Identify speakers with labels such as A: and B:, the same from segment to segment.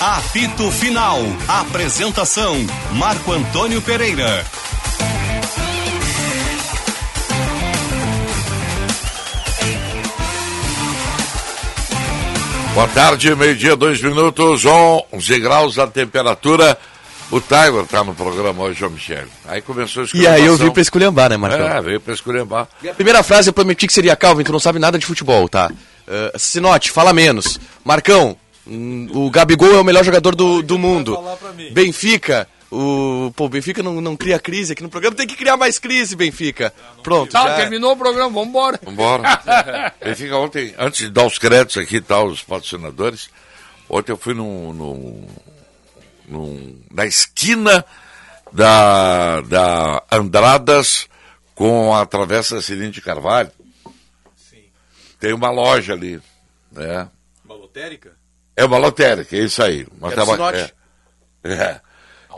A: Apito Final. Apresentação: Marco Antônio Pereira.
B: Boa tarde, meio-dia, dois minutos, 11 graus a temperatura. O Tyler tá no programa hoje, João Michel. Aí começou a
C: E aí eu vim pra esculhambar, né, Marcão?
B: É, veio pra esculhambar.
C: E a primeira frase eu prometi que seria Calvin, tu não sabe nada de futebol, tá? Eh, Sinote, fala menos. Marcão, hum, o Gabigol é o melhor jogador do, do mundo. Benfica, o. Pô, o Benfica não, não cria crise aqui no programa, tem que criar mais crise, Benfica. Pronto.
D: Ah,
E: Tá,
C: já- é.
E: terminou o programa, vamos embora.
B: Vambora. Ele fica ontem, antes de dar os créditos aqui e tal, os patrocinadores, ontem eu fui num, num, num- na esquina da, da Andradas com a Travessa Cirino de Carvalho. Tem uma loja ali, né?
D: Uma lotérica?
B: É uma lotérica, é isso aí. Uma
D: Era
B: taba-
D: sinote.
B: é. É.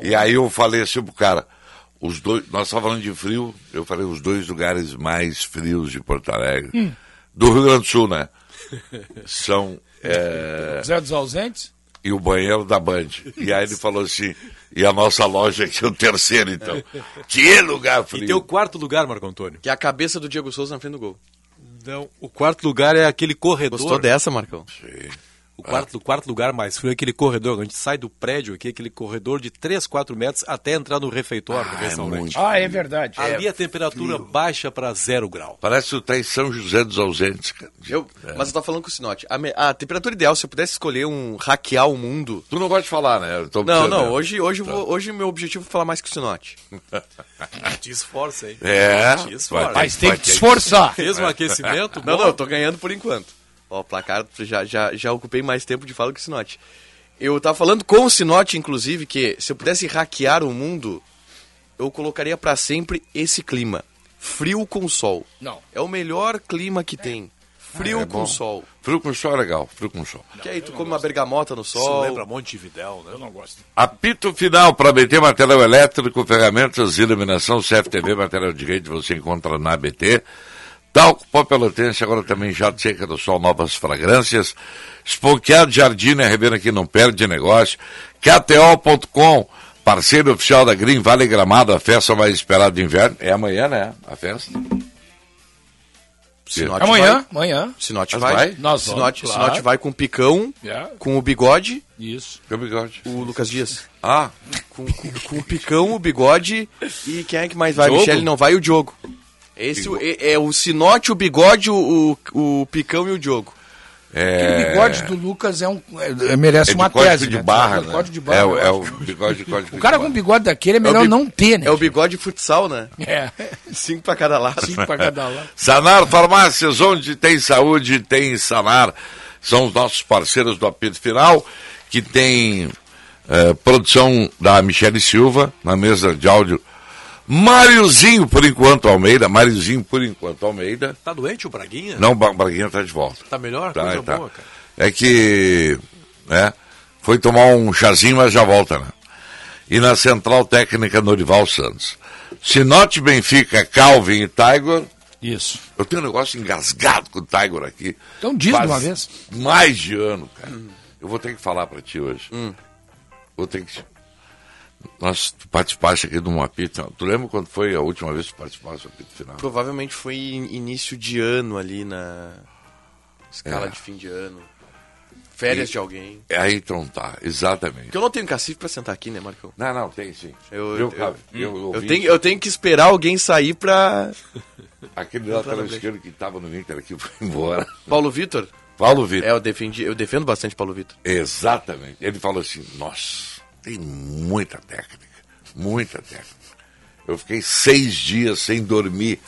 B: E aí eu falei assim pro cara, os dois, nós estávamos falando de frio, eu falei os dois lugares mais frios de Porto Alegre,
E: Hum.
B: do Rio Grande do Sul, né? São é,
E: Zé dos ausentes?
B: e o banheiro da Band. E aí ele falou assim, e a nossa loja aqui é o terceiro, então. Que lugar frio.
D: E tem o quarto lugar, Marco Antônio.
C: Que é a cabeça do Diego Souza na frente do gol.
D: Então, o quarto lugar é aquele corredor.
C: Gostou dessa, Marcão?
D: O quarto, o quarto lugar mais frio é aquele corredor. A gente sai do prédio aqui, aquele corredor de 3, 4 metros até entrar no refeitório do restaurante.
E: Ah, é verdade.
D: Ali a temperatura baixa para zero grau.
B: Parece que tu tá em São José dos Ausentes, cara.
C: Eu,
B: É.
C: Mas eu tô falando com o Sinote. A, me- a temperatura ideal, se eu pudesse escolher um hackear o mundo.
B: Tu não gosta de falar, né? Eu tô Tá.
C: Não,
B: observando.
C: não, hoje, hoje, eu vou- hoje o meu objetivo é falar mais que o Sinote.
D: Te esforça, hein?
B: É.
D: Te esforça.
B: Vai ter- vai ter-
D: Fez um aquecimento?
C: Não,
D: bom.
C: não, eu tô ganhando por enquanto. Ó, o placar já, já, já ocupei mais tempo de fala que o Sinote. Eu tava falando com o Sinote, inclusive, que se eu pudesse hackear o mundo, eu colocaria pra sempre esse clima. Frio com sol.
E: Não.
C: É o melhor clima que tem. Frio
B: É
C: com
B: bom.
C: sol.
B: Frio com sol é legal, frio com sol.
C: que aí tu come uma bergamota no
D: Isso
C: sol.
D: lembra Montevidéu, né?
E: Eu não gosto.
B: Apito final para BT Material Elétrico, Ferramentas, Iluminação, CFTV, Material de Rede, você encontra na BT. Talco Pó Pelotense, agora também Jato Seca do Sol, novas fragrâncias. Esponqueado Jardim, né, Ribeira que não perde negócio. KTO.com, parceiro oficial da Green Vale Gramado, a festa mais esperada do inverno. É amanhã, né? A festa. É
C: Sinote
E: Amanhã,
C: vai-
E: amanhã.
C: Sinote
B: Mas
C: vai.
B: vai?
E: Nós vamos,
C: Sinote,
E: claro.
C: Sinote vai com o picão,
E: Yeah.
C: com o bigode,
E: Isso.
B: Meu bigode.
C: o Lucas Dias.
B: Ah,
C: Com, com- com o picão, o bigode e quem é que mais vai?
D: Diogo?
C: Michele não vai e o Diogo. Esse o- é, é o Sinote, o bigode, o, o, o picão e o Diogo.
B: é...
E: O bigode do Lucas é um, é- é- merece
B: é de
E: uma
B: código
E: tese.
B: de
E: né?
B: barra,
E: É
B: né?
E: código de barra,
B: É,
E: eu
B: o- é
E: acho.
B: o bigode de código
E: O cara com um bigode daquele é melhor
C: bi-
E: não ter, né?
C: É o bigode futsal, né?
E: É.
C: Cinco pra cada lado.
E: Cinco pra cada lado.
B: Sanar Farmácias, onde tem saúde, tem Sanar. São os nossos parceiros do apito final, que tem eh, produção da Michele Silva, na mesa de áudio. Máriozinho, por enquanto, Almeida. Máriozinho, por enquanto, Almeida.
D: Tá doente o Braguinha?
B: Não, Ba- Braguinha tá de volta.
D: Tá melhor?
B: Tá,
D: Coisa
B: tá.
D: boa, cara.
B: É que né, foi tomar um chazinho, mas já volta, né? E na Central Técnica Norival Santos. Sinote Benfica, Calvin e Tiger.
E: Isso.
B: Eu tenho um negócio engasgado com o Tiger aqui.
E: Então diz de
B: Faz
E: uma vez.
B: Mais de ano, cara.
D: Hum.
B: Eu vou ter que falar pra ti hoje. Vou ter que. Nós tu participaste aqui de uma pita. Tu lembra quando foi a última vez que tu participaste do apito final?
C: Provavelmente foi in- início de ano ali na escala de fim de ano. Férias de alguém.
B: É aí então tá, exatamente.
C: Porque eu não tenho cacife pra sentar aqui, né, Marcão?
B: Não, não, tem sim.
C: Eu,
B: Viu,
C: eu, hum.
B: Fábio? Eu
C: eu
B: ouvi
C: tenho, eu tenho que esperar alguém sair pra.
B: Aquele lateral esquerdo que tava no Inter aqui foi embora.
C: Paulo Vitor?
B: Paulo Vitor.
C: É, eu, defendi, eu defendo bastante Paulo Vitor.
B: Exatamente. Ele falou assim: nossa, tem muita técnica, muita técnica. Eu fiquei seis dias sem dormir,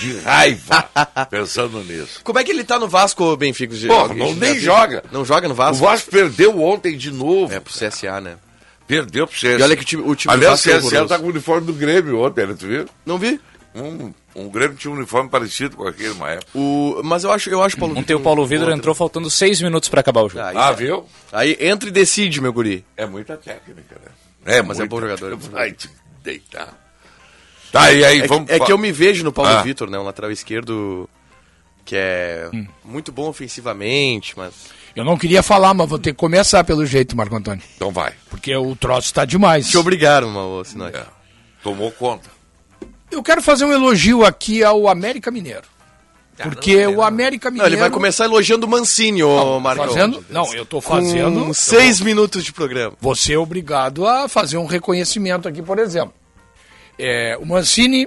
B: de raiva, pensando nisso.
C: Como é que ele tá no Vasco, ô, Benfica?
B: Porra,
C: Alguém
B: não
C: já
B: nem
C: viu?
B: joga.
C: Não joga no
B: O
C: Vasco?
B: Vasco perdeu ontem de novo.
C: É, pro CSA, né?
B: Perdeu pro CSA.
C: E olha que o time- o time do
B: Aliás,
C: Vasco é
B: o CSA tá
C: horroroso.
B: com o uniforme do Grêmio ontem, né? Tu viu?
C: Não vi.
B: Um, um Grêmio tinha um uniforme parecido com aquele uma época.
C: O... Mas eu acho, eu acho Paulo um
F: Ontem o Paulo Vidro
C: outro. é
F: entrou faltando seis minutos pra acabar o jogo.
C: Aí,
B: Ah, viu?
C: aí entra e decide, meu guri.
B: É muita técnica, né? É,
C: Mas é bom jogador, é bom
B: Vai te deitar. Tá, e aí,
C: É, que-
B: vamos
C: é
B: fa-
C: que eu me vejo no Paulo
B: Ah.
C: Vitor, né? Um lateral esquerdo que é
E: Hum.
C: muito bom ofensivamente, mas
E: Eu não queria falar, mas vou ter que começar pelo jeito, Marco Antônio.
B: Então vai.
E: Porque o troço tá demais.
C: te obrigaram, Mauro Sinote.
B: É. Tomou conta.
E: Eu quero fazer um elogio aqui ao América Mineiro. Porque o América
C: Não,
E: Mineiro.
C: ele vai começar elogiando o Mancini, ô Marcão.
E: fazendo. Não, eu tô fazendo.
C: Com seis minutos de programa.
E: Você é obrigado a fazer um reconhecimento aqui, por exemplo. É, o Mancini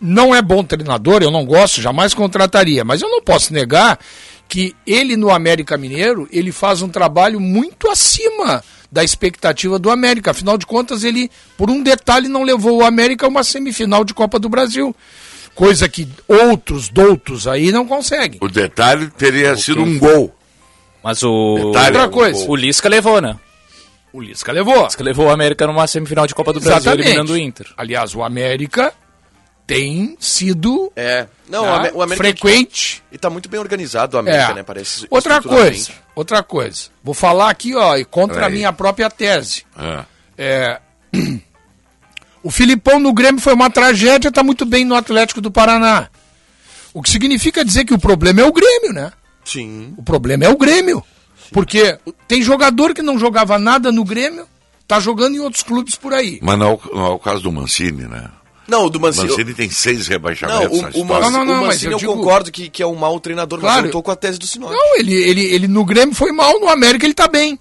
E: não é bom treinador, eu não gosto, jamais contrataria, mas eu não posso negar que ele no América Mineiro, ele faz um trabalho muito acima da expectativa do América. Afinal de contas, ele, por um detalhe, não levou o América a uma semifinal de Copa do Brasil. Coisa que outros doutos aí não conseguem.
B: O detalhe teria sido um gol.
F: Mas o.
B: Detalhe,
E: Outra coisa.
F: é O Lisca levou, né?
E: O Lisca levou.
F: O Lisca levou o América numa semifinal de Copa do Brasil, eliminando o Inter.
E: Aliás, o América tem sido
C: É. Não,
E: tá?
C: o Ame- o América.
E: frequente.
C: E tá muito bem organizado o América,
E: É.
C: né? Parece.
E: outra
C: estruturalmente.
E: coisa, outra coisa. Vou falar aqui, ó, e contra a
B: Peraí.
E: minha própria tese.
B: É.
E: É, O Filipão no Grêmio foi uma tragédia, tá muito bem no Atlético do Paraná. O que significa dizer que o problema é o Grêmio, né?
C: Sim.
E: O problema é o Grêmio. Porque tem jogador que não jogava nada no Grêmio, tá jogando em outros clubes por aí.
B: Mas não, é o- não é o caso do Mancini, né?
C: Não, o do
B: O
C: Mancini.
B: Mancini tem seis
C: Não,
B: rebaixamentos
C: o,
B: na
C: o,
B: história.
C: Mancini,
E: Não, não, não,
C: o
E: mas
C: Mancini
E: eu
C: eu,
E: digo-
C: concordo que, que é um mau treinador,
E: Claro.
C: mas eu tô com a tese do Sinote.
E: Não, ele, ele, ele no Grêmio foi mal, no América ele tá bem.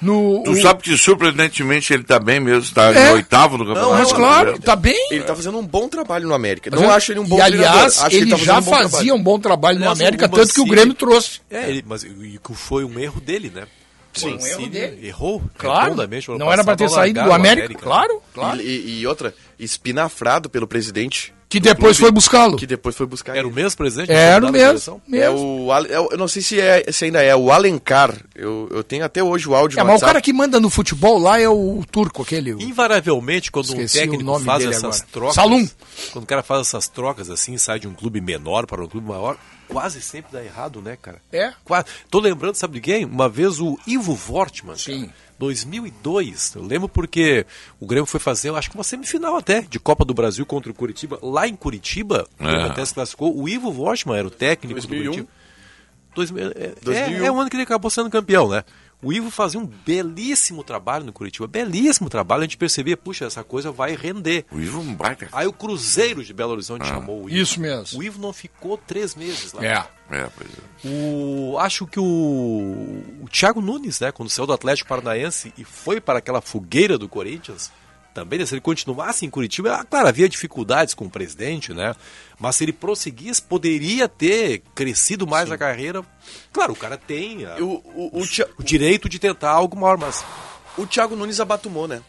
E: No,
B: Tu
E: o-
B: sabe que surpreendentemente ele tá bem mesmo, tá
E: É.
B: em oitavo no campeonato.
E: Mas
C: Não,
E: claro,
B: brasileiro.
E: tá bem.
C: Ele tá fazendo um bom trabalho no América.
E: Mas
C: Não
E: eu-
C: acho ele um bom
E: Tá E
C: treinador.
E: aliás,
C: Acho que
E: ele,
C: tá fazendo
E: já
C: um bom
E: fazia
C: trabalho.
E: um bom trabalho no
D: Aliás, o
E: América, tanto que o
D: Mancini-
E: Grêmio trouxe.
D: É, ele, mas e que foi um erro dele, né? Sim,
E: um erro dele.
D: Errou. redondamente o ano
E: Não era pra
D: passado,
E: ter
D: ao
E: saído
D: largar
E: do
D: o
E: América. Claro, claro.
C: E, e- e outra, espinafrado pelo presidente.
E: Que
C: do
E: depois
C: clube,
E: foi buscá-lo.
C: Que depois foi buscar
D: Era o
C: ele.
D: mesmo presidente?
E: Era o
D: da
E: mesmo.
D: seleção?
E: mesmo.
C: É o, Ale- é o- eu não sei se, é, se ainda é o Alencar. Eu, eu tenho até hoje o áudio
E: É,
C: no
E: mas o
C: WhatsApp.
E: cara que manda no futebol lá é o, o turco, aquele. o-
D: Invariavelmente, quando
E: Esqueci
D: um
E: o
D: técnico
E: nome
D: faz
E: dele
D: essas
E: agora.
D: trocas.
E: Salum.
D: Quando o cara faz essas trocas assim, sai de um clube menor para um clube maior, quase sempre dá errado, né, cara?
E: É.
D: Qua- Tô lembrando, sabe de quem? Uma vez o Ivo Vortman.
E: Sim.
D: 2002, eu lembro porque o Grêmio foi fazer, eu acho que uma semifinal até, de Copa do Brasil contra o Curitiba, lá em Curitiba, o Grêmio até se classificou, o Ivo Vortman era o técnico
C: 2001.
D: do Curitiba. Dois mil- é- é,
C: 2001.
D: é o ano que ele acabou sendo campeão, né? O Ivo fazia um belíssimo trabalho no Curitiba, belíssimo trabalho, a gente percebia, puxa, essa coisa vai render.
B: O Ivo é um baita. Ah.
D: Aí o Cruzeiro de Belo Horizonte chamou o Ivo.
E: Isso mesmo.
D: O Ivo não ficou três meses lá.
E: É.
B: É, pois é.
D: O, acho que o, o Thiago Nunes, né, quando saiu do Atlético Paranaense e foi para aquela fogueira do Corinthians, também, né, se ele continuasse em Curitiba, ah, claro, havia dificuldades com o presidente, né? Mas se ele prosseguisse, poderia ter crescido mais a carreira. Claro, o cara tem a-
C: O, o, o, Thi-
D: o direito de tentar algo maior, mas
C: o Thiago Nunes abatumou, né?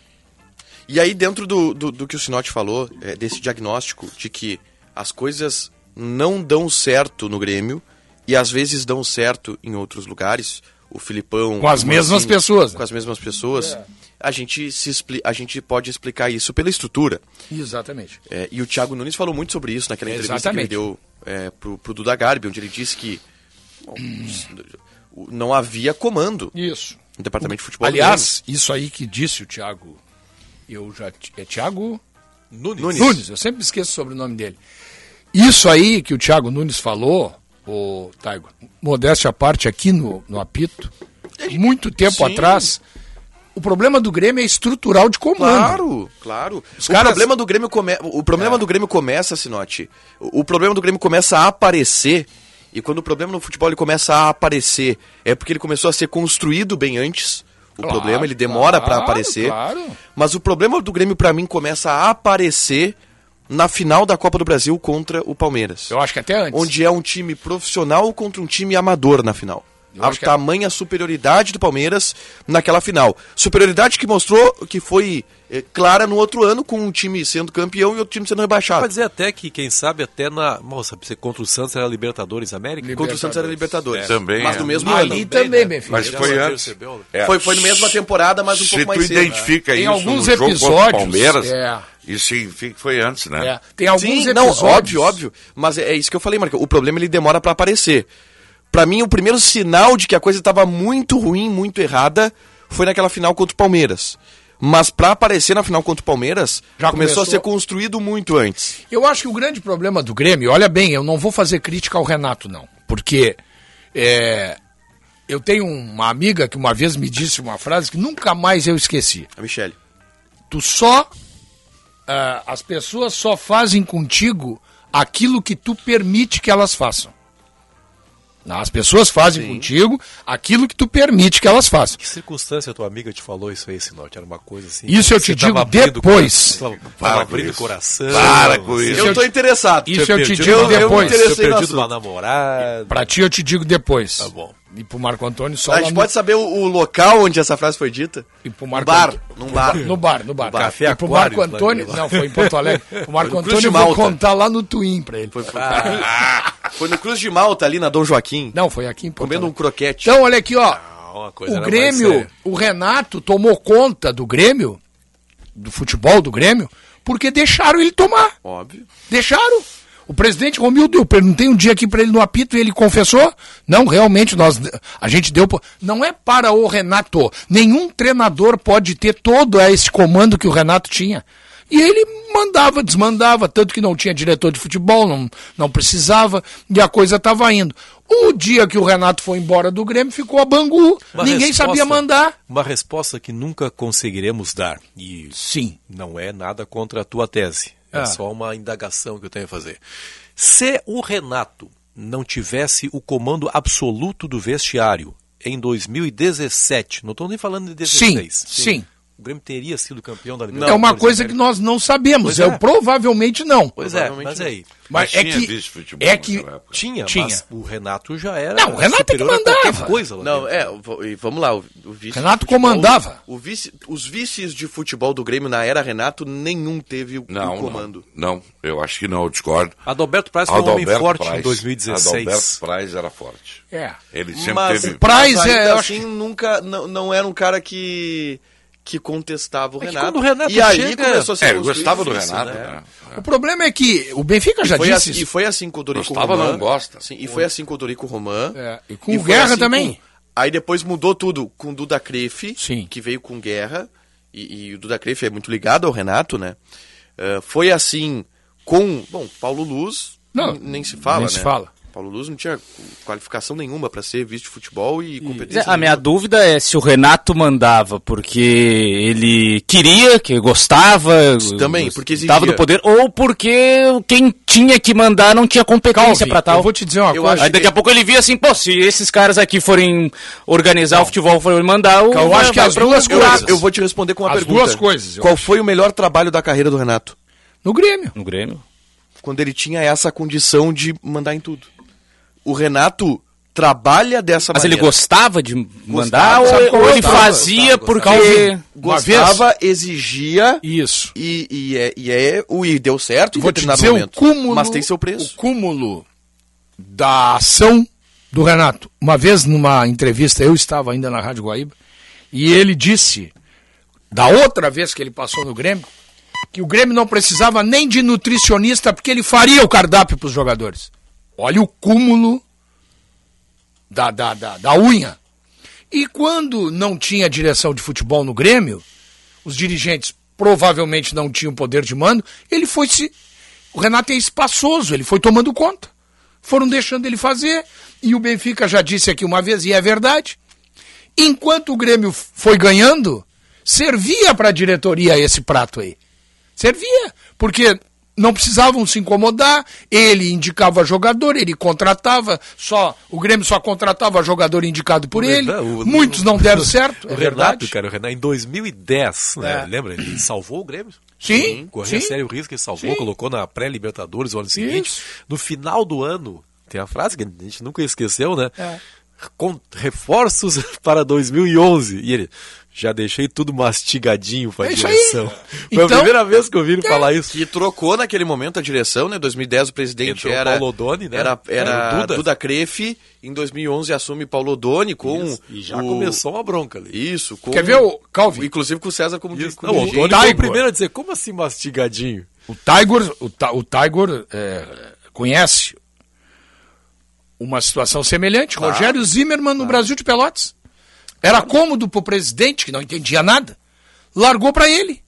C: E aí, dentro do, do, do que o Sinote falou, é, desse diagnóstico de que as coisas não dão certo no Grêmio e às vezes dão certo em outros lugares, o Filipão.
E: Com as
C: o
E: mesmas pessoas, É. né?
C: Com as mesmas pessoas. A, gente se expli- a gente pode explicar isso pela estrutura.
E: Exatamente.
C: É, e o Thiago Nunes falou muito sobre isso naquela entrevista
E: Exatamente.
C: que ele deu é, pro, pro Duda Garbi, onde ele disse que bom, s- o- não havia comando
E: Isso.
C: no departamento de futebol. do
E: Aliás, isso aí que disse o Thiago. Eu já. ti- É Thiago
D: Nunes.
E: Nunes. eu sempre esqueço sobre o nome dele. Isso aí que o Thiago Nunes falou, o Taigo, modéstia à parte aqui no, no apito, muito tempo
C: É, Sim.
E: atrás, o problema do Grêmio é estrutural de comando.
C: Claro, claro. o
E: caras- É.
C: problema do Grêmio come... o problema do Grêmio começa, Sinote. O o problema do Grêmio começa a aparecer. E quando o problema no futebol ele começa a aparecer, é porque ele começou a ser construído bem antes. O
E: Claro,
C: problema ele demora pra
E: claro,
C: aparecer.
E: claro.
C: Mas o problema do Grêmio pra mim começa a aparecer na final da Copa do Brasil contra o Palmeiras.
E: Eu acho que até antes.
C: Onde é um time profissional contra um time amador na final.
E: Eu
C: A
E: acho que é-
C: tamanha superioridade do Palmeiras naquela final. Superioridade que mostrou que foi eh, clara no outro ano, com um time sendo campeão e outro time sendo rebaixado.
D: Pode dizer até que, quem sabe, até na. Nossa, você contra o Santos era Libertadores América? Ah,
C: Contra o Santos era Libertadores.
B: É, também
C: Mas
B: é.
C: no mesmo ano.
E: Ali
D: né?
E: também, meu filho.
B: Mas
D: Já
B: foi
D: se
B: antes.
D: percebeu, né?
B: É,
C: Foi, foi na mesma temporada, mas um
B: se
C: pouco
B: tu
C: mais cedo.
B: identifica
E: Tem
B: isso
E: alguns
B: no jogo contra o
E: episódios,
B: Palmeiras,
E: é.
B: isso significa que foi antes, né?
E: É, Tem alguns
C: Sim, não,
E: episódios.
C: óbvio, óbvio. Mas é, é isso que eu falei, Marcão. O problema ele demora pra aparecer. Pra mim, o primeiro sinal de que a coisa tava muito ruim, muito errada, foi naquela final contra o Palmeiras. mas para aparecer na final contra o Palmeiras,
E: Já
C: começou,
E: começou.
C: a ser construído muito antes.
E: Eu acho que o grande problema do Grêmio, olha bem, eu não vou fazer crítica ao Renato, não. Porque é, eu tenho uma amiga que uma vez me disse uma frase que nunca mais eu esqueci.
C: A Michele.
E: Tu só. ah, as pessoas só fazem contigo aquilo que tu permite que elas façam. Né, As pessoas fazem contigo aquilo que tu permite que elas façam.
D: Que circunstância tua amiga te falou isso aí, Sinote? Era uma coisa assim.
E: Isso eu
D: Você
E: te
D: tava
E: digo
D: abrindo o
E: depois.
D: coração, Tava,
B: Para
D: tava
B: com
D: abrindo o
B: isso.
D: coração.
B: Para com
D: assim,
B: isso.
E: Eu
C: Eu tô
E: te-
C: interessado.
E: Isso eu te
D: perdido.
E: digo
D: Eu- eu
E: depois.
D: Eu
C: interessei no
D: perdi uma
C: assunto.
D: namorada.
E: Pra ti eu te digo depois.
D: Tá bom.
E: E pro Marco Antônio só
C: A
E: lá
C: gente
E: no-
C: pode saber o, o local onde essa frase foi dita?
E: E pro
C: Num
E: Marco
C: bar.
E: Antônio.
C: Num bar.
E: No bar, no bar.
D: Café
E: e pro
D: Aquário,
E: Marco Antônio,
D: lá em-
E: não, foi em Porto Alegre. O Marco
C: Foi no Cruz
E: Antônio eu
C: de
E: vou
C: Malta.
E: contar lá no Twin pra ele. Ah.
C: Foi no Cruz de Malta, ali na Dom Joaquim,
E: Não, foi aqui em Porto
C: comendo um
E: Alegre.
C: croquete.
E: Então, olha aqui, ó.
D: Ah, uma coisa
E: O
D: era mais
E: Grêmio,
D: séria.
E: o Renato tomou conta do Grêmio, do futebol do Grêmio, porque deixaram ele tomar.
C: Óbvio.
E: Deixaram. O presidente Romildo, eu perguntei um dia aqui pra ele no apito e ele confessou. Não, realmente, nós, a gente deu. po- Não é para o Renato. Nenhum treinador pode ter todo esse comando que o Renato tinha. E ele mandava, desmandava, tanto que não tinha diretor de futebol, não, não precisava, e a coisa estava indo. O dia que o Renato foi embora do Grêmio, ficou a Bangu.
D: Uma
E: Ninguém
D: resposta-
E: sabia mandar.
D: Uma resposta que nunca conseguiremos dar. E
E: Sim.
D: não é nada contra a tua tese. É
E: Ah.
D: só uma indagação que eu tenho a fazer. Se o Renato não tivesse o comando absoluto do vestiário em 2017, não estou nem falando de 16.
E: Sim, sim.
D: O Grêmio teria sido campeão da
E: é
D: Libertadores.
E: uma coisa que
D: América.
E: nós não sabemos.
D: Pois
E: Eu
D: é.
E: provavelmente não.
D: Pois é, mas aí.
E: Mas,
B: Mas
E: é
B: tinha
E: que.
B: vice-futebol
E: É
B: naquela
E: que.
B: época.
D: Tinha,
E: Tinha.
D: mas o Renato já era.
E: Não, o Renato é que
D: superior a qualquer
E: mandava.
D: Coisa lá
C: Não,
D: dentro.
C: é, v- e vamos lá, o, o vice
E: Renato
C: de futebol-
E: comandava.
C: O vice, os vices de futebol do Grêmio na era Renato, nenhum teve o, o
B: Não,
C: comando.
B: não, não, eu acho que não, eu discordo.
D: Adalberto Praz foi um homem forte em 2016.
B: Adalberto Praz era forte.
E: É.
B: Ele sempre
C: mas,
B: teve...
E: Praz
C: mas
E: é,
C: ainda
E: eu acho
C: assim, nunca, não, não era um cara que, que contestava o
D: É que
C: Renato.
D: quando o Renato
C: e aí
D: chega-
C: começou a ser
B: É, eu gostava do
C: vice,
B: Renato,
C: né?
B: né?
E: O problema é que o Benfica já
C: Foi
E: disse
C: assim-
E: isso.
C: e foi assim com o Dorico
B: Gostava,
C: Román.
B: não gosta.
C: Sim, e foi assim com o Dorico Román.
E: É, e com o
C: foi assim
E: Guerra também.
C: com- aí depois mudou tudo com o Duda Crefe,
E: Sim.
C: que veio com Guerra. E, e o Duda Crefe é muito ligado ao Renato, né? Ah, foi assim com, bom, Paulo Luz,
E: Não,
C: n- nem se fala,
E: nem
C: né?
E: se fala.
C: Paulo Luz não tinha qualificação nenhuma para ser vice de futebol
F: Mas
C: e
F: é,
C: competência.
F: A minha dúvida é se o Renato mandava porque ele queria, que gostava,
C: Também,
F: gost-
C: porque exigia.
F: estava do poder, ou porque quem tinha que mandar não tinha competência
E: Calvi,
F: pra tal.
E: Eu vou te dizer uma
C: Eu
E: coisa.
C: acho
F: Aí daqui a pouco ele via assim, pô, se esses caras aqui forem organizar o futebol, forem mandar, o
E: Eu acho que
F: vai
E: as
F: pra um
E: duas
C: Eu,
F: buraco.
C: eu vou te responder com uma
E: As
C: pergunta.
E: duas coisas, eu
C: Qual foi o melhor trabalho da carreira do Renato?
E: No Grêmio.
F: No Grêmio.
C: quando ele tinha essa condição de mandar em tudo. O Renato trabalha dessa
F: Mas ele
C: maneira.
F: gostava de mandar, ou-
E: sabe
F: ou,
C: é
E: como
F: ele
E: gostava,
F: fazia
D: gostava,
F: porque...
E: Uma
C: Gostava, exigia
E: Isso.
C: e, e, é, e é o e deu certo em
E: Vou te
C: determinado
E: dizer o
C: momento.
E: cúmulo.
C: mas tem seu preço.
E: O cúmulo da ação do Renato. Uma vez numa entrevista, eu estava ainda na Rádio Guaíba, e ele disse, da outra vez que ele passou no Grêmio, que o Grêmio não precisava nem de nutricionista, porque ele faria o cardápio para os jogadores. Olha o cúmulo da, da, da, da unha. E quando não tinha direção de futebol no Grêmio, os dirigentes provavelmente não tinham poder de mando, ele foi se. O Renato é espaçoso, ele foi tomando conta. Foram deixando ele fazer, e o Benfica já disse aqui uma vez, e é verdade. Enquanto o Grêmio foi ganhando, servia para a diretoria esse prato aí. Servia, porque não precisavam se incomodar, ele indicava jogador, ele contratava, só o Grêmio só contratava jogador indicado por
D: O
E: ele.
D: Renan- o-
E: Muitos não deram certo, é
D: o
E: verdade.
D: Renato, cara, o Renato, em 2010, né?
E: É.
D: Lembra? Ele salvou o Grêmio.
E: Sim,
D: Corria
E: sim.
D: sério risco, ele salvou,
E: Sim.
D: colocou na pré-Libertadores o ano seguinte.
E: Isso.
D: No final do ano, tem a frase que a gente nunca esqueceu, né?
E: É.
D: Com reforços para 2011. E ele, já deixei tudo mastigadinho para
E: É isso aí.
D: direção. Foi
E: Então-
D: a primeira vez que eu vi ele falar isso.
C: Que trocou naquele momento a direção, né? Em 2010 o presidente
D: Entrou
C: era
D: Paulo Odoni, né?
C: era, era
D: Era o
C: Duda.
D: Duda.
C: Crefe, em 2011 assume Paulo Odoni com
D: Isso. E já
C: o-
D: começou uma bronca ali.
C: Isso, com
E: Quer ver o Calvi?
C: inclusive com o César como
D: Isso.
C: como
D: Não, o é.
C: dirigente. Então,
D: Antônio foi o
E: Tiger.
D: primeiro a dizer, como assim mastigadinho?
E: O Tiger, o, Ti- o Tiger é, conhece uma situação semelhante. Rogério Zimmermann no Brasil de Pelotas. Era cômodo pro presidente, que não entendia nada, largou para ele.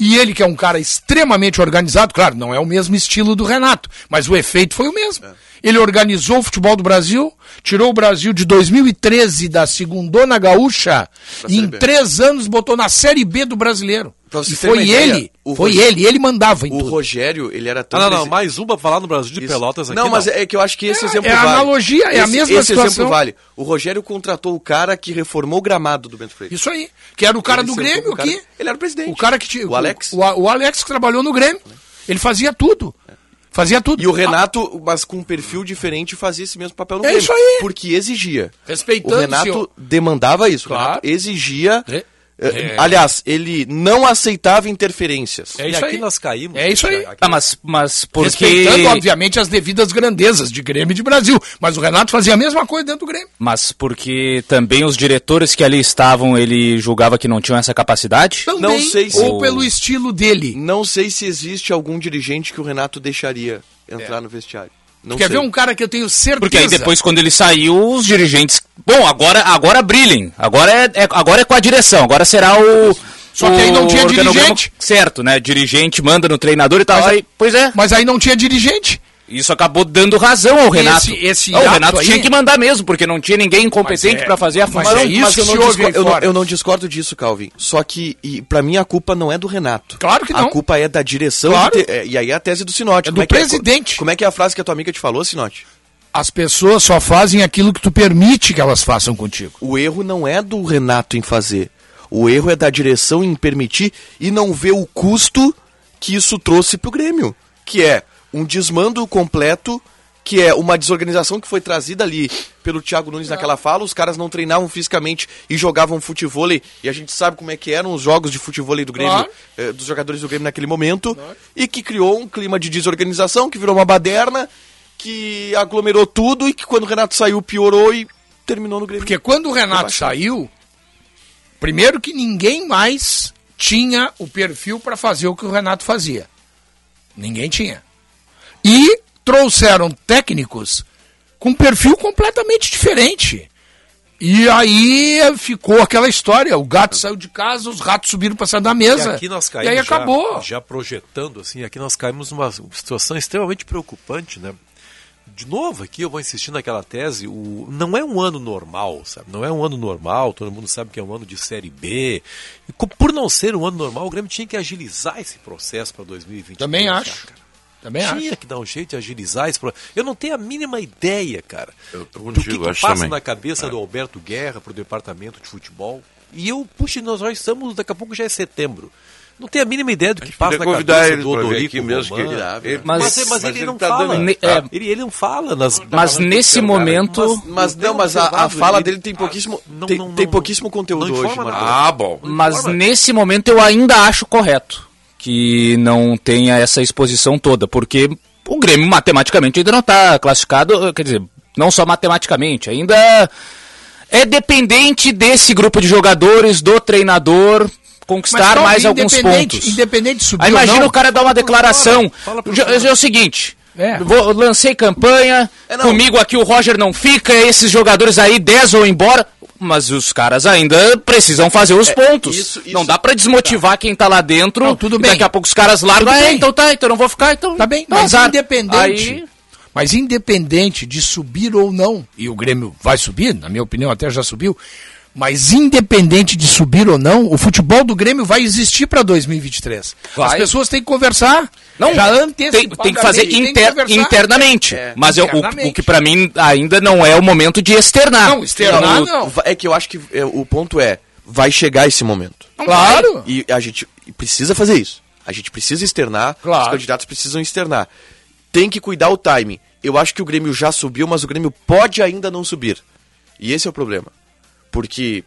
E: E ele, que é um cara extremamente organizado, claro, não é o mesmo estilo do Renato, mas o efeito foi o mesmo.
C: É.
E: Ele organizou o futebol do Brasil, tirou o Brasil de 2013 da segundona gaúcha e
C: Série
E: em
C: B.
E: três anos botou na Série B do brasileiro.
C: Pra vocês
E: E
C: terem
E: foi
C: uma ideia,
E: ele,
C: o
E: foi
C: Rogério-
E: ele, ele mandava em
C: O
E: tudo.
C: Rogério, ele era
D: Ah,
C: tão.
D: não, não,
C: presi-
D: mais uma pra falar no Brasil de
C: Isso.
D: Pelotas aqui.
C: Não, mas é que eu acho que esse
E: É,
C: exemplo
E: é a
C: vale.
E: analogia, é a
C: Esse-
E: mesma
C: esse
E: situação.
C: exemplo vale. O Rogério contratou o cara que reformou o gramado do Bento Freitas.
E: Isso aí, que era o cara
C: Ele
E: do
C: sentou
E: Grêmio
C: com o cara-
E: aqui.
C: Ele era o presidente.
E: O cara que tinha.
C: O Alex. É.
E: O, o Alex que trabalhou no Grêmio. Ele fazia tudo. Fazia tudo.
C: E o Renato, mas com um perfil diferente, fazia esse mesmo papel no
E: É
C: Grêmio,
E: isso aí.
C: Porque exigia.
E: Respeitando,
C: O Renato
E: senhor.
C: demandava isso.
E: Claro.
C: O Renato exigia.
E: É.
C: eh, Aliás, ele não aceitava interferências.
E: É
D: E
E: isso
D: aqui
E: aí.
D: nós caímos.
E: É isso aí.
D: Aqui-
F: Ah, mas, mas porque.
E: Respeitando, obviamente, as devidas grandezas de Grêmio e de Brasil. Mas o Renato fazia a mesma coisa dentro do Grêmio.
F: Mas porque também os diretores que ali estavam, ele julgava que não tinham essa capacidade?
E: Também,
C: sei se-
E: ou pelo estilo dele.
C: Não sei se existe algum dirigente que o Renato deixaria entrar no vestiário. Não
E: Quer
C: sei.
E: ver um cara que eu tenho certeza.
F: Porque aí depois, quando ele saiu, os dirigentes. Bom, agora, agora brilhem. Agora é, é- agora é com a direção. Agora será o.
E: Só que aí não
F: o
E: tinha
F: organograma
E: dirigente.
F: Certo, né? Dirigente manda no treinador e tal.
E: Mas
F: Aí,
E: aí-
F: pois é.
E: Mas aí não tinha dirigente.
F: Isso acabou dando razão ao Renato.
E: Esse- esse
F: Não, o
E: ato
F: Renato
E: aí-
F: tinha que mandar mesmo, porque não tinha ninguém incompetente
E: Mas é-
F: pra fazer a função.
E: mas é
C: Não,
E: isso
C: mas eu
E: que
C: não,
E: se ouve aí
C: discordo, eu, não,
E: fora.
C: eu não discordo disso, Calvin. Só que, e, pra mim, a culpa não é do Renato.
E: Claro que não.
C: A culpa é da direção.
E: Claro.
C: de te- é, e aí é a tese do Sinote.
E: É
C: Como
E: do presidente.
C: É, como é que é a frase que a tua amiga te falou, Sinote?
E: As pessoas só fazem aquilo que tu permite que elas façam contigo.
C: O erro não é do Renato em fazer. O erro é da direção em permitir e não ver o custo que isso trouxe pro Grêmio. Que é um desmando completo, que é uma desorganização que foi trazida ali pelo Thiago Nunes naquela fala. Os caras não treinavam fisicamente e jogavam futevôlei. E a gente sabe como é que eram os jogos de futevôlei do Grêmio,
E: Claro.
C: eh, dos jogadores do Grêmio naquele momento. E que criou um clima de desorganização, que virou uma baderna, que aglomerou tudo e que quando o Renato saiu piorou e terminou no Grêmio.
E: Porque quando o Renato saiu, primeiro que ninguém mais tinha o perfil para fazer o que o Renato fazia. Ninguém tinha. E trouxeram técnicos com perfil completamente diferente. E aí ficou aquela história, o gato saiu de casa, os ratos subiram para cima da
D: E
E: mesa.
D: aqui nós
E: e
D: caímos.
E: aí
D: já-
E: acabou.
D: Já, projetando, assim, aqui nós caímos numa situação extremamente preocupante, né? De novo, aqui eu vou insistir naquela tese, o, não é um ano normal, sabe? Não é um ano normal, todo mundo sabe que é um ano de Série B. E co- por não ser um ano normal, o Grêmio tinha que agilizar esse processo para 2020.
E: Também acho. Também acho.
D: Tinha que dar um jeito de agilizar esse problema. Eu não tenho a mínima ideia, cara,
B: Eu tô
D: do que,
B: contigo,
D: que
B: acho
D: passa
B: também. É.
D: na cabeça do Alberto Guerra pro departamento de futebol. E eu, puxa, nós já estamos, daqui a pouco já é setembro. Não tenho a mínima ideia do que passa na
B: podia convidar
D: cabeça
B: ele
D: do
B: pra vir
D: Odorico
B: aqui mesmo, que
D: Romano.
B: ele-
D: Mas,
B: ele-
D: mas,
F: Mas-
D: ele,
B: ele
D: não
B: tá
D: fala.
B: dando-
F: É.
D: Ele, ele não fala nas...
F: Mas nesse momento.
C: Mas
D: bem
C: não, mas a- a
D: observado,
C: fala dele
D: Ah,
C: tem pouquíssimo- tem- tem pouquíssimo conteúdo hoje,
D: informa
C: Marco.
D: nada.
B: Ah, bom.
F: Mas
D: Informa.
F: nesse momento eu ainda acho correto que não tenha essa exposição toda, porque o Grêmio matematicamente ainda não está classificado, quer dizer, não só matematicamente, ainda é dependente desse grupo de jogadores, do treinador conquistar
E: Calvin,
F: mais alguns
E: independente-
F: pontos.
E: Independente de subir
F: Aí
E: ou
F: imagina
E: não,
F: o cara dar uma declaração.
D: Fala pro
F: Já-
D: cara.
F: é o seguinte.
E: É.
F: vou- lancei campanha,
C: É, não.
F: comigo aqui o Roger não fica, esses jogadores aí 10 ou embora, mas os caras ainda precisam fazer os pontos.
C: É, isso- isso-
F: não dá pra desmotivar quem tá lá dentro.
E: Não, tudo
F: e
E: bem.
F: Daqui a pouco os caras largam,
E: Tudo
F: "Ah,
E: bem.
F: então tá, então não vou ficar, então.
E: Tá bem,
F: dá
E: mas
F: azar."
E: independente.
F: Aí-
E: Mas independente de subir ou não, e o Grêmio vai subir, na minha opinião até já subiu, mas independente de subir ou não, o futebol do Grêmio vai existir para 2023. As
F: Vai.
E: pessoas têm que conversar.
F: Não,
E: já
F: tem,
E: antecipadamente.
F: tem que fazer inter-
E: conversar.
F: internamente.
C: É,
F: mas eu- o-
E: internamente.
F: o, que pra mim ainda não é o momento de externar.
E: Não, externar
F: O-
E: não.
C: Va- É que eu acho que é, o ponto é, vai chegar esse momento.
E: Não Claro. vai.
C: E a gente precisa fazer isso. A gente precisa externar,
E: Claro.
C: os candidatos precisam externar. Tem que cuidar o timing. Eu acho que o Grêmio já subiu, mas o Grêmio pode ainda não subir. E esse é o problema. Porque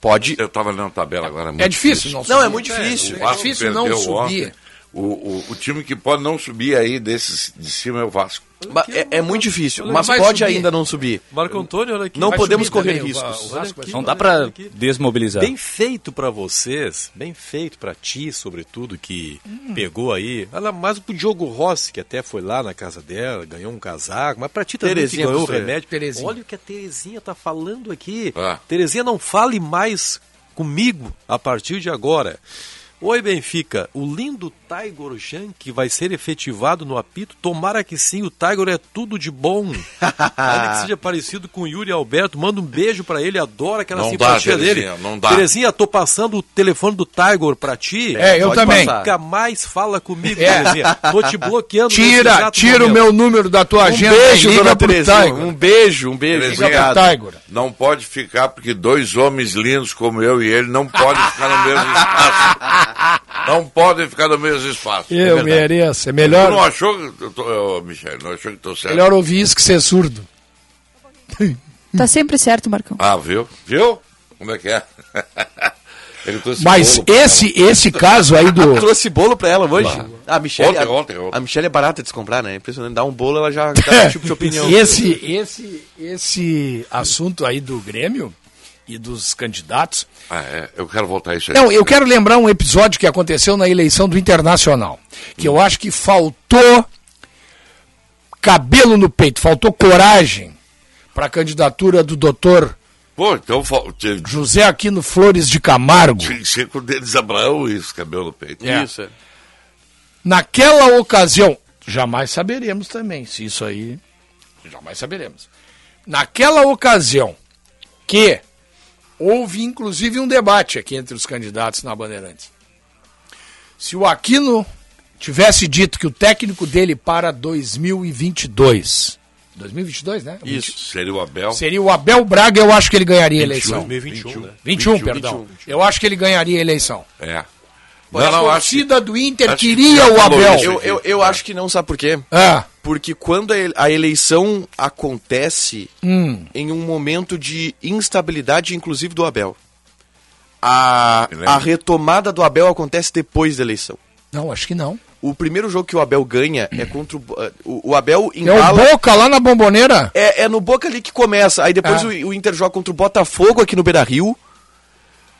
C: pode...
B: Eu tava lendo a tabela agora. muito
E: É difícil não
C: Não, é
E: subir.
C: muito difícil.
E: É difícil não
B: perdeu
E: subir.
B: ontem. O, o, o time que pode não subir aí desses de cima é o Vasco.
C: Ba- É, é muito difícil, mas
E: vai
C: pode
E: subir.
C: ainda não subir.
D: Marco Antônio, olha aqui.
C: Não
D: Vai
C: podemos
D: subir
C: correr
D: também, o-
C: riscos.
D: o Vasco vai
F: Não
D: subir.
F: dá pra desmobilizar.
D: Bem feito pra vocês, bem feito pra ti, sobretudo, que pegou aí. Ela mais pro Diogo Rossi, que até foi lá na casa dela, ganhou um casaco, mas pra ti também
C: Terezinha
D: que ganhou o
C: Costureira.
D: remédio.
E: Terezinha.
D: Olha o que a Terezinha tá falando aqui.
B: Ah.
D: Terezinha, não fale mais comigo a partir de agora. Oi, Benfica. O lindo Tiger Junk vai ser efetivado no apito. Tomara que sim, o Tiger é tudo de bom. Ainda que seja parecido com o Yuri Alberto. Manda um beijo pra ele, adora aquela
B: Não dá,
D: simpatia dele.
B: Terezinha, não dá.
D: Terezinha, tô passando o telefone do Tiger pra ti.
E: É, eu
D: Pode
E: também.
D: passar. Nunca mais fala comigo,
E: É.
D: Terezinha. Tô te bloqueando. nesse
E: Tira,
D: exato
E: tira o
D: momento.
E: meu número da tua
C: Um
E: agenda.
C: beijo,
E: e liga
C: dona
E: pro
C: Terezinha.
E: Tiger.
C: Um beijo, um beijo.
B: Terezinha.
C: Obrigado.
E: Tiger.
B: Não pode ficar, porque dois homens lindos como eu e ele não podem ficar no mesmo espaço. Não podem ficar no mesmo espaço.
E: Eu mereço. É melhor,
B: Tu não achou que eu tô, ô, Michel, não achou que tô certo?
E: melhor ouvir isso que ser surdo.
G: Tá sempre certo, Marcão.
B: Ah, viu? Viu? Como é que é? Ele trouxe
E: Mas
B: bolo pra
E: esse, esse caso aí do.
C: Trouxe bolo pra é ela hoje? Ah, A Michelle,
B: Ontem,
C: a,
B: ontem, ontem.
C: a Michelle é barata de se comprar, né? Impressionante. Dá um bolo, ela já dá um tipo de opinião.
E: Esse, esse, esse assunto aí do Grêmio e dos candidatos.
B: Ah, é. Eu quero voltar a isso aí.
E: Não, eu quero lembrar um episódio que aconteceu na eleição do Internacional, que eu acho que faltou cabelo no peito, faltou coragem para a candidatura do doutor
B: Pô, então fal- tinha
E: José Aquino Flores de Camargo.
B: tinha que ser com o Denis Abraão e esse cabelo no peito.
C: Isso. é.
E: Naquela ocasião, jamais saberemos também se isso aí. Jamais saberemos. Naquela ocasião que houve inclusive um debate aqui entre os candidatos na Bandeirantes. Se o Aquino tivesse dito que o técnico dele para 2022. 2022, né?
B: Isso. Seria o Abel.
E: Seria o Abel Braga, eu acho que ele ganharia a
B: um.
E: eleição.
D: 2021, né?
E: 21, perdão. Eu acho que ele ganharia a eleição.
B: É.
E: a
B: Não, não, acho que-
E: torcida do Inter
B: acho que
E: queria
B: já tá É.
E: o
B: falou
E: Abel.
B: isso.
C: Eu, eu, eu acho que não, sabe por quê?
E: Ah.
C: Porque quando a ele- a eleição acontece
B: Hum.
E: Hum,
C: em um momento de instabilidade, inclusive do Abel. A,
B: Me lembro.
C: a retomada do Abel acontece depois da eleição.
E: Não, acho que não.
C: O primeiro jogo que o Abel ganha
B: Hum.
C: é contra o. Bo- eh, O, o Abel
E: É o
C: embala.
E: Boca lá na bomboneira?
C: É, é no Boca ali que começa. Aí depois
E: Ah.
C: o, o Inter joga contra o Botafogo aqui no Beira Rio.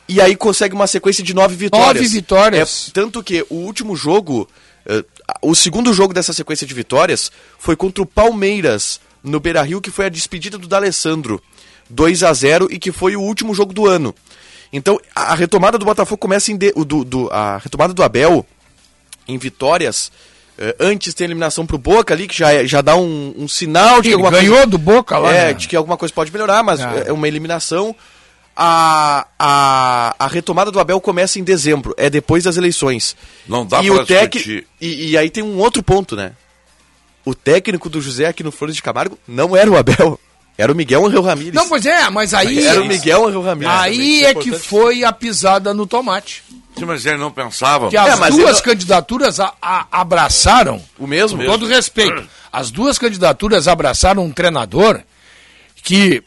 C: E aí consegue uma sequência de nove vitórias.
E: Nove vitórias.
C: É, tanto que o último jogo, eh, o segundo jogo dessa sequência de vitórias, foi contra o Palmeiras no Beira Rio, que foi a despedida do D'Alessandro. 2 a 0 e que foi o último jogo do ano. Então a a retomada do Botafogo começa em. de- o do, do- a retomada do Abel em vitórias. eh, antes tem a eliminação pro Boca ali, que já, é- já dá um, um sinal de que
E: Ele
C: alguma coisa-
E: ganhou do Boca lá.
C: é,
E: né?
C: de que alguma coisa pode melhorar, mas
E: Ah.
C: é uma eliminação. A, a, a retomada do Abel começa em dezembro, é depois das eleições.
B: Não dá
C: e
B: pra
C: o tec...
B: discutir.
C: e, e aí tem um outro ponto, né? O técnico do José aqui no Flores de Camargo não era o Abel, era o Miguel Angel Ramírez.
E: Não, pois é, mas aí.
C: era o Miguel Angel Ramírez.
E: Aí é que foi a pisada no tomate.
B: Sim, mas ele não É, pensava.
E: Que as
C: É, mas
E: duas
C: ele-
E: candidaturas a- a- abraçaram,
C: O mesmo?
E: com todo respeito, as duas candidaturas abraçaram um treinador que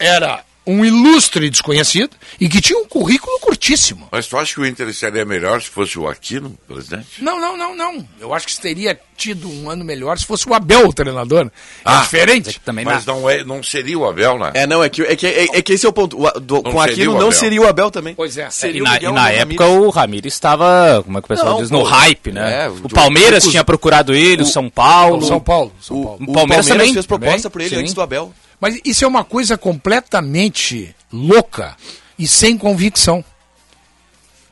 E: era um ilustre desconhecido e que tinha um currículo curtíssimo.
B: Mas tu acha que o Inter seria melhor se fosse o Aquino, presidente?
E: Não, não, não, não. Eu acho que teria tido um ano melhor se fosse o Abel o treinador. É
C: Ah,
E: diferente.
F: Também
B: Mas não, é, não seria o Abel, né?
C: É, não, é que, é, que, é, é que esse é o ponto. O, a- do,
B: Não
C: com
B: seria
C: aquilo
B: o
C: não
B: Abel.
C: seria o Abel também. É
E: Pois é.
F: E
C: Seria o
F: na,
C: Miguel
F: e na
C: Angel
F: época
C: Ramírez.
F: o Ramírez estava, como é que o pessoal
C: Não,
F: diz, no
C: pô,
F: hype, né?
C: é,
F: o
C: do-
F: Palmeiras
C: do-
F: tinha procurado ele, o São Paulo.
E: São Paulo. São
C: O, o
E: Paulo.
C: Palmeiras,
F: Palmeiras também.
C: fez proposta por ele
F: Sim.
C: antes do Abel.
E: Mas isso é uma coisa completamente louca e sem convicção.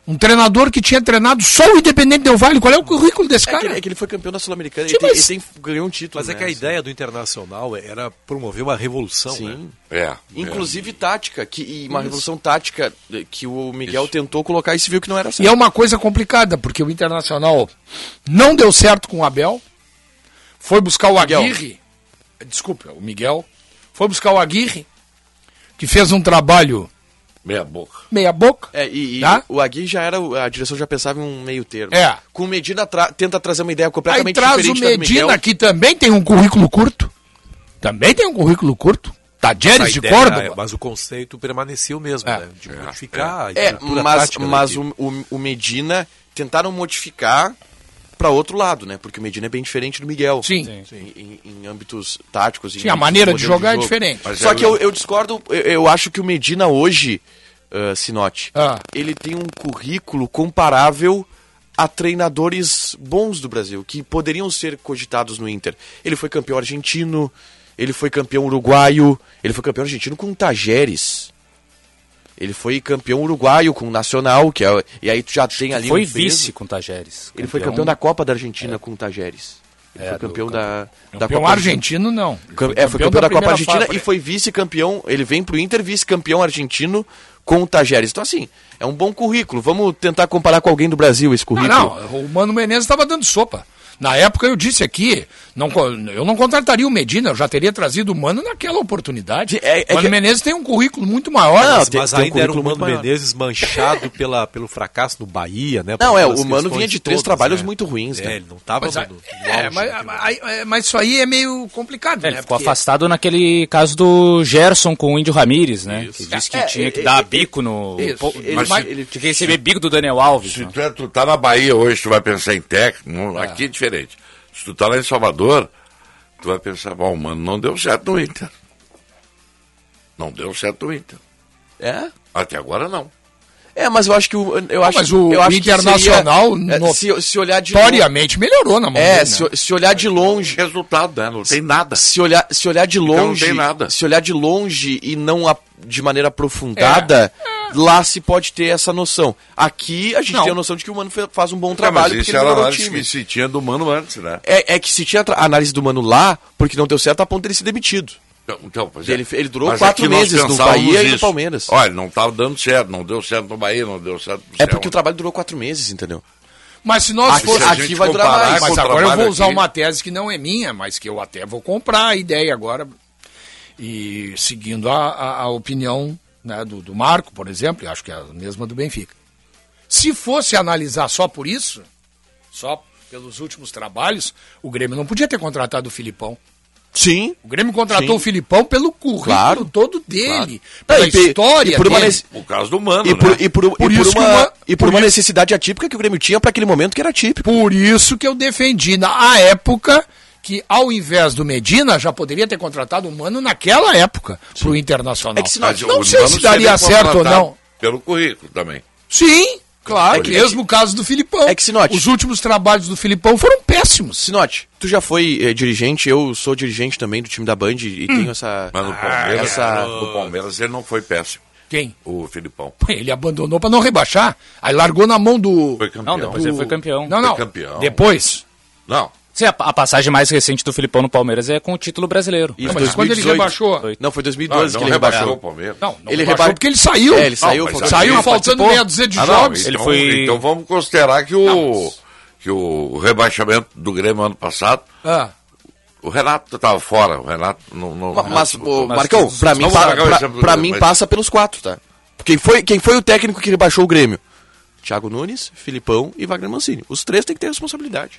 E: Um treinador que tinha treinado só o Independente Del Vale, qual é o currículo desse
C: É que,
E: cara? Tipo
C: ele, é que ele foi campeão da Sul-Americana.
E: Sim,
C: ele, tem-
E: mas-
C: ele tem- ganhou um título.
D: Mas é
C: né,
D: que a
C: assim.
D: ideia do Internacional era promover uma revolução, né?
C: Sim.
B: É.
C: Inclusive tática, que, e uma revolução tática eh, que o Miguel tentou colocar e se viu que não era
E: E
C: certo.
E: é uma coisa complicada, porque o Internacional não deu certo com o Abel, foi buscar o
C: Miguel.
E: Aguirre, desculpa, o Miguel, foi buscar o Aguirre, que fez um trabalho
B: É. Meia boca.
E: meia boca.
C: É, e, e
E: Tá?
C: o Agui já era. o- A direção já pensava em um meio termo.
E: É.
C: Com o Medina tra- tenta trazer uma ideia
E: Aí
C: completamente
E: traz o
C: diferente da do
E: Medina,
C: Miguel.
E: que também tem um currículo curto. Também tem um currículo curto.
D: Essa
E: Tadieres de
D: ideia,
E: Córdoba.
D: é, Mas o conceito permanecia o mesmo,
E: É.
D: né? De modificar a
C: É,
D: estrutura
C: mas,
D: tática da
C: mas
D: equipe.
C: o, o, o Medina tentaram modificar pra outro lado, né? Porque o Medina é bem diferente do Miguel.
E: Sim. Sim.
C: Em, em- em âmbitos táticos. em
E: Sim, a
C: âmbitos
E: maneira de
C: modelo
E: jogar é
C: jogo.
E: diferente.
B: Mas
C: Só
B: é
C: que eu, eu discordo, eu, eu acho que o Medina hoje, ah, Sinote,
E: Ah.
C: ele tem um currículo comparável a treinadores bons do Brasil, que poderiam ser cogitados no Inter. Ele foi campeão argentino, ele foi campeão uruguaio, ele foi campeão argentino com o Tajeres. Ele foi campeão uruguaio com o Nacional, que é, e aí tu já tem ali
F: Foi
C: um peso.
F: vice com o Tajeres.
C: Ele foi campeão da Copa da Argentina com o Tajeres. Ele foi campeão da, da
E: É, Campeão
C: Copa
E: argentino, não.
C: Cam- É, foi campeão da, Copa
E: primeira
C: Argentina
E: fase.
C: e foi vice-campeão. Ele vem pro Inter vice-campeão argentino com o Tajeres. Então, assim, é um bom currículo. Vamos tentar comparar com alguém do Brasil esse
E: Ah,
C: currículo.
E: não, o Mano Menezes estava dando sopa. Na época eu disse aqui, não, co- eu não contrataria o Medina, eu já teria trazido o Mano naquela oportunidade.
C: É- é
E: o Mano
C: que-
E: Menezes tem um currículo muito maior.
C: Não,
E: mas-
C: tem-
D: mas
C: tem um
D: ainda era um
C: currículo muito
D: Mano
C: maior.
D: Menezes manchado pela, pelo fracasso no Bahia, né?
C: Não,
D: por
C: é,
D: aquelas
C: o Mano
D: questões
C: vinha de três trabalhos muito ruins,
D: É,
C: né?
D: ele não tava
E: mas,
D: no,
E: a-
D: no
E: é, mas,
D: auge daquele momento.
E: aí- é, mas isso aí é meio complicado,
F: É,
E: né?
F: ele ficou
E: Porque-
F: afastado naquele caso do Gerson com o Índio Ramírez, né? Que disse que
C: É,
F: tinha
C: é,
F: que
C: é,
F: dar bico no.
C: Isso,
F: pô,
C: ele-
F: mas
C: mas-
F: tinha que receber bico do Daniel Alves.
B: Se
F: né?
B: tu, é- tu tá na Bahia hoje, tu vai pensar em técnico, não- aqui é diferente. Se tu tá lá em Salvador, tu vai pensar, bom, mano, não deu certo no Inter. Não deu certo no Inter.
C: É?
B: Até agora não.
C: É, mas eu acho que o. Eu acho,
E: mas o
C: eu acho que
E: Internacional,
C: seria- é,
E: no-
C: se, se olhar de longe.
E: Historiamente melhorou na mão dele,
C: É,
E: né?
C: se, se olhar de longe.
B: Resultado, né? Não tem nada. Então,
C: Se olhar, se olhar de
B: não
C: longe.
B: tem nada.
C: Se olhar de longe e não a- de maneira aprofundada,
E: É.
C: lá se pode ter essa noção. Aqui a gente tem a noção de que o Mano fe- faz um bom trabalho
B: Ah, mas
C: porque
B: isso
C: ele
B: era a
C: melhorou o
B: análise
C: time.
B: que se tinha do Mano antes, né?
C: É, é que se tinha tra- análise do Mano lá, porque não deu certo, a ponto dele ser demitido.
B: Então, Então, pois
C: Ele- ele durou
B: Mas
C: quatro
B: é que nós
C: meses no
B: pensávamos
C: Bahia e no
B: isso.
C: Palmeiras.
B: Olha, não estava dando certo, não deu certo no Bahia, não deu certo no
C: É
B: céu.
C: porque o trabalho durou quatro meses, entendeu?
E: Mas se nós
C: Aqui-
E: fosse-
B: Se a gente
C: aqui vai durar
B: comparar
C: mais,
B: com
E: Mas
B: o
E: agora eu vou
B: trabalho
E: usar
B: aqui-
E: uma tese que não é minha, mas que eu até vou comprar a ideia agora. E seguindo a, a- a opinião né, do, do Marco, por exemplo, e acho que é a mesma do Benfica. Se fosse analisar só por isso, só pelos últimos trabalhos, o Grêmio não podia ter contratado o Filipão.
C: Sim.
E: O Grêmio contratou
C: Sim.
E: o Filipão pelo currículo
C: Claro,
E: todo dele,
C: Não,
E: pela
C: e pe-
E: história
C: e por uma
E: dele.
C: nece-
B: O caso do Mano,
C: E por,
B: né?
C: e por, e por
E: isso que
C: uma,
E: uma-
C: e por uma necessidade atípica que o Grêmio tinha para aquele momento que era atípico.
E: Por isso que eu defendi na época que ao invés do Medina já poderia ter contratado o Mano naquela época pro Internacional.
C: É que se
B: Mas
E: não
B: o
E: sei
B: Mano
E: se daria
B: seria
E: certo ou
B: contratado
E: não.
B: Pelo currículo também.
E: Sim, claro.
C: É que-
E: mesmo caso do Filipão.
C: É que se note.
E: Os últimos trabalhos do Filipão foram péssimos.
C: Sinote, tu já foi eh, dirigente, eu sou dirigente também do time da Band
E: Hum.
C: e, e tenho essa.
B: Mas no Palmeiras,
C: essa-
B: no Palmeiras ele não foi péssimo,
E: Quem?
B: o Filipão.
E: Ele abandonou pra não rebaixar. Aí largou na mão do.
B: Foi campeão.
F: Não, depois ele foi campeão.
E: Uh. Não, não.
B: Foi campeão.
E: Depois.
B: Não,
F: Sim, a, a passagem mais recente do Filipão no Palmeiras é com o título brasileiro.
E: Não,
C: Isso,
E: mas quando ele
C: 2018.
E: rebaixou.
C: Não, foi
B: Ah, não,
C: 2012
B: ele não
C: que ele
B: rebaixou
C: rebaixou.
B: o Palmeiras.
E: Não, não
C: Ele
E: ele
C: reba-
E: rebaixou porque ele saiu.
C: É, ele saiu,
B: mas
C: faltou-
B: aí-
E: Saiu
B: Ele
E: faltando meia dúzia de
B: Ah, não,
E: jogos.
B: então,
F: foi-
B: então vamos considerar que o, que o rebaixamento do Grêmio ano passado,
E: Ah.
B: o Renato estava fora, o Renato não... não
C: Ma- Mas,
B: Renato-
C: ô,
F: mas-
C: Marcão, pra mim,
B: vamos
C: pa-
B: largar o
C: pra-
B: exemplo do
C: pra
B: Grêmio,
C: mim
B: mas-
C: passa pelos quatro, tá? Quem foi, quem foi o técnico que rebaixou o Grêmio? Thiago Nunes, Filipão e Wagner Mancini. Os três têm que ter responsabilidade.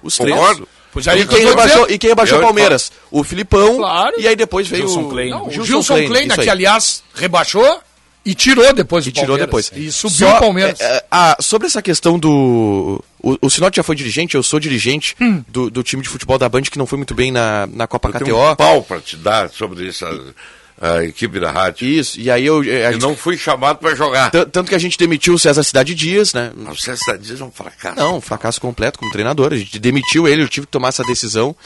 C: Os três.
B: Concordo.
E: Pois aí
C: e,
E: é que eu
C: quem
E: tô
C: rebaixou,
E: dizendo.
C: e quem rebaixou é
B: Eu-
C: o Palmeiras? O Filipão.
E: Claro.
C: E aí depois veio
F: Gilson
C: o
F: Klein.
E: Não, o
C: Gilson,
E: Gilson
C: Klein,
E: Kleina,
C: isso aí.
E: que aliás rebaixou e tirou depois o
C: E tirou
E: Palmeiras.
C: depois.
E: E subiu
C: Só,
E: o Palmeiras.
C: é, é, ah, sobre essa questão do. O, o Sinote já foi dirigente, eu sou dirigente
E: Hum.
C: do, do time de futebol da Band que não foi muito bem na, na Copa
B: Eu tenho um
C: KTO.
B: pau para te dar sobre isso, a, a equipe da rádio.
C: Isso, e aí eu. eh, a
B: Eu
C: gente-
B: não fui chamado para jogar.
C: tan- Tanto que a gente demitiu o César Cidade Dias, né?
B: Mas O César diz um fracasso.
C: Não, fracasso completo como treinador. A gente demitiu ele, eu tive que tomar essa decisão.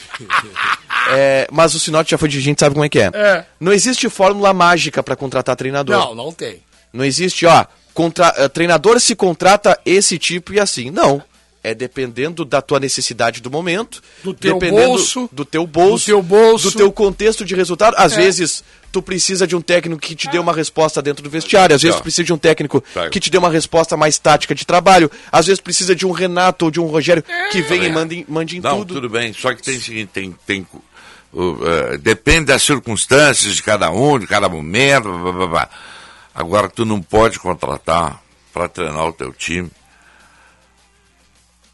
C: É, mas o Sinote já foi dirigente, sabe como é que é.
E: É.
C: Não existe fórmula mágica pra contratar treinador.
E: Não, não tem.
C: Não existe, ó, contra, eh, treinador se contrata esse tipo e assim. Não. É dependendo da tua necessidade do momento,
E: Do teu
C: dependendo
E: bolso,
C: do teu bolso,
E: do teu bolso. É.
C: do teu contexto de resultado. Às vezes tu precisa de um técnico que te dê uma resposta dentro do vestiário, às vezes
B: Tá.
C: tu precisa de um técnico
B: Tá.
C: que te dê uma resposta mais tática de trabalho, às vezes precisa de um Renato ou de um Rogério
E: É.
C: que vem e mande, em- mande em
B: Não,
C: tudo.
B: tudo. bem. Só que tem o seguinte, tem. tem o, eh, depende das circunstâncias de cada um, de cada momento. Blá, blá, blá, blá. Agora, tu não pode contratar para treinar o teu time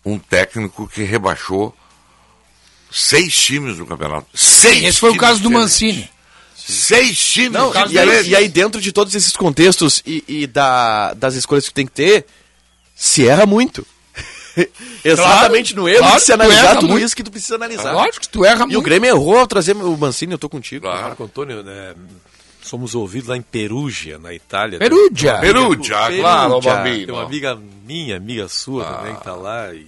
B: um técnico que rebaixou seis times do campeonato. Seis
E: Esse foi o
B: times
E: caso do
B: diferentes.
E: Mancini.
B: Seis times.
C: Não,
B: diferentes.
C: e aí, e aí dentro de todos esses contextos e, e da, das escolhas que tem que ter, se erra muito. Exatamente no erro
E: claro
C: de se
E: que tu
C: analisar
E: erra
C: tudo
E: muito.
C: isso que tu precisa analisar.
E: Lógico que tu erra
C: E o
E: muito.
C: Grêmio é- errou ao trazer o Mancini, eu tô contigo.
D: Marco Antônio, né, somos ouvidos lá em Perugia, na Itália.
E: Perugia.
B: Perugia,
D: Perugia.
B: claro,
C: Perugia.
B: Bambino.
D: Tem uma amiga minha, amiga sua também,
C: Ah.
D: que tá lá e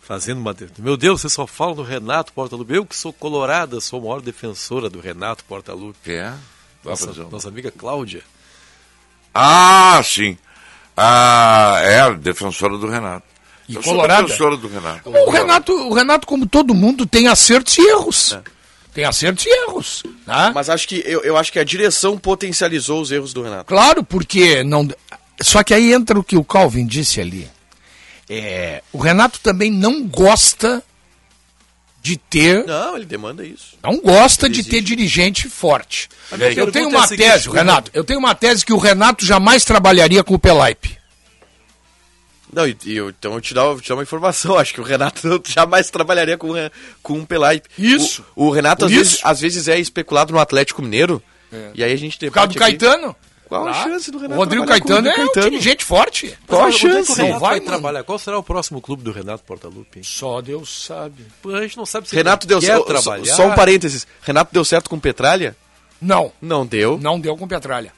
D: fazendo uma. de- Meu Deus, vocês só falam do Renato Portaluppi. Eu que sou colorada, sou a maior defensora do Renato Portaluppi.
B: Que é? Vai
D: Nossa,
B: fazer um-
D: nossa amiga Cláudia.
B: Ah, sim. Ah, é, defensora do Renato.
E: E
B: Eu sou
E: colorada.
B: defensora do Renato.
E: O Renato, o Renato, como todo mundo, tem acertos e erros. Tem acertos e erros. Né?
C: Mas acho que eu, eu acho que a direção potencializou os erros do Renato.
E: Claro, porque não. Só que aí entra o que o Calvin disse ali. É, o Renato também não gosta de ter,
C: Não, ele demanda isso.
E: não gosta de ter dirigente forte.
D: minha
E: Eu
D: pergunta
E: tenho
D: é a
E: uma
D: seguinte,
E: tese, Renato. Eu tenho uma tese que o Renato jamais trabalharia com o Pelaipe.
C: Não, e, e eu- então eu te dar, te dar uma informação. Acho que o Renato não- jamais trabalharia com, o Re- com um Pelaipe.
E: Isso.
C: O, o Renato,
E: Por
C: às vezes,
E: isso. É.
C: às vezes, é especulado no Atlético Mineiro. E aí a gente tem.
E: Por causa do Caetano.
C: Qual a
E: Tá?
C: chance do Renato?
E: O Rodrigo
C: trabalhar com
E: Caetano é
C: Rodrigo
E: um dirigente forte.
C: Qual a
D: Mas onde é que o
C: chance?
D: Renato
E: Não vai,
D: vai
E: mano.
D: trabalhar? Qual será o próximo clube do Renato Portaluppi? hein?
E: Só Deus sabe.
D: A gente não sabe se
C: Renato
D: ele
C: deu
D: quer
C: certo.
D: trabalhar.
C: Só um parênteses. Renato deu certo com o Petralha?
E: Não,
C: Não deu.
E: não deu com o Petralha.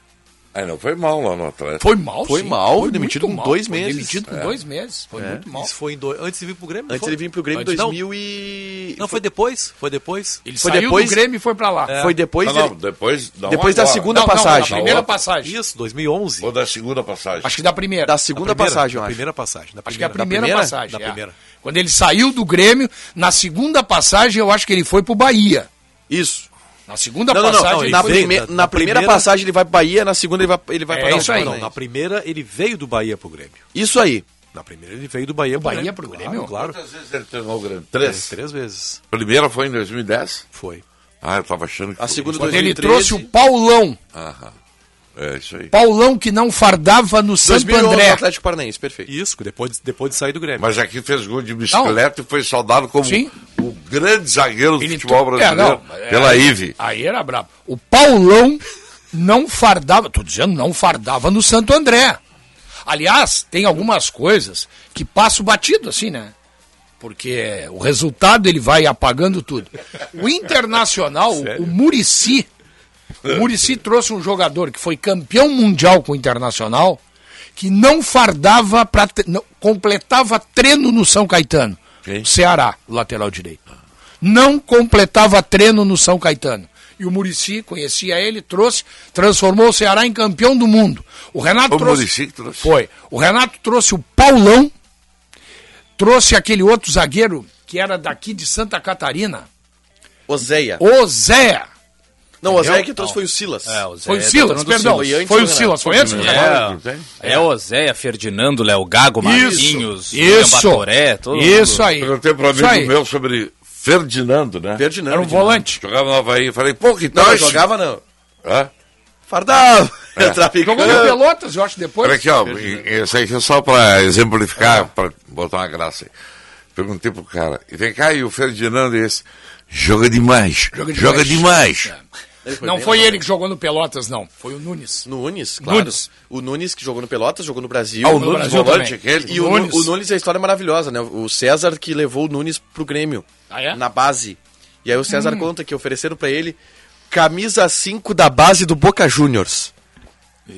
B: Aí não foi mal lá no Atlético.
E: Foi mal,
C: Foi
E: sim.
C: mal,
E: muito
C: demitido com dois
E: Foi
C: meses. É.
E: Demitido
B: É.
E: com dois meses. Foi muito mal.
D: Isso foi em do... antes de vir pro Grêmio? não
C: Antes
D: foi?
C: ele vinha pro Grêmio em
D: Antes-
C: 2000 e.
D: Não, não foi depois? Foi depois?
E: Ele
C: Foi
E: saiu do
C: depois-
E: Grêmio e foi pra lá.
C: Foi depois.
B: Não, não,
C: dele-
B: depois não
C: Depois da
B: agora.
C: segunda
E: Não, não,
C: passagem.
E: na primeira
C: Outra.
E: passagem.
D: Isso, 2011.
B: Ou da segunda passagem.
E: Acho que da primeira.
C: Da
D: Na
C: segunda
D: primeira-
C: passagem, eu
D: na
C: acho.
D: primeira passagem. Na
E: Acho que é a
D: primeira-
E: primeira,
C: primeira?
E: passagem.
D: Da
E: é.
D: primeira.
E: Quando ele saiu do Grêmio, na segunda passagem eu acho que ele foi pro Bahia.
C: Isso.
E: Na segunda
C: Não, não, não.
E: passagem ele
C: na,
E: foi-
D: veio,
C: prime-
D: na-
C: na
D: na
C: primeira,
D: primeira-
C: passagem ele vai pro Bahia, na segunda ele vai, ele vai
E: É
C: pra
E: isso aí.
D: Não, na primeira ele veio do Bahia pro Grêmio.
C: Isso aí.
D: Na primeira ele veio do Bahia pro
E: Bahia
D: Grêmio.
E: pro Grêmio?
D: Claro, claro.
B: Quantas vezes ele treinou o Grêmio?
D: Três,
B: Três.
D: três vezes.
B: A primeira foi em 2010?
D: Foi.
B: Ah, eu tava achando que
C: A
B: foi-
C: segunda
E: Quando ele
C: 2013.
E: trouxe o Paulão.
B: É isso aí.
E: Paulão que não fardava no Santo
C: 2011 no
B: né?
E: André.
C: Atlético Paranaense, perfeito.
D: Isso, depois, de- depois de sair do Grêmio.
B: Mas aqui fez gol de bicicleta e foi saudado como
E: Sim.
B: o grande zagueiro do
E: Ele
B: futebol
E: tu- é,
B: brasileiro
E: não, é,
B: pela IVE.
E: Aí era brabo. O Paulão não fardava, tô dizendo, não fardava no Santo André. Aliás, tem algumas coisas que passo batido assim, né? Porque o resultado ele vai apagando tudo. O Internacional, o Murici, o Murici trouxe um jogador que foi campeão mundial com o Internacional, que não fardava para completava treino no São Caetano,
B: Quem?
E: o Ceará, o lateral direito não completava treino no São Caetano. E o Murici conhecia ele, trouxe, transformou o Ceará em campeão do mundo. O Renato
B: O
E: trouxe.
B: Muricy que trouxe.
E: Foi. O Renato trouxe o Paulão, trouxe aquele outro zagueiro que era daqui de Santa Catarina,
C: Oséia.
E: o Zé.
C: Não, Oséia
E: Entendeu?
C: que trouxe foi o Silas.
E: Foi É, o Silas, perdão.
C: Silas. E antes
E: Foi
C: do
E: o
C: Renato.
E: Silas, foi antes do Renato.
B: Não tem?
F: É Oséia, Ferdinando, Léo Gago, Marquinhos, William
E: Isso.
F: Batoré, todo
E: Isso
F: mundo.
E: aí.
B: Perguntei para um
E: Isso
B: amigo
E: aí.
B: meu sobre Ferdinando, né?
C: Ferdinando.
E: Era um volante.
B: Jogava no Havaí. Falei, pô, que
C: Não,
B: tal?
C: não
B: esse-
C: jogava não.
B: Hã?
C: Fardava. É.
E: Jogou no Pelotas, eu acho, depois.
B: Olha aqui, ó. Isso aí é só para exemplificar,
C: Ah.
B: para botar uma graça aí. Perguntei pro cara, e vem cá, e o Ferdinando esse? Joga demais. Joga demais.
C: É.
E: Não foi ele que jogou no Pelotas, não. Foi o Nunes.
C: Nunes, claro.
E: Nunes.
C: O Nunes que jogou no Pelotas, jogou no Brasil.
B: Ah, o
C: No
B: Nunes
E: Brasil
B: volante
E: também.
B: aquele.
C: E o
E: Nunes.
C: Nunes. o Nunes é a história maravilhosa, né? O César que levou o Nunes pro Grêmio.
E: Ah, é? Hum.
C: Na base. E aí o César conta que ofereceram pra ele camisa 5 da base do Boca Juniors.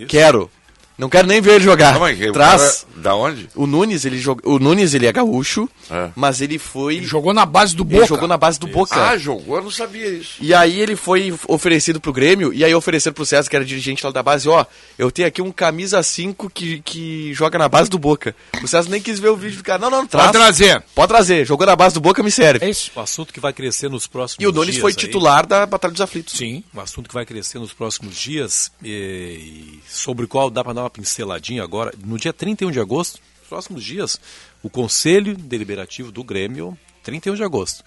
C: Quero. Não quero nem ver ele jogar.
B: Calma aí, que o
C: Traz.
B: cara- Da onde?
C: O Nunes, ele joga... o Nunes, ele é gaúcho,
B: É.
C: mas ele foi
E: Ele jogou na base do Boca.
C: ele jogou na base do Boca.
B: Ah, jogou, eu não sabia isso.
C: E aí ele foi oferecido pro Grêmio, e aí ofereceram pro César, que era dirigente lá da base, ó, eu tenho aqui um camisa 5 que, que joga na base do Boca. O César nem quis ver o vídeo do cara. Não, não, traz.
E: Pode trazer.
C: Pode trazer. Jogou na base do Boca, me
E: É
C: serve.
E: isso.
D: O assunto que vai crescer nos próximos
C: E o Nunes
D: dias
C: foi
D: aí,
C: titular da Batalha dos Aflitos.
E: Sim.
D: um assunto que vai crescer nos próximos dias e sobre o qual dá para dar uma pinceladinha agora. No dia 31 de agosto, nos próximos dias, o Conselho Deliberativo do Grêmio, 31 de agosto,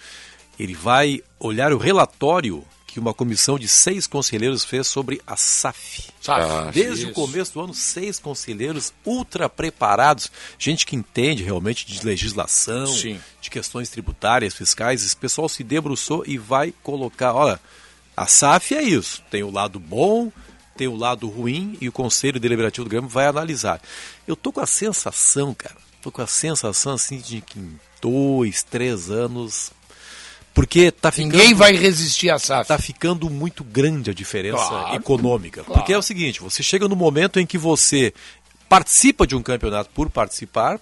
D: ele vai olhar o relatório que uma comissão de seis conselheiros fez sobre a SAF.
E: Sabe?
D: Desde o começo do ano, seis conselheiros ultra preparados, gente que entende realmente de legislação,
E: Sim.
D: de questões tributárias, fiscais. Esse pessoal se debruçou e vai colocar. Olha, a SAF é isso. Tem o lado bom, tem o lado ruim e o Conselho Deliberativo do Grêmio vai analisar. Eu tô com a sensação, cara, tô com a sensação assim de que em dois, três anos. Porque tá ficando
E: Ninguém vai resistir à SAF.
D: tá ficando muito grande a diferença
E: Claro.
D: econômica. Porque é o seguinte, você chega no momento em que você participa de um campeonato por participar,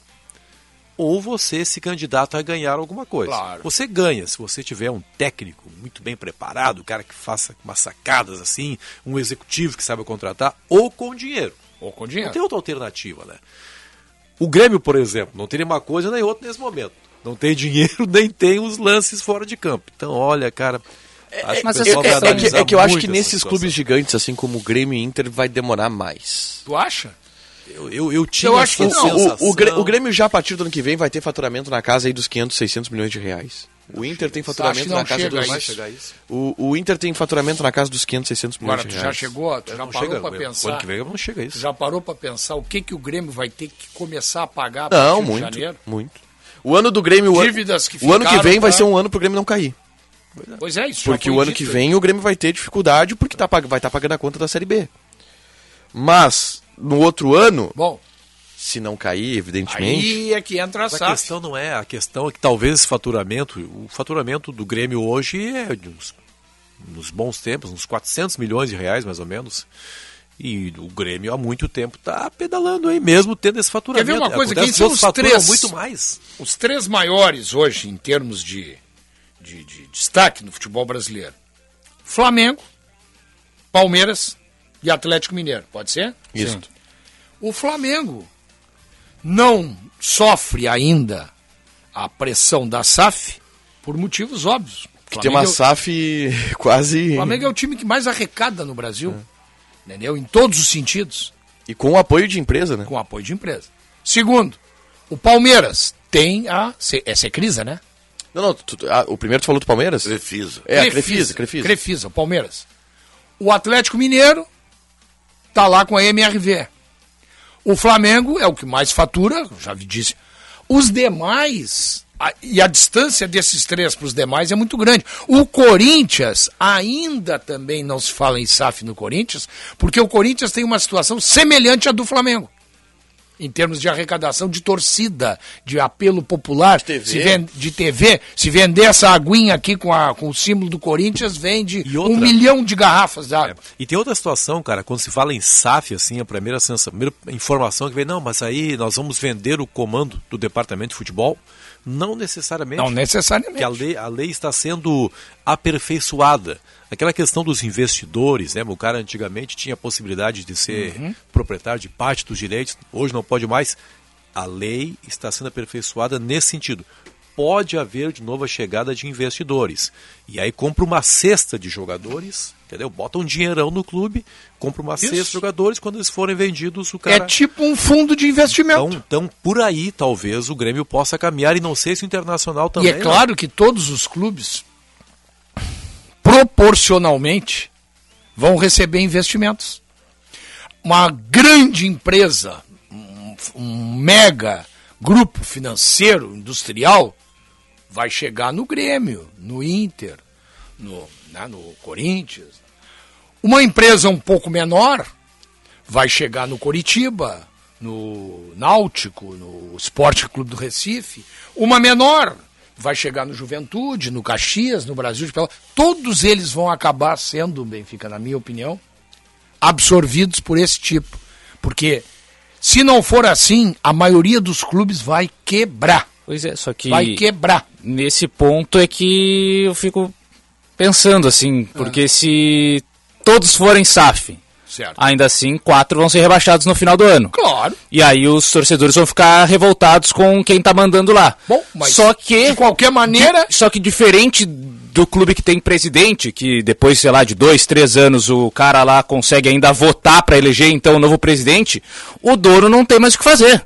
D: ou você é se candidata a ganhar alguma coisa.
E: Claro.
D: Você ganha se você tiver um técnico muito bem preparado, um cara que faça umas sacadas assim, um executivo que saiba contratar, ou com dinheiro.
E: Ou com
D: Não
E: dinheiro.
D: tem outra alternativa, né? O Grêmio, por exemplo, não tem uma coisa nem outra nesse momento. Não tem dinheiro, nem tem os lances fora de campo. Então, olha, cara. acho que
F: mas
D: o pessoal
F: essa- é-
C: É, que,
D: vai analisar
C: é que eu acho
D: muito
C: que
D: essa
C: nesses
D: situação.
C: clubes gigantes, assim como o Grêmio e Inter, vai demorar mais.
E: Tu acha?
D: Eu, eu, eu tinha
E: Eu acho que
D: essa
E: não.
C: O-
D: sensação.
C: O, Grê- o Grêmio já a partir do ano que vem vai ter faturamento na casa aí dos 500, 600 milhões de reais. O Inter tem
E: Acho
C: faturamento
E: que não
C: na casa
E: chega
C: dos...
E: a
D: Vai chegar a isso.
C: O, o Inter tem faturamento na casa dos 500, 600 milhões
E: Agora, tu
C: de
E: já
C: reais.
E: chegou, tu já
D: Não
E: parou
D: chega,
E: pra
D: o ano
E: pensar.
D: que vem não chega a isso.
E: Já parou pra pensar o que, que o Grêmio vai ter que começar a pagar a
C: Não,
E: partir de
C: muito,
E: janeiro?
C: muito. O ano do Grêmio... o ano-
E: Dívidas que
C: O ano que
E: ficaram,
C: vem vai
E: tá?
C: ser um ano pro Grêmio não cair.
E: Pois é, isso já
C: Porque
E: foi
C: o ano
E: dito.
C: que vem o Grêmio vai ter dificuldade porque tá, pag- vai estar pagando a conta da Série B. Mas, no outro ano,
E: Bom,
C: se não cair, evidentemente...
E: aí é que entra a
D: Mas
E: SAF.
D: A questão não é, a questão é que talvez esse faturamento, o faturamento do Grêmio hoje é de uns, nos bons tempos, uns 400 milhões de reais mais ou menos. E o Grêmio há muito tempo está pedalando aí, mesmo tendo esse faturamento.
E: ver uma coisa, quem
D: Acontece que
E: são
D: outros
E: os
D: faturam
E: três?
D: muito mais.
E: Os três maiores hoje, em termos de, de, de destaque no futebol brasileiro: Flamengo, Palmeiras e Atlético Mineiro. Pode ser?
C: Isso.
E: Sim. O Flamengo não sofre ainda a pressão da SAF por motivos óbvios.
C: Que
E: Flamengo
C: tem uma
E: é o-
C: SAF quase. É.
E: O Flamengo é o time que mais arrecada no Brasil, entendeu? Em todos os sentidos,
C: E com o apoio de empresa, né?
E: com apoio de empresa. Segundo, o Palmeiras tem a. C- É Secrisa, né?
C: Não, não, tu- tu- ah, o primeiro tu falou do Palmeiras?
B: Prefisa.
C: É, a Crefisa, Crefisa.
E: o Palmeiras. O Atlético Mineiro tá lá com a MRV. O Flamengo é o que mais fatura, já vi- disse. Os demais, a- e a distância desses três para os demais é muito grande. O Corinthians, ainda também não se fala em SAF no Corinthians, porque o Corinthians tem uma situação semelhante à do Flamengo. Em termos de arrecadação de torcida, de apelo popular, de
C: TV.
E: Se, ven- de TV, se vender essa aguinha aqui com, a- com o símbolo do Corinthians, vende
D: E outra? É.
E: um milhão de garrafas de água.
D: E tem outra situação, cara, quando se fala em SAF, assim, a primeira, sensação, a primeira informação que vem, não, mas aí nós vamos vender o comando do departamento de futebol. Não necessariamente.
E: Não necessariamente.
D: que a lei, a lei está sendo aperfeiçoada. Aquela questão dos investidores, né? O cara antigamente tinha a possibilidade de ser
E: Uhum.
D: proprietário de parte dos direitos, hoje não pode mais. A lei está sendo aperfeiçoada nesse sentido. Pode haver de novo a chegada de investidores. E aí compra uma cesta de jogadores, entendeu? Bota um dinheirão no clube, compra uma cesta de jogadores, quando eles forem vendidos, o
E: É
D: cara.
E: tipo um fundo de investimento.
D: Então, então, por aí, talvez, o Grêmio possa caminhar e não sei se o Internacional
E: e
D: também. né?
E: é claro que todos os clubes, proporcionalmente, vão receber investimentos. Uma grande empresa, um, um mega grupo financeiro, industrial, vai chegar no Grêmio, no Inter, no, né, no Corinthians. Uma empresa um pouco menor vai chegar no Coritiba, no Náutico, no Esporte Clube do Recife. Uma menor vai chegar no Juventude, no Caxias, no Brasil de Pelotas. Todos eles vão acabar sendo, Benfica, na minha opinião, absorvidos por esse tipo. Porque se não for assim, a maioria dos clubes vai quebrar.
F: Pois é, só que
E: Vai quebrar.
F: nesse ponto é que eu fico pensando assim, porque
E: É.
F: se todos forem SAF,
E: Certo.
F: ainda assim quatro vão ser rebaixados no final do ano.
E: Claro.
F: E aí os torcedores vão ficar revoltados com quem tá mandando lá.
E: Bom, mas
F: só que
E: de qualquer maneira-
F: di- só que diferente do clube que tem presidente, que depois, sei lá, de dois, três anos o cara lá consegue ainda votar pra eleger então o novo presidente, o dono não tem mais o que fazer.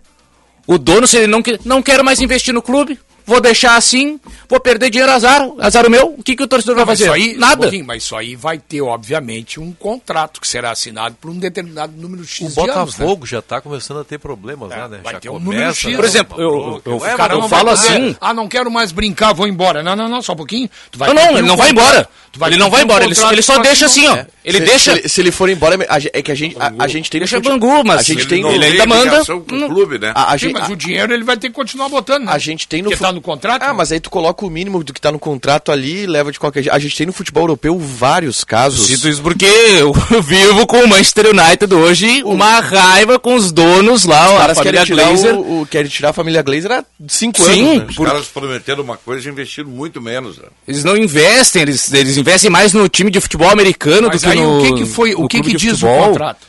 F: O dono, se ele não quer, não quero mais investir no clube, vou deixar assim, vou perder dinheiro azar, azar o meu, o que, que o torcedor vai
E: Mas
F: fazer?
E: isso aí, um
F: Nada.
E: Boquinha, mas isso aí vai ter, obviamente, um contrato que será assinado por um determinado número
D: O
E: X de anos. né?
D: Botafogo já
F: tá
D: está Tá começando a ter problemas lá, né?
E: vai
D: já
E: ter um número X.
F: Por exemplo, eu, eu,
D: Ué,
F: cara,
D: mas
F: eu
D: não
F: falo
E: É, vai-
F: assim,
E: Ah, não quero mais brincar, vou embora. Não, não, não, só um pouquinho. Tu vai
F: Não, não,
E: cumprir
F: ele
E: um
F: não vai
E: contrato.
F: embora.
E: Tu vai
F: ele não
E: cumprir
F: vai
E: um
F: embora, ele,
E: contrato É.
F: ele só
E: pra
F: deixa
E: que
F: assim,
E: não-
F: ó. Ele
C: Se-
F: deixa.
C: Se ele, se ele for embora, a, ge- é que a gente, a, a gente tem. no
F: Deixa
C: fute-
F: Bangu, mas
C: A gente
F: ele
C: tem.
B: não
F: ele
B: tem
F: ainda manda-
B: ligação com
F: não-
B: o clube, né?
C: A, a
E: Sim,
C: gente,
E: mas
C: a,
E: o dinheiro ele vai ter que continuar botando, né?
C: a gente tem no.
E: Porque
C: fu-
E: tá no contrato.
C: Ah,
E: né?
C: mas aí tu coloca o mínimo do que tá no contrato ali e leva de qualquer jeito. A gente tem no futebol europeu vários casos.
F: Cito isso porque eu vivo com o Manchester United hoje, uma raiva com os donos lá, a
C: caras querem
F: família
C: tirar,
F: Glazer.
C: o, o- querem tirar a família Glazer há cinco
F: Sim,
C: anos. né?
B: Os
F: por-
B: caras prometeram uma coisa e investiram muito menos. Né?
F: eles não investem, eles, eles investem mais no time de futebol americano
E: Mas
F: do que
E: aí
F: no
E: o que, que foi, o
F: no
E: que,
F: clube
E: que
F: de
E: diz o
F: futebol.
E: contrato?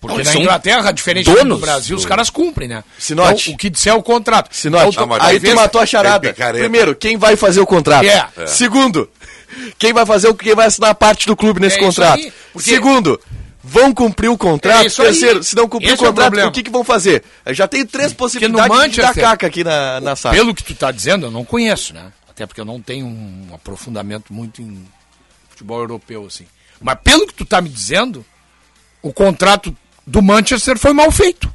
E: Porque
F: eles
E: na
F: são
E: Inglaterra, diferente
F: donos
E: do Brasil, os caras cumprem, né?
C: Sinote.
E: Então, o que disser é o contrato.
C: Sinote,
E: Então,
B: mas
C: aí
B: tem
C: tu matou a
B: tem
C: charada.
B: picareta.
C: Primeiro, quem vai fazer o contrato?
E: É. É.
C: Segundo, quem vai fazer o quem vai assinar a parte do clube nesse
E: É isso
C: contrato?
E: aí, porque-
C: Segundo, vão cumprir o contrato?
E: É isso aí.
C: Terceiro, se não cumprir
E: Esse
C: o
E: é o
C: contrato,
E: problema.
C: o que, que vão fazer? Eu já tenho três
E: no
C: possibilidades de dar
E: Manchester-
C: caca aqui na, na sala.
E: Pelo que tu tá dizendo, eu não conheço, né? Até porque eu não tenho um aprofundamento muito em futebol europeu, assim. Mas pelo que tu tá me dizendo, o contrato do Manchester foi mal feito.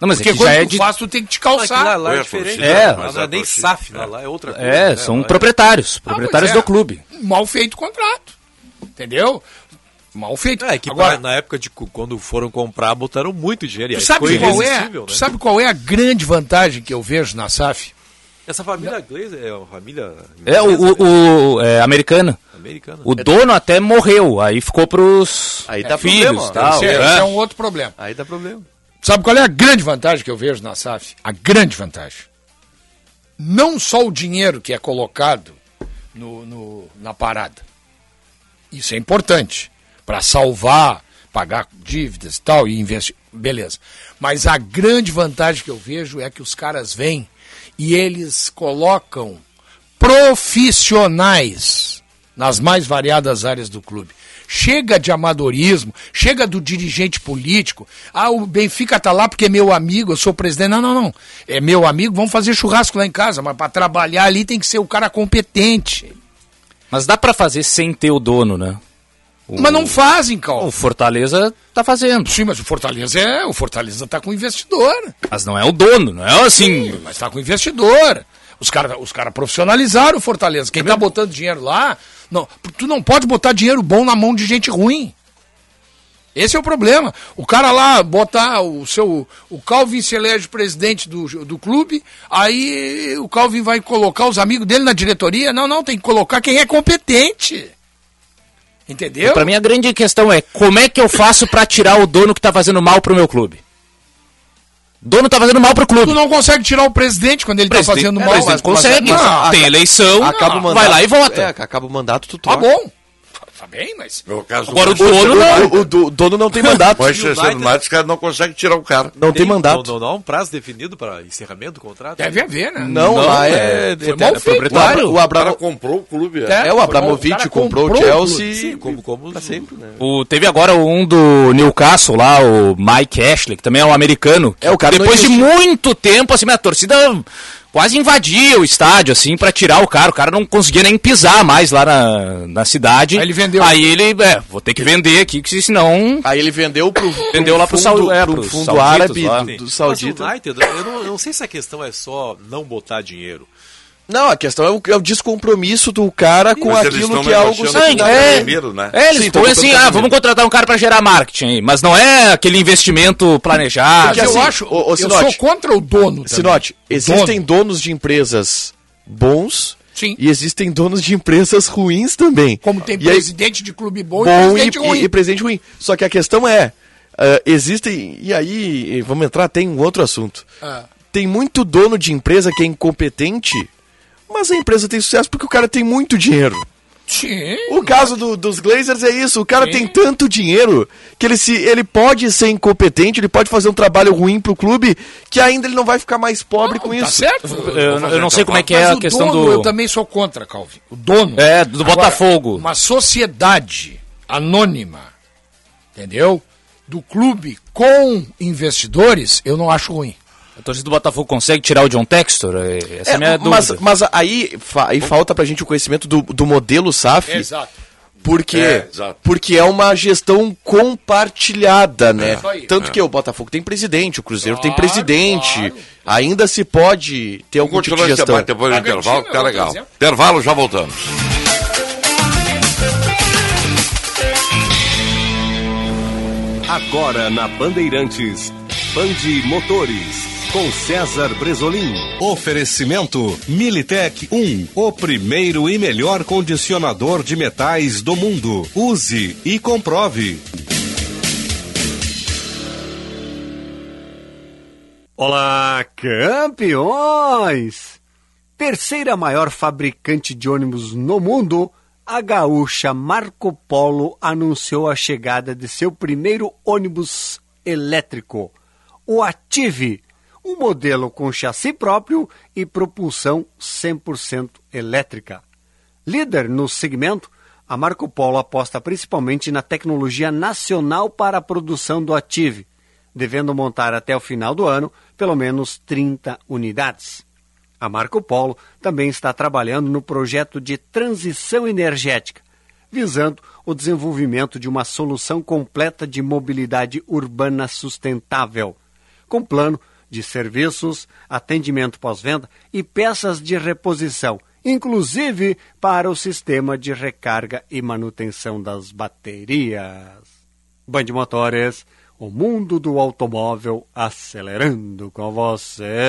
F: Não, mas é que
E: Porque
F: já
E: quando
F: é de...
E: tu
F: assim.
E: faz, tu tem que te
D: Mas lá,
E: calçar.
D: lá
B: É,
D: é
B: a
D: diferente.
B: torcida,
D: né?
F: mas
D: Lá
B: a
D: não é nem
B: torcida-
D: SAF, lá, lá é outra coisa.
F: É,
D: né?
F: são
D: Lá
F: proprietários,
E: Ah,
F: proprietários
E: pois é.
F: do clube.
E: Mal feito o contrato. Entendeu? Mal feito.
D: É, que
E: Agora,
D: pra- na época de cu- quando foram comprar, botaram muito dinheiro. e
E: tu
D: aí
E: sabe,
D: ficou
E: qual é,
D: irresistível,
E: tu
D: né?
E: sabe qual é a grande vantagem que eu vejo na SAF?
D: Essa família inglesa é uma família
F: É, o,
D: inglesa, né?
F: o, o- é, americano.
D: americana.
F: O dono até morreu, aí ficou pros
C: Aí tá
F: filhos
C: problema, ó.
F: tal.
E: Esse é, esse é um outro problema.
C: Aí dá problema.
E: Sabe qual é a grande vantagem que eu vejo na SAF? A grande vantagem. Não só o dinheiro que é colocado no- no- na parada. Isso é importante. Para salvar, pagar dívidas e tal, e investir. Beleza. Mas a grande vantagem que eu vejo é que os caras vêm e eles colocam profissionais nas mais variadas áreas do clube. Chega de amadorismo, chega do dirigente político. Ah, o Benfica tá lá porque é meu amigo, eu sou presidente. Não, não, não. É meu amigo, vamos fazer churrasco lá em casa, mas para trabalhar ali tem que ser o cara competente.
F: Mas dá pra fazer sem ter o dono, né?
E: Mas não fazem, Cal.
F: O Fortaleza tá fazendo.
E: Sim, mas o Fortaleza é, o Fortaleza tá com investidor.
F: Mas não é o dono, não é assim.
E: Mas tá com investidor. Os caras os cara profissionalizaram o Fortaleza. Quem tá botando dinheiro lá. Não, tu não pode botar dinheiro bom na mão de gente ruim. Esse é o problema. O cara lá botar o seu. O Calvin se elege presidente do, do clube, aí o Calvin vai colocar os amigos dele na diretoria. Não, não, tem que colocar quem é competente. Entendeu?
F: Pra mim a grande questão é como é que eu faço pra tirar o dono que tá fazendo mal pro meu clube? Dono tá fazendo mal pro clube.
E: Tu não consegue tirar o presidente quando ele tá
F: Presidente-
E: fazendo
F: é,
E: mal.
F: presidente consegue.
E: Mas-
C: mas-
F: tem
C: aca-
F: eleição,
C: acaba o mandato.
F: vai lá e
C: É,
F: vota.
C: acaba o mandato, tu
E: Tá
C: troca.
E: bom. Tá bem, mas.
B: No caso
F: Agora o
B: do
F: dono não.
C: O, o do- o dono não tem mandato.
B: Manchester United, os caras não conseguem tirar o cara.
C: Não tem mandato.
D: Não, não, não há um prazo definido para encerramento do contrato?
E: Deve haver, né?
C: Não, lá é,
E: Foi mal
C: é
E: feito.
C: proprietário. O
B: O cara
C: Abramo,
B: comprou o clube. é.
C: é, o Abramovich
E: cara
C: comprou o
E: comprou o
C: Chelsea.
D: Sim, como, como
C: pra sempre, né?
F: O, teve agora um do Newcastle lá, o Mike Ashley, que também é um americano.
C: É, o cara não
F: Depois de
C: investiu.
F: muito tempo, assim, minha torcida quase invadia o estádio, assim, pra tirar o cara. O cara não conseguia nem pisar mais lá na, na cidade.
E: Aí ele vendeu.
F: Aí ele, é, vou ter que vender aqui, que senão...
C: Aí ele vendeu pro
F: Vendeu lá pro
C: fundo,
F: Saudi- é,
C: pro
F: pros
C: fundo
F: sauditas
C: árabe
F: lá.
C: do, do
D: Mas
C: saudita.
D: o United, eu não, eu não sei se a questão é só não botar dinheiro.
C: Não, a questão é o, é o descompromisso do cara com
B: Mas eles
C: aquilo
B: estão
C: que é algo
B: negociando
C: secundário.
B: com o
F: é.
B: Casemiro, né?
F: É, eles
C: Sim,
F: põem
C: tô
F: assim,
C: tentando
F: ah, vamos contratar um cara pra gerar marketing aí. Mas não é aquele investimento planejado.
E: Mas
C: Porque, assim,
E: eu acho,
C: ô, ô,
E: eu sou
C: Sinote,
E: contra o dono. também.
C: Sinote,
E: O
C: existem
E: dono.
C: donos de empresas bons
E: Sim.
C: e existem donos de empresas ruins também.
E: Como tem
C: e aí,
E: presidente de clube bom,
C: bom
E: e presidente
C: e,
E: ruim.
C: e- e presidente ruim. Só que a questão é, ah, existem, e aí e vamos entrar até em um outro assunto.
E: Ah.
C: Tem muito dono de empresa que é incompetente, mas a empresa tem sucesso porque o cara tem muito dinheiro.
E: Sim.
C: O caso do- dos Glazers é isso. O cara tem tanto dinheiro que ele, se, ele pode ser incompetente, ele pode fazer um trabalho ruim pro clube, que ainda ele não vai ficar mais pobre com
E: Tá
C: isso.
E: certo?
F: Eu, eu não sei como é que é
E: Mas
F: a
E: o
F: questão
E: dono,
F: do...
E: Eu também sou contra, Calvin. O dono.
F: É, do
E: Agora,
F: Botafogo.
E: Uma sociedade anônima, entendeu? Do clube com investidores, eu não acho ruim.
F: A torcida do Botafogo consegue tirar o John Textor? É, Essa é, a minha dúvida.
C: mas, mas aí, fa- aí falta pra gente o conhecimento do, do modelo SAF. Porque
B: É,
C: é,
B: exato.
C: porque é uma gestão compartilhada,
B: É
C: né?
E: isso aí.
C: Tanto que o Botafogo tem presidente, o Cruzeiro tem
E: Claro,
C: presidente.
E: claro.
C: Ainda se pode ter algum
B: Vamos
C: tipo de
B: continuar esse
C: gestão.
B: debate depois do
E: Bragantino
B: intervalo, que tá
E: é outro
B: legal.
E: exemplo.
B: Intervalo, já voltamos.
A: Agora na Bandeirantes, Bande Motores, com César Bresolim. Oferecimento Militec 1, o primeiro e melhor condicionador de metais do mundo. Use e comprove.
H: Olá, campeões! Terceira maior fabricante de ônibus no mundo, A gaúcha Marco Polo anunciou a chegada de seu primeiro ônibus elétrico, o Ative, um modelo com chassi próprio e propulsão 100% elétrica. Líder no segmento, a Marco Polo aposta principalmente na tecnologia nacional para a produção do Ative, devendo montar até o final do ano pelo menos 30 unidades. A Marco Polo também está trabalhando no projeto de transição energética, visando o desenvolvimento de uma solução completa de mobilidade urbana sustentável, com plano de serviços, atendimento pós-venda e peças de reposição, inclusive para o sistema de recarga e manutenção das baterias. Band Motores, o mundo do automóvel acelerando com você.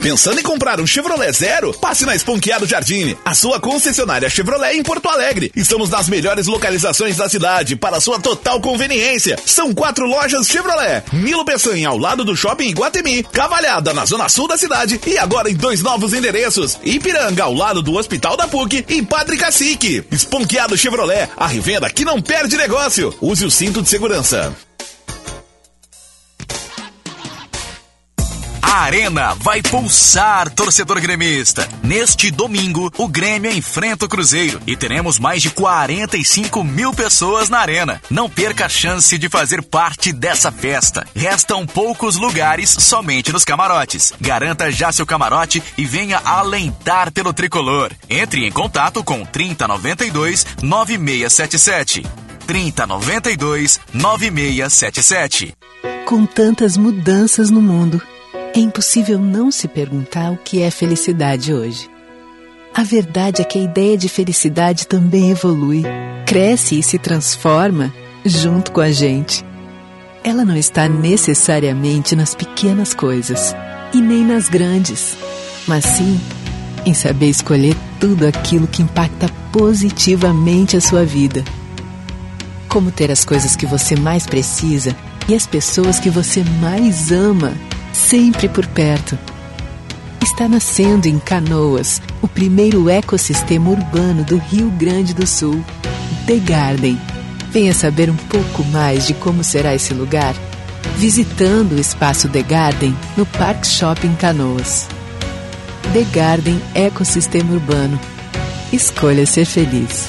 I: Pensando em comprar um Chevrolet Zero? Passe na Esponqueado Jardine, a sua concessionária Chevrolet em Porto Alegre. Estamos nas melhores localizações da cidade, para sua total conveniência. São quatro lojas Chevrolet. Nilo Peçanha, ao lado do Shopping Iguatemi. Cavalhada, na zona sul da cidade. E agora em dois novos endereços. Ipiranga, ao lado do Hospital da PUC. E Padre Cacique. Esponqueado Chevrolet, a revenda que não perde negócio. Use o cinto de segurança.
J: A arena vai pulsar, torcedor gremista. Neste domingo, o Grêmio enfrenta o Cruzeiro e teremos mais de 45 mil pessoas na arena. Não perca a chance de fazer parte dessa festa. Restam poucos lugares somente nos camarotes. Garanta já seu camarote e venha alentar pelo tricolor. Entre em contato com 3092 9677. 3092 9677.
K: Com tantas mudanças no mundo, é impossível não se perguntar o que é felicidade hoje. A verdade é que a ideia de felicidade também evolui, cresce e se transforma junto com a gente. Ela não está necessariamente nas pequenas coisas e nem nas grandes, mas sim em saber escolher tudo aquilo que impacta positivamente a sua vida. Como ter as coisas que você mais precisa e as pessoas que você mais ama sempre por perto. Está nascendo em Canoas, o primeiro ecossistema urbano do Rio Grande do Sul, The Garden. Venha saber um pouco mais de como será esse lugar visitando o espaço The Garden no Park Shopping Canoas. The Garden Ecossistema Urbano. Escolha ser feliz.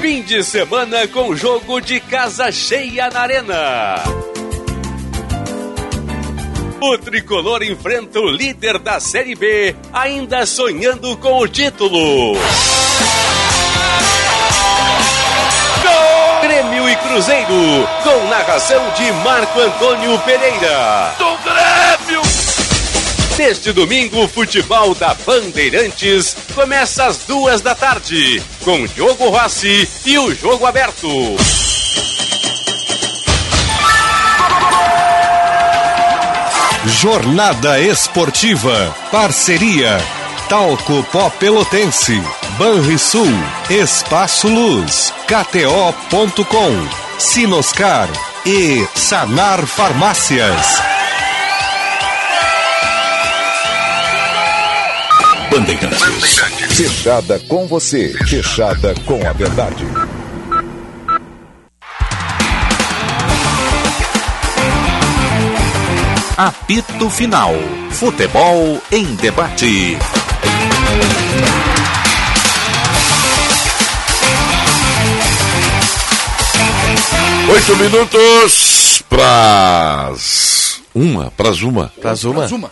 L: Fim de semana com jogo de casa cheia na arena. O tricolor enfrenta o líder da Série B, ainda sonhando com o título. Gol! Grêmio e Cruzeiro, com narração de Marco Antônio Pereira. Do Grêmio! Neste domingo, o futebol da Bandeirantes começa às duas da tarde, com Diogo Rossi e o jogo aberto.
A: Jornada Esportiva. Parceria. Talco Pó Pelotense. Banrisul. Espaço Luz. KTO.com. Sinoscar. E Sanar Farmácias.
M: Bandeirantes. Fechada com você. Fechada com a verdade.
N: Apito Final. Futebol em debate.
B: Oito minutos pras uma, pras uma.
C: Pras uma? Pras uma.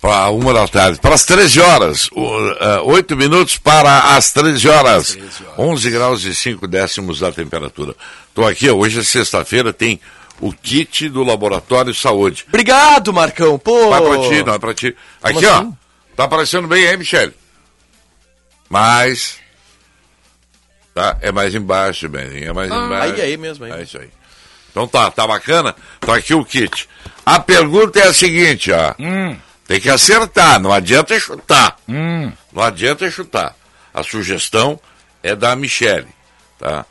B: Para uma da tarde, para as 13 horas, o- ah, oito minutos para as 13 horas, 11 graus e 5 décimos da temperatura. Estou aqui, ó, hoje é sexta-feira, tem o kit do Laboratório Saúde.
C: Obrigado, Marcão. Pô.
B: Vai pra ti, não é pra ti. Aqui,
C: assim?
B: ó. Tá aparecendo bem, hein, Michele? Mas. Tá, é mais embaixo, Beninho. É mais
C: Ah,
B: embaixo.
C: aí, aí mesmo, aí.
B: É isso aí. Então tá, tá bacana? Tá aqui o kit. A pergunta é a seguinte, ó. Tem que acertar, não adianta é chutar. Não adianta é chutar. A sugestão é da Michele, tá?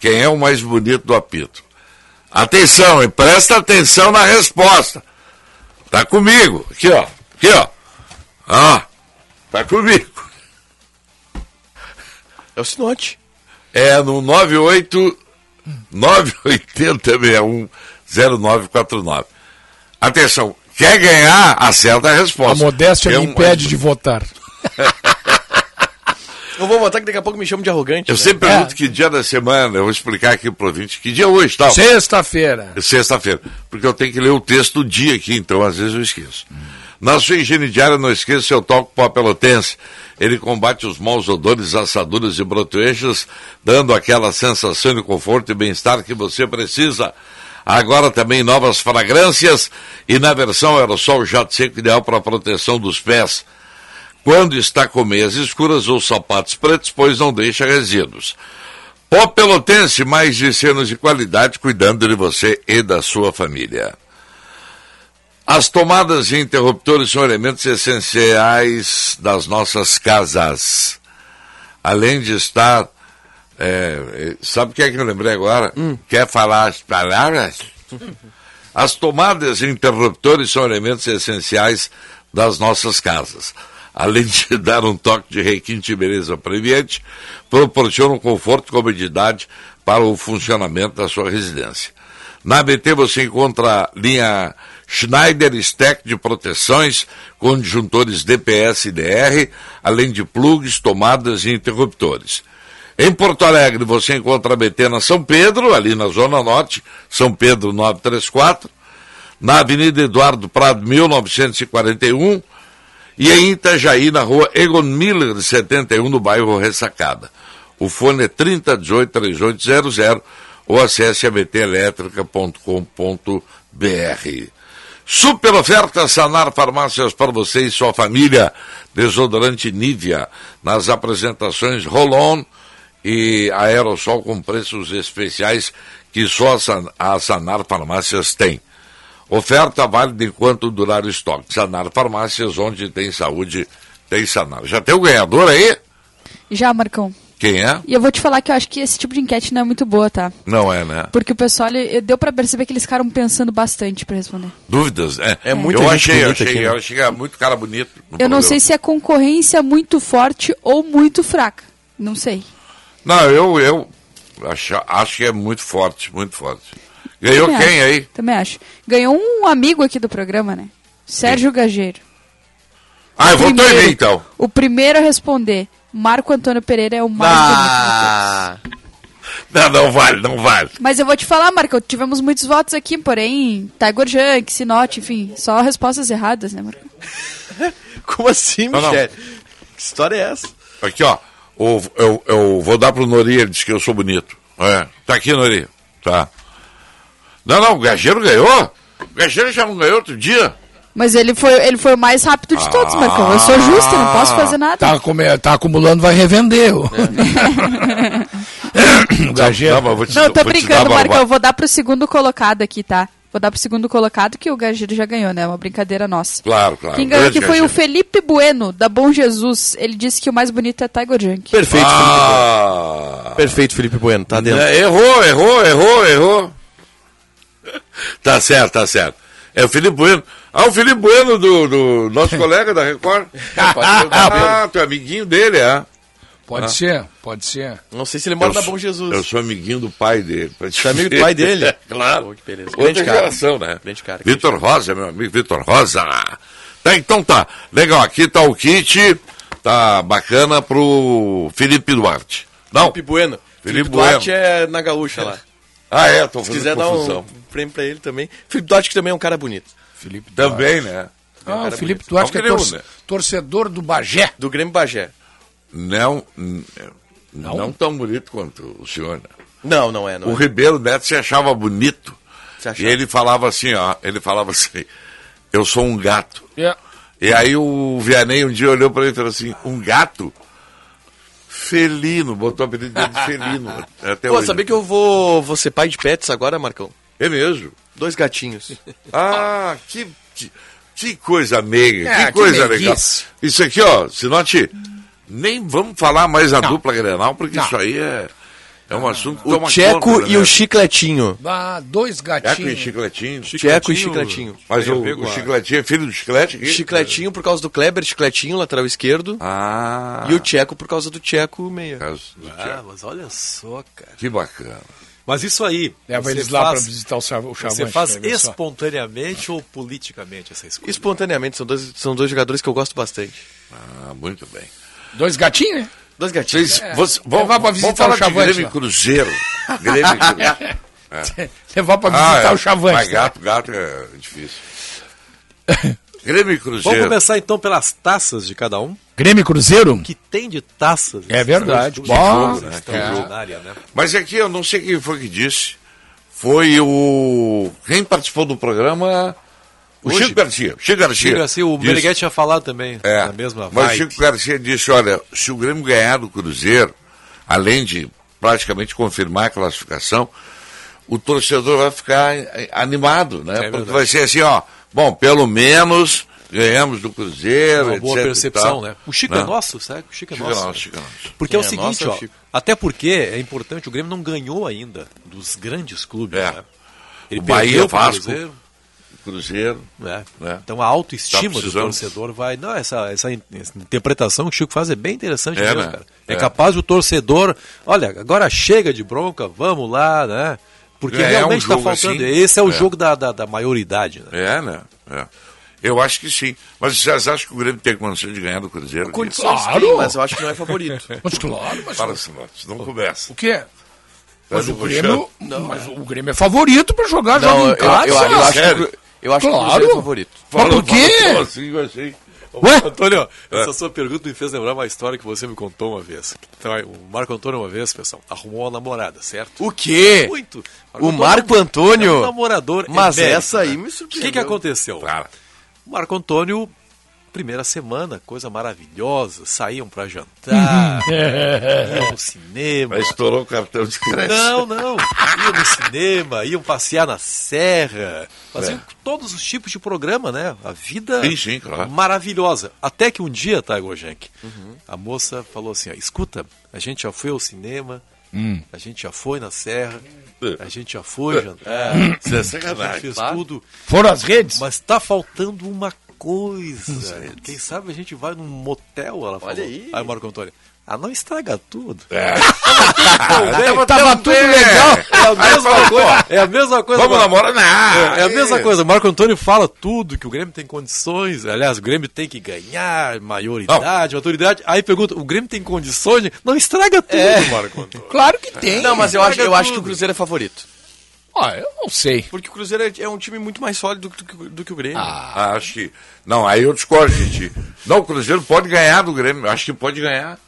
B: Quem é o mais bonito do apito? Atenção, hein? presta atenção na resposta. Tá comigo. Aqui, ó. Aqui, ó. Ah, tá comigo.
C: É o Sinote.
B: É no 98 98061 0949. Atenção, quer ganhar? Acerta a resposta.
E: A modéstia me
B: É um-
E: impede de votar.
C: Eu vou votar que daqui a pouco me chamam de arrogante.
B: Eu
C: né?
B: sempre pergunto que dia da semana, eu vou explicar aqui pro ouvinte que dia é hoje, tal.
E: Sexta-feira.
B: É Sexta-feira. Porque eu tenho que ler o texto do dia aqui, então às vezes eu esqueço. Na sua higiene diária, não esqueça seu talco pó pelotense. Ele combate os maus odores, assaduras e brotoeixas, dando aquela sensação de conforto e bem-estar que você precisa. Agora também novas fragrâncias e na versão aerossol jato seco ideal para a proteção dos pés. Quando está com meias escuras ou sapatos pretos, pois não deixa resíduos. Pó Pelotense, mais de 100 anos de qualidade, cuidando de você e da sua família. As tomadas e interruptores são elementos essenciais das nossas casas. Além de estar. é, é, sabe o que é que eu lembrei agora? Quer falar as palavras? As tomadas e interruptores são elementos essenciais das nossas casas. Além de dar um toque de requinte e beleza para o ambiente, proporcionam um conforto e comodidade para o funcionamento da sua residência. Na ABT você encontra a linha Schneider Stack de proteções, conjuntores DPS e DR, além de plugs, tomadas e interruptores. Em Porto Alegre você encontra a BT na São Pedro, ali na Zona Norte, São Pedro 934, na Avenida Eduardo Prado 1941 e em Itajaí, na rua Egon Miller 71, no bairro Ressacada. O fone é 3018-3800 ou acesse abtelétrica.com.br. Super oferta Sanar Farmácias para você e sua família. Desodorante Nivea nas apresentações Rolon e Aerosol com preços especiais que só a San- a Sanar Farmácias tem. Oferta válida enquanto durar o estoque. Sanar Farmácias, onde tem saúde, tem Sanar. Já tem o ganhador aí?
G: Já, Marcão.
B: Quem é?
G: E eu vou te falar que eu acho que esse tipo de enquete não é muito boa, tá?
B: Não é, né?
G: Porque o pessoal, ele- deu pra perceber que eles ficaram pensando bastante pra responder.
B: Dúvidas, né?
C: É muita
B: eu
C: gente
B: achei, eu
C: bonita
B: achei,
C: aqui, né?
B: eu achei que era muito cara bonito. no
G: Eu não
B: programa.
G: sei se é concorrência muito forte ou muito fraca. Não sei.
B: Não, eu, eu acho, acho que é muito forte, muito forte. Ganhou
G: Também
B: quem
G: acho,
B: aí?
G: Também acho. Ganhou um amigo aqui do programa, né? Sérgio Gageiro.
B: Ah, eu votou em
G: primeiro.
B: mim então.
G: O primeiro a responder, Marco Antônio Pereira é o mais
B: Ah. Não, não vale, não vale.
G: bonito. Mas eu vou te falar, Marco, tivemos muitos votos aqui, porém, Tiger Junk, Sinote, enfim, só respostas erradas, né, Marco?
C: Como assim,
B: Não, não.
C: Michele? Que história é essa?
B: Aqui, ó. O- eu, eu vou dar pro Nori, ele disse que eu sou bonito. É. Tá aqui, Nori. Tá. Não, não, o Gageiro ganhou. O Gageiro já não ganhou outro dia.
G: Mas ele foi, ele foi o mais rápido de todos, Marcão. Eu sou justo, eu não posso
B: Ah,
G: fazer nada.
E: Ah, Tá, come- tá acumulando, vai revender. ô.
B: Não, mas eu vou te-
G: Não, eu tô
B: vou te dar
G: brincando,
B: uma-
G: Marcão. Eu vou dar pro segundo colocado aqui, tá? Vou dar pro segundo colocado que o Gajiro já ganhou, né? É uma brincadeira nossa.
B: Claro, claro.
G: Quem ganhou
B: Grande
G: aqui foi o
B: Gajero.
G: Felipe Bueno, da Bom Jesus. Ele disse que o mais bonito é Tiger Junk.
C: Perfeito,
B: ah,
C: Perfeito, Felipe Bueno, tá dentro.
B: É, errou, errou, errou, errou. Tá certo, tá certo. É o Felipe Bueno. Ah, o Felipe Bueno do, do nosso colega da Record. ah, tu é amiguinho dele, é?
E: Pode
B: Ah.
E: ser, pode ser.
C: Não sei se ele
B: Eu sou- Eu sou amiguinho do pai dele. Você
C: é amigo do pai dele?
B: claro.
C: Pô, que beleza.
B: Outra
C: Grande cara.
B: geração, né?
C: Grande cara.
B: Vitor Rosa, meu amigo Vitor Rosa. Tá, então tá. Legal, aqui tá o kit. Tá bacana pro Felipe Duarte. Não?
C: Felipe Bueno.
B: Felipe
C: Duarte
B: Bueno.
C: é na gaúcha lá.
B: Ah, é? Tô
C: Se
B: fazendo
C: quiser dar
B: confusão.
C: um prêmio pra ele também. Felipe Duarte que também é um cara bonito. um
E: Felipe
B: Também, né? um,
E: Ah, o
C: Cara
E: Felipe
C: bonito.
E: Duarte que é
C: Não,
E: torce-
C: né?
E: torcedor do Bagé.
C: Do Grêmio Bagé.
B: Não, n- não, tão bonito quanto o senhor. né?
C: Não, não é, não
B: o
C: é.
B: Ribeiro Neto se achava bonito.
C: Se achava.
B: E ele falava assim, ó, ele falava assim, eu sou um gato.
E: É.
B: E aí o Vianney um dia olhou pra ele e falou assim, um gato? Felino, botou o apelido dele de é felino. Até
C: Pô,
B: hoje. né?
C: sabia que eu vou, vou ser pai de pets agora, Marcão?
B: É mesmo?
C: Dois gatinhos.
B: Ah, que, que, que coisa meiga,
C: Ah,
B: que
C: que
B: coisa legal.
C: meiguice.
B: Isso aqui, ó, Sinote, nem vamos falar mais a dupla Grenal, porque
E: Não.
B: isso aí é, é um assunto que
C: O
B: toma
C: Tcheco
B: conta,
C: e
B: né?
C: o Chicletinho.
E: Ah, dois
B: Tcheco e
E: gatinhos.
B: Chicletinho.
C: Tcheco e Chicletinho.
B: Mas
C: Tem a
B: o,
C: ver com
B: o
C: a-
B: Chicletinho é filho do Chiclete? aqui?
C: Chicletinho por causa do Kleber, Chicletinho, lateral esquerdo.
B: Ah.
C: E o Tcheco por causa do Tcheco, meia.
D: Ah, mas olha só, cara.
B: Que bacana.
D: Mas isso aí.
E: Leva
D: você
E: eles lá
D: faz-
E: pra visitar o Sa- o Chavante.
D: Você faz
E: pra ver só.
D: espontaneamente ou politicamente essa escolha?
C: Espontaneamente, são dois, são dois jogadores que eu gosto bastante.
B: Ah, muito bem.
E: Dois gatinhos, né?
C: Dois gatinhos. é.
B: Vocês, você- vamos,
E: levar pra visitar
C: Tá
B: vamos falar
E: o Chavante
B: de Grêmio
E: lá.
B: e Cruzeiro. Grêmio e Cruzeiro. Ah, é.
E: Levar pra
C: Ah, é.
E: visitar o
B: Mas
E: Chavante. né?
B: gato, gato é difícil. Grêmio e
D: Vamos
B: Cruzeiro.
D: começar então pelas taças de cada um.
E: Grêmio e Cruzeiro?
D: Que tem de taças.
E: É verdade. Bom,
D: Bom, extraordinária, né?
B: Mas aqui eu não sei quem foi que disse. Foi o. Quem participou do programa? O
D: Hoje?
B: Chico Garcia. Chico Garcia.
D: Diga assim, o
B: Disse-
D: Meneghetti tinha falado também.
B: É,
D: Na mesma
B: mas o
D: vibe.
B: Chico Garcia disse, olha, se o Grêmio ganhar do Cruzeiro, além de praticamente confirmar a classificação, o torcedor vai ficar eh, animado, né? Porque
D: É verdade.
B: vai ser assim, ó, bom, pelo menos ganhamos do Cruzeiro,
D: É Uma boa
B: etc e
D: percepção,
B: tal.
D: né? O Chico é
B: Não,
D: nosso, sabe? O Chico é
B: Chico é
D: nosso.
B: nosso, Chico é nosso.
D: Porque é, o
C: É,
D: seguinte,
C: nosso é o
D: ó,
C: Chico.
D: até porque é importante, o Grêmio não ganhou ainda dos grandes clubes,
B: É.
D: né? Ele
B: O Bahia,
D: perdeu pro
B: Vasco, Tá
D: Cruzeiro,
B: Cruzeiro.
D: né?
B: né?
D: Então a autoestima do
B: precisando.
D: torcedor vai... Não, essa, essa in- essa interpretação que o Chico faz é bem interessante
B: É,
D: mesmo,
B: né?
D: cara. É,
B: É.
D: capaz do torcedor... Olha, agora chega de bronca, vamos lá, né? Porque
B: É, é um
D: realmente está
B: jogo
D: faltando...
B: assim.
D: Esse é o
B: É.
D: jogo da, da, da maioridade, né?
B: É, né? É. Eu acho que sim. Mas vocês acham que o Grêmio tem condição de ganhar do Cruzeiro?
C: Condições
E: Claro.
C: tem, mas eu acho que não é favorito.
E: Mas claro,
C: Tá
E: mas
B: Para, Sinote, não começa.
E: o quê? Mas
B: Tá
E: o
B: me
E: Grêmio, mas o Grêmio é favorito pra jogar,
C: Não,
E: joga
C: eu,
E: em casa.
C: eu, eu, eu acho que, o
B: sério?
C: Cru- eu acho que o
E: Claro.
C: Cruzeiro é o favorito.
E: Mas por
B: Falou
E: quê?
B: assim, assim.
E: Ué?
D: Antônio,
C: É.
D: essa sua pergunta me fez lembrar uma história que você me contou uma vez. Então, aí, o Marco Antônio, uma vez, pessoal, arrumou uma namorada, certo?
C: O quê?
D: Muito.
C: O Marco Antônio?
D: É um namorador
C: Mas
D: emérito,
C: essa aí
D: né?
C: me
D: O
C: surpreendeu.
D: que, que aconteceu?
B: Para.
D: O Marco Antônio, primeira semana, coisa maravilhosa, saíam pra jantar, iam ao cinema.
B: Aí estourou o cartão de crédito.
D: Não, não. Iam no cinema, iam passear na serra. Faziam todos os tipos de programa, né? A vida
B: Sim, sim, claro.
D: maravilhosa. Até que um dia, tá, Gojank, a moça falou assim, ó, escuta, a gente já foi ao cinema, a gente já foi na serra, a gente já foi jantar,
B: Isso é
D: a gente
B: sacanagem.
D: fez tudo,
E: Foram as redes?
D: mas tá faltando uma coisa. Quem sabe a gente vai num motel, ela falou.
C: aí.
D: aí o Marco Antônio, ah, não estraga tudo. Ah,
E: Tava tudo legal.
D: É a mesma coisa. É a mesma coisa.
B: Vamos
D: Marco.
B: namorar? Não.
D: É a mesma coisa. O Marco Antônio fala tudo que o Grêmio tem condições. Aliás, o Grêmio tem que ganhar maioridade, autoridade. Aí pergunta, o Grêmio tem condições? de- Não estraga tudo, Marco Antônio.
E: É. Claro que tem.
C: Não, mas eu acho, eu
D: Pega
C: acho que o
D: tudo.
C: Cruzeiro é favorito.
E: Ó, Ah, eu não sei.
C: Porque o Cruzeiro é, é um time muito mais sólido do, que- do que o Grêmio.
B: Ah, acho que. Não, aí eu discordo, gente. Não, o Cruzeiro pode ganhar do Grêmio. Acho que pode ganhar.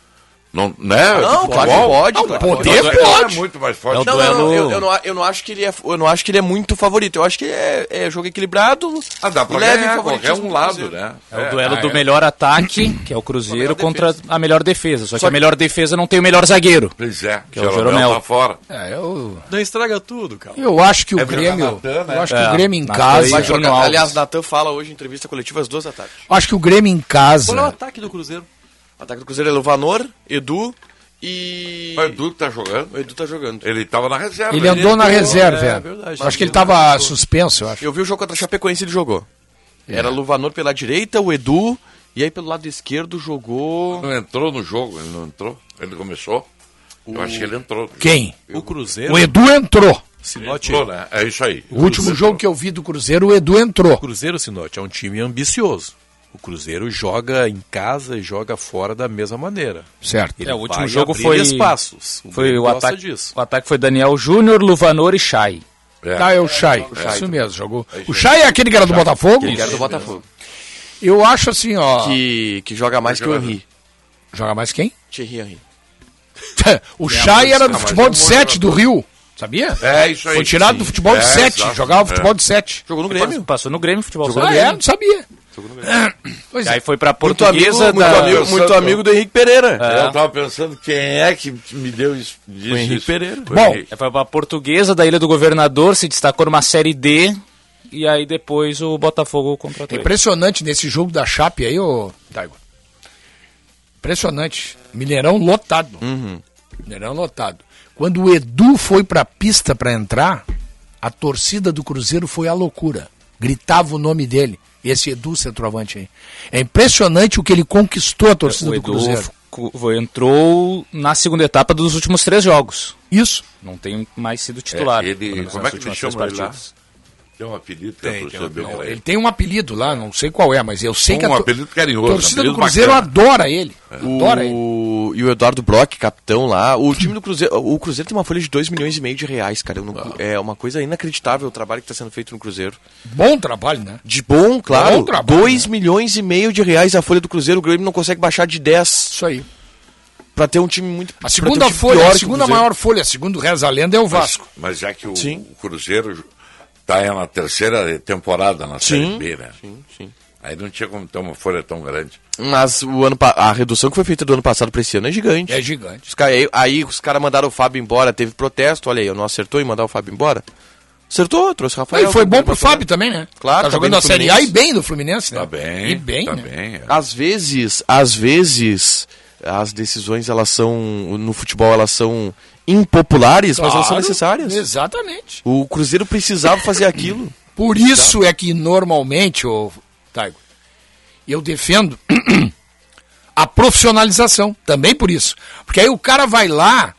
B: Não, né?
C: Não,
B: Futebol?
C: claro que pode,
B: Não,
C: claro.
B: poder
C: Não,
B: pode.
C: não é-
B: É muito mais forte.
C: Não, não, não, eu, eu não, a- eu não acho que ele é, eu não acho que ele é muito favorito. Eu acho que é, é jogo equilibrado.
B: Ah, dá pra ganhar, qualquer um lado, né?
F: É o
C: ah,
F: duelo do melhor ataque, que é o Cruzeiro, contra a melhor defesa. Só, que
C: Só
F: a melhor defesa não tem o melhor zagueiro.
B: Pois é,
F: que é o Jeromel.
B: tá fora.
E: É, eu...
D: Não estraga tudo, cara.
E: Eu acho
B: É
E: que o Grêmio.
B: tá né?
E: Eu acho que o Grêmio em casa.
C: Vai jogar-
E: Alves.
C: aliás, Natan fala hoje em entrevista coletiva às duas da tarde.
E: Eu acho que o Grêmio em
C: Qual é o
E: casa.
C: ataque do Cruzeiro? O ataque do Cruzeiro é Luvanor, Edu e.
B: O Edu tá jogando.
C: O Edu tá jogando.
B: Ele tava na reserva.
E: Ele andou na reserva.
C: é
E: é.
C: verdade.
E: acho que ele tava suspenso, eu acho.
C: Eu vi o jogo contra a Chapecoense ele jogou.
E: É.
C: Era Luvanor pela direita, o Edu, e aí pelo lado esquerdo jogou.
B: Não entrou no jogo, ele não entrou. Ele começou. Eu acho que ele entrou.
E: Quem?
B: O
D: Cruzeiro.
E: O Edu entrou.
B: Entrou, né? É isso aí.
E: O último jogo que eu vi do Cruzeiro, o Edu
D: O
E: entrou.
D: Cruzeiro, Sinote, é um time ambicioso. O Cruzeiro joga em casa e joga fora da mesma maneira.
E: Certo.
D: Ele
F: É, o último
D: vai
F: jogo
D: abrir
F: foi.
D: espaços. O
F: foi
D: Grêmio
F: o
D: gosta
F: ataque. O ataque foi Daniel Júnior, Luvanor e Chay.
E: Ah, é o Chay.
F: Chay.
E: Isso mesmo, jogou. O Chay é aquele que era do Botafogo?
C: Ele era do Botafogo.
E: Eu acho assim, ó.
C: Que, que joga mais que o Henry.
E: Joga mais quem?
C: Thierry Henry.
E: O
C: É,
E: Chay
C: mas-
E: era
C: ah,
E: do
C: mas
E: futebol
C: é um
E: de
C: bom
E: 7 do Rio. Sabia?
B: É, isso aí.
E: Foi tirado
B: Sim.
E: do futebol de
B: É,
E: 7.
B: exato.
E: Jogava
B: É.
E: futebol de 7.
C: Jogou no
F: Grêmio? Passou no Grêmio futebol.
E: Ah, é? Não sabia. Pois
F: E
E: é.
F: aí foi pra
E: Muito
F: Portuguesa.
E: amigo,
F: da-
E: muito amigo, muito amigo
C: do Henrique Pereira.
F: É.
B: Eu tava pensando quem é que me deu isso. disse isso? Foi o
F: Bom,
B: Henrique.
F: É, foi pra Portuguesa da Ilha do Governador, se destacou numa Série D. E aí depois o Botafogo contratou. ele.
E: Impressionante nesse jogo da Chape aí, ô Taigo. Impressionante. Mineirão lotado. Mineirão lotado. Quando o Edu foi pra pista pra entrar, a torcida do Cruzeiro foi à loucura. Gritava o nome dele. Esse Edu centroavante aí. É impressionante o que ele conquistou a torcida
F: O
E: do
F: Edu
E: Cruzeiro.
F: fu- fu- entrou na segunda etapa dos últimos três jogos.
E: Isso.
F: Não tem mais sido titular.
B: É, ele-
F: pelo menos
B: como
F: nas
B: é que
F: últimas
B: ele
F: três
B: chama ele lá?
F: partidas.
B: Tem um apelido que a torcida deu pra
E: Ele
B: ele.
E: tem um apelido lá, não sei qual é, mas eu sei
B: Um
E: que a tor-
B: apelido carinhoso,
E: torcida do
B: apelido
E: Cruzeiro
B: bacana.
E: adora ele. Adora ele.
C: O... E o Eduardo Brock, capitão lá. O time do Cruzeiro. O Cruzeiro tem uma folha de 2 milhões e meio de reais, cara. Eu não- É uma coisa inacreditável o trabalho que está sendo feito no Cruzeiro.
E: Bom trabalho, né?
C: De bom, claro.
E: Bom trabalho,
C: 2 milhões e meio de reais a folha do Cruzeiro. O Grêmio não consegue baixar de 10
E: Isso aí.
C: pra ter um time muito
E: A segunda folha, a segunda maior folha, segundo reza a lenda, é o Vasco.
B: Mas já que o, o Cruzeiro tá aí na terceira temporada na Série B, né?
C: Sim, sim.
B: Aí não tinha como ter uma folha tão grande.
C: Mas o ano pa- a redução que foi feita do ano passado pra esse ano é gigante.
E: É gigante.
C: Os cara- aí, aí os caras mandaram o Fábio embora, teve protesto. Olha aí, eu não acertou em mandar o Fábio embora? Acertou, trouxe o Rafael.
E: e foi bom
C: Gabriel
E: pro
C: Barcelona.
E: Fábio também, né?
C: Claro,
E: Tá
C: tá bem
E: jogando
C: no
E: a Série A e
C: Fluminense.
E: bem do Fluminense, né?
B: Tá bem.
E: E bem,
B: tá
E: né?
B: bem. é.
C: Às vezes, às vezes, as decisões, elas são, no futebol, elas são impopulares, mas elas são
E: Claro,
C: necessárias.
E: Exatamente.
C: O Cruzeiro precisava fazer aquilo.
E: Por isso é que normalmente, ô Taigo, eu defendo a profissionalização, também por isso. Porque aí o cara vai lá,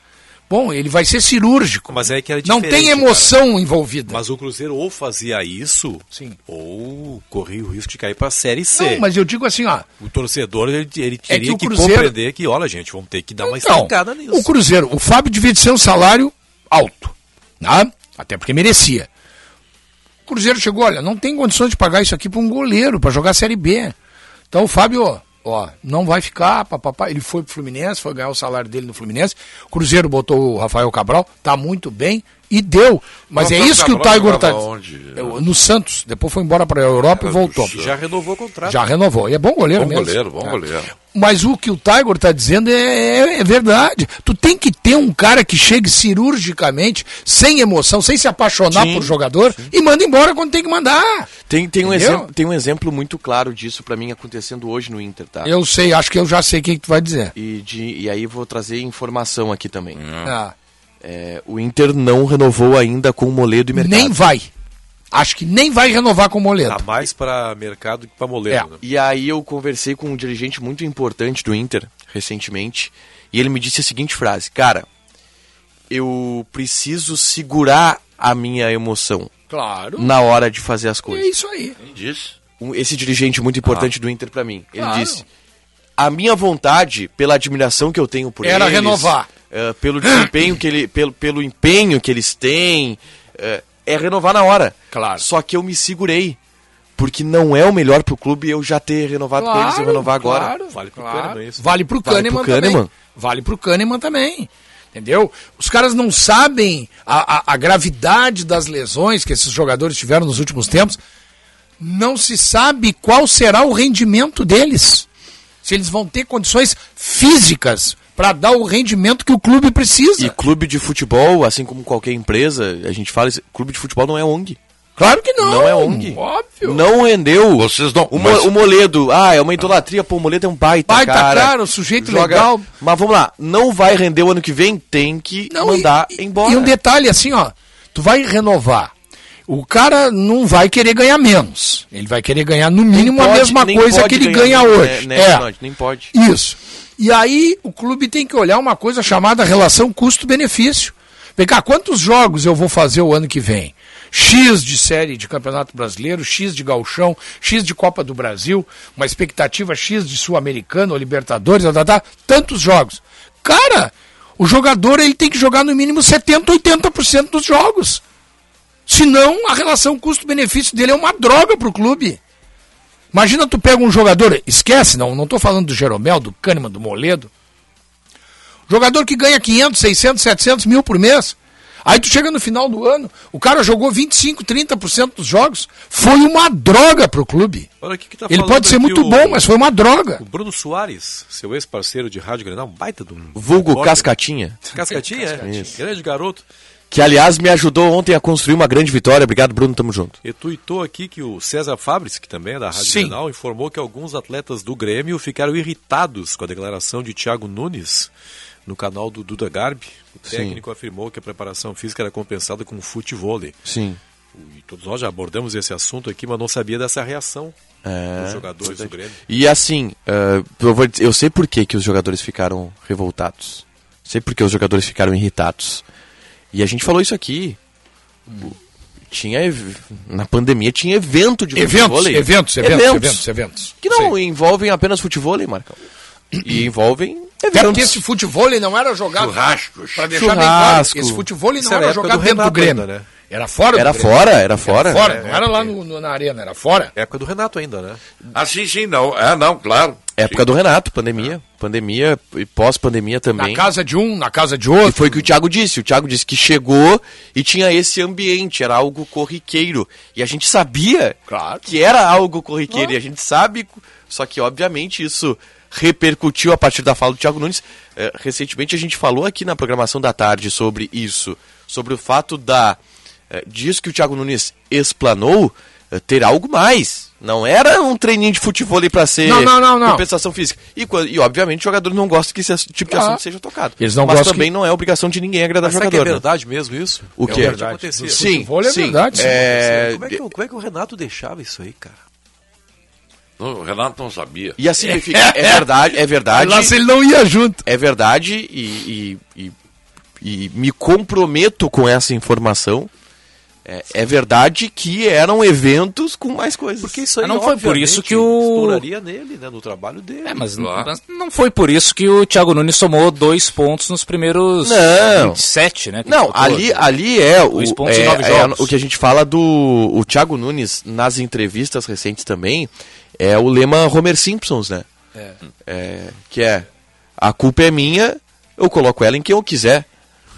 E: bom, ele vai ser cirúrgico.
D: Mas é que era
E: Não
D: diferente,
E: tem emoção envolvida.
D: Mas o Cruzeiro ou fazia isso, ou corria o risco de cair para a Série C.
E: Não, mas eu digo assim, ó,
D: O torcedor ele, ele
E: É
D: teria
E: que o
D: que,
E: Cruzeiro-
D: compreender que, olha, gente, vamos ter que dar uma
E: Então,
D: estacada tá nisso.
E: O Cruzeiro, o Fábio devia ser um salário alto, né? até porque merecia. O Cruzeiro chegou, olha, não tem condições de pagar isso aqui para um goleiro, para jogar Série B. Então o Fábio, ó, ó, não vai ficar, papapá. Ele foi pro Fluminense, foi ganhar o salário dele no Fluminense. O Cruzeiro botou o Rafael Cabral, tá muito bem e deu. Mas é
B: Rafael
E: isso que o
B: Cabral
E: Tiger tá.
B: jogava onde? É,
E: Eu- No Santos, depois foi embora para a Europa e voltou.
D: Já renovou o contrato.
E: Já renovou. E é bom goleiro
B: Bom
E: mesmo.
B: goleiro, bom
E: É.
B: goleiro.
E: Mas o que o Tiger tá dizendo é, é- é verdade. Tu tem que ter um cara que chegue cirurgicamente, sem emoção, sem se apaixonar por jogador e manda embora quando tem que mandar.
C: Tem, tem, um,
E: Entendeu?
C: exemplo, tem um exemplo muito claro disso pra mim acontecendo hoje no Inter, tá?
E: Eu sei, acho que eu já sei o que, que tu vai dizer.
C: E, de, e aí vou trazer informação aqui também.
E: Ah,
C: É, o Inter não renovou ainda com o Moledo e Mercado.
E: nem vai. Acho que nem vai renovar com o Moledo.
D: Tá mais para mercado que para moleiro.
E: É.
D: Né?
C: E aí eu conversei com um dirigente muito importante do Inter recentemente e ele me disse a seguinte frase: "Cara, eu preciso segurar a minha emoção
E: Claro.
C: na hora de fazer as
E: É
C: coisas".
E: isso aí.
B: Quem disse?
C: Um- Esse dirigente muito importante
D: Ah.
C: do Inter pra mim, ele
E: Claro.
C: disse: "A minha vontade, pela admiração que eu tenho por
E: Era
C: eles,
E: renovar.
D: É,
C: eh, pelo desempenho que ele pelo, pelo empenho que eles têm, eh, é renovar na hora.
E: Claro.
C: Só que eu me segurei. Porque não é o melhor pro clube eu já ter renovado com eles e
E: Claro,
C: renovar agora.
E: claro,
D: vale pro
E: claro.
D: Kahneman isso.
E: Vale pro
C: Vale
E: Kahneman,
C: pro Kahneman.
E: também. Vale pro Kahneman também. Entendeu? Os caras não sabem a, a- a gravidade das lesões que esses jogadores tiveram nos últimos tempos. Não se sabe qual será o rendimento deles. Se eles vão ter condições físicas para dar o rendimento que o clube precisa.
C: E clube de futebol, assim como qualquer empresa, a gente fala, isso, clube de futebol não é ONG.
E: Claro que não.
C: Não é ONG.
E: Óbvio.
C: Não rendeu.
B: Vocês não.
C: O, Mo- o Moledo, ah, é uma idolatria, pô, o Moledo é um baita,
E: Baita
C: cara.
E: cara, um sujeito legal.
C: Mas vamos lá, não vai render o ano que vem, tem que
E: Não,
C: mandar
E: e- e-
C: embora.
E: E um detalhe assim, ó, tu vai renovar. O cara não vai querer ganhar menos. Ele vai querer ganhar no mínimo a
C: pode-
E: mesma
C: nem
E: coisa
C: pode
E: que ele ganha
C: ganhar,
E: hoje.
C: Né,
E: é.
C: né, Ronaldo? nem pode.
E: Isso. E aí o clube tem que olhar uma coisa chamada relação custo-benefício. Vem cá, quantos jogos eu vou fazer o ano que vem? X de série de Campeonato Brasileiro, X de Galchão, X de Copa do Brasil, uma expectativa X de Sul-Americano, ou Libertadores, tá, tá, tá, tantos jogos. Cara, o jogador ele tem que jogar no mínimo 70%, 80% dos jogos. Senão a relação custo-benefício dele é uma droga pro clube. Imagina tu pega um jogador, esquece, não, não tô falando do Jeromel, do Kahneman, do Moledo. Jogador que ganha 500, 600, 700 mil por mês. Aí tu chega no final do ano, o cara jogou 25, 30% dos jogos. Foi uma droga pro clube.
D: Olha o que que tá
E: Ele
D: falando
E: pode ser
D: aqui
E: muito
D: o-
E: bom, mas foi uma droga.
D: O Bruno Soares, seu ex-parceiro de Rádio Grenal, um baita do mundo.
C: Vulgo Cascatinha.
D: Cascatinha, é.
C: Isso.
D: Grande garoto.
C: Que, aliás, me ajudou ontem a construir uma grande vitória. Obrigado, Bruno, tamo junto.
D: E tuitou aqui que o César Fabris, que também é da Rádio
C: Sim.
D: Grenal, informou que alguns atletas do Grêmio ficaram irritados com a declaração de Thiago Nunes no canal do Duda Garbi. O
C: Sim.
D: técnico afirmou que a preparação física era compensada com futevôlei.
C: Sim.
D: E todos nós já abordamos esse assunto aqui, mas não sabia dessa reação
C: É,
D: dos jogadores do Grêmio.
C: E assim, eh, eu, vou dizer- eu sei por que, que os jogadores ficaram revoltados. Sei por que os jogadores ficaram irritados. E a gente falou isso aqui. O- Tinha. ev- Na pandemia tinha evento de
E: Eventos,
C: futevôlei.
E: eventos, eventos, eventos, eventos.
C: Que não envolvem apenas futevôlei, Marcão. E envolvem
E: Até porque esse futebol não era jogado.
B: Churrascos.
E: Pra deixar bem claro,
C: Churrasco.
E: esse futebol não
C: Isso era
E: era,
C: a época
E: jogado
C: do
E: dentro do
C: Renato
E: Grêmio.
C: ainda, né?
E: Era fora do
C: Era
E: Grêmio.
C: fora, era fora.
E: fora, não
C: É,
E: era lá no- no- na arena, era fora. Assim,
D: Época do Renato ainda, né?
B: Ah, sim, sim, não.
E: É,
B: Ah, não, claro.
C: Época do Renato, pandemia. Pandemia e pós-pandemia
E: Na
C: também.
E: casa de um, na casa de outro.
C: E foi o que o Thiago disse. O Thiago disse que chegou e tinha esse ambiente, era algo corriqueiro. E a gente sabia que era algo corriqueiro. E a gente sabe. Só que, obviamente, isso repercutiu a partir da fala do Thiago Nunes. Eh, recentemente a gente falou aqui na programação da tarde sobre isso. Sobre o fato da. eh, disso que o Thiago Nunes explanou eh, ter algo mais. Não era um treininho de futebol para ser
E: Não, não, não, não.
C: compensação física. E, quan- e, obviamente, o jogador não gosta que esse ass- tipo de
D: Ah.
C: assunto seja tocado.
D: Eles não
C: Mas
D: gostam
C: também
D: que-
C: não é obrigação de ninguém agradar
D: Mas
C: o
D: será que
C: jogador. né?
D: é verdade mesmo isso?
C: O
D: É
C: quê?
D: verdade. Acontecia.
C: No Sim, futebol é sim. verdade, sim. É-
D: Como, é que, o- como é que o Renato deixava isso aí, cara?
B: O Renato não sabia.
C: E assim, Benfica, é verdade, é verdade.
B: Lá se
E: ele não ia junto.
C: É verdade e, e- e- e me comprometo com essa informação. É, é verdade que um eram eventos com mais coisas. Porque
D: isso
E: Ah,
D: é
F: aí, Mas não foi por isso que o-
D: Estouraria nele, né? No trabalho dele.
F: É, mas, mas não foi por isso que o Thiago Nunes somou dois pontos nos primeiros
C: Não.
F: 27, né? que
C: Não,
F: faltou.
C: ali, ali é, o,
F: Dois pontos
C: é,
F: em nove
C: é
F: jogos.
C: o que a gente fala do o Thiago Nunes nas entrevistas recentes também. É o lema Homer Simpsons, né?
F: É.
C: É, que é a culpa é minha, eu coloco ela em quem eu quiser.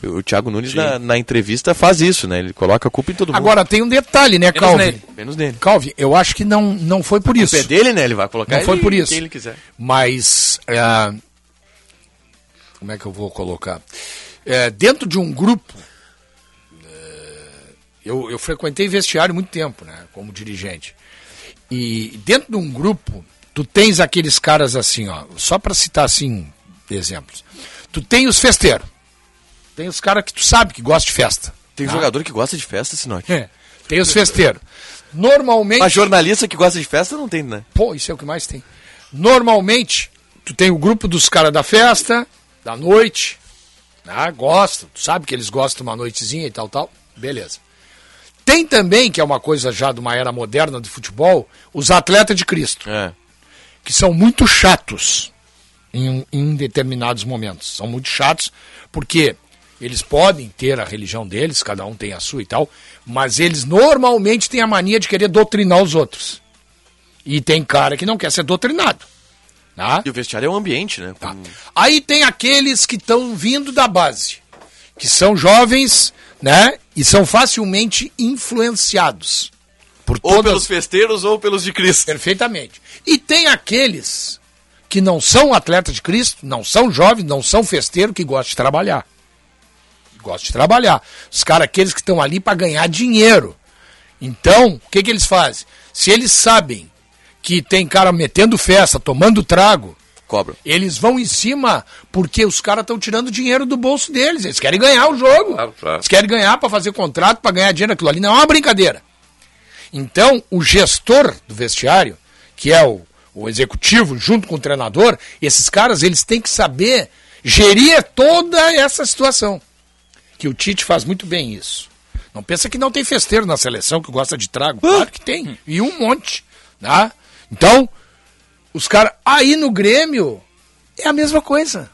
C: O Thiago Nunes na, na entrevista faz isso, né? Ele coloca a culpa em todo mundo.
E: Agora tem um detalhe, né,
C: Menos
E: Calvin?
C: nele. Menos nele.
E: Calvin, eu acho que não, não foi por isso.
C: é dele, né? Ele vai colocar
E: Não foi
C: ele
E: por
C: em
E: isso.
C: quem ele quiser.
E: Mas. ah, como é que eu vou colocar? É, dentro de um grupo. eh, eu, eu frequentei vestiário muito tempo, né? Como dirigente. E dentro de um grupo, tu tens aqueles caras assim, ó. Só pra citar assim exemplos. Tu tem os festeiros. Tem os caras que tu sabe que gosta de festa.
C: Tem
E: tá?
C: jogador que gosta de festa, Sinote.
E: É, tem os festeiros. Normalmente.
C: Mas jornalista que gosta de festa não tem, né?
E: Pô, isso é o que mais tem. Normalmente, tu tem o grupo dos caras da festa, da noite, né? Gosta, tu sabe que eles gostam de uma noitezinha e tal, tal. Beleza. Tem também, que é uma coisa já de uma era moderna do futebol, os atletas de Cristo.
C: É.
E: Que são muito chatos em, em determinados momentos. São muito chatos porque eles podem ter a religião deles, cada um tem a sua e tal, mas eles normalmente têm a mania de querer doutrinar os outros. E tem cara que não quer ser doutrinado. tá?
C: E o vestiário é um ambiente, né? Com-
E: Aí tem aqueles que estão vindo da base, que são jovens, né? E são facilmente influenciados. Por
C: Ou pelos festeiros ou pelos de Cristo.
E: Perfeitamente. E tem aqueles que não são atletas de Cristo, não são jovens, não são festeiros, que gostam de trabalhar. Gostam de trabalhar. Os caras, aqueles que estão ali para ganhar dinheiro. Então, o que, que eles fazem? Se eles sabem que tem cara metendo festa, tomando trago,
C: Cobra.
E: eles vão em cima porque os caras estão tirando dinheiro do bolso deles. Eles querem ganhar o jogo. Eles querem ganhar para fazer contrato, para ganhar dinheiro. Aquilo ali não é uma brincadeira. Então, o gestor do vestiário, que é o, o executivo junto com o treinador, esses caras eles têm que saber gerir toda essa situação. Que o Tite faz muito bem isso. Não pensa que não tem festeiro na seleção que gosta de trago. Claro que tem. E um monte. Tá? Então, os caras. Aí no Grêmio, é a mesma coisa.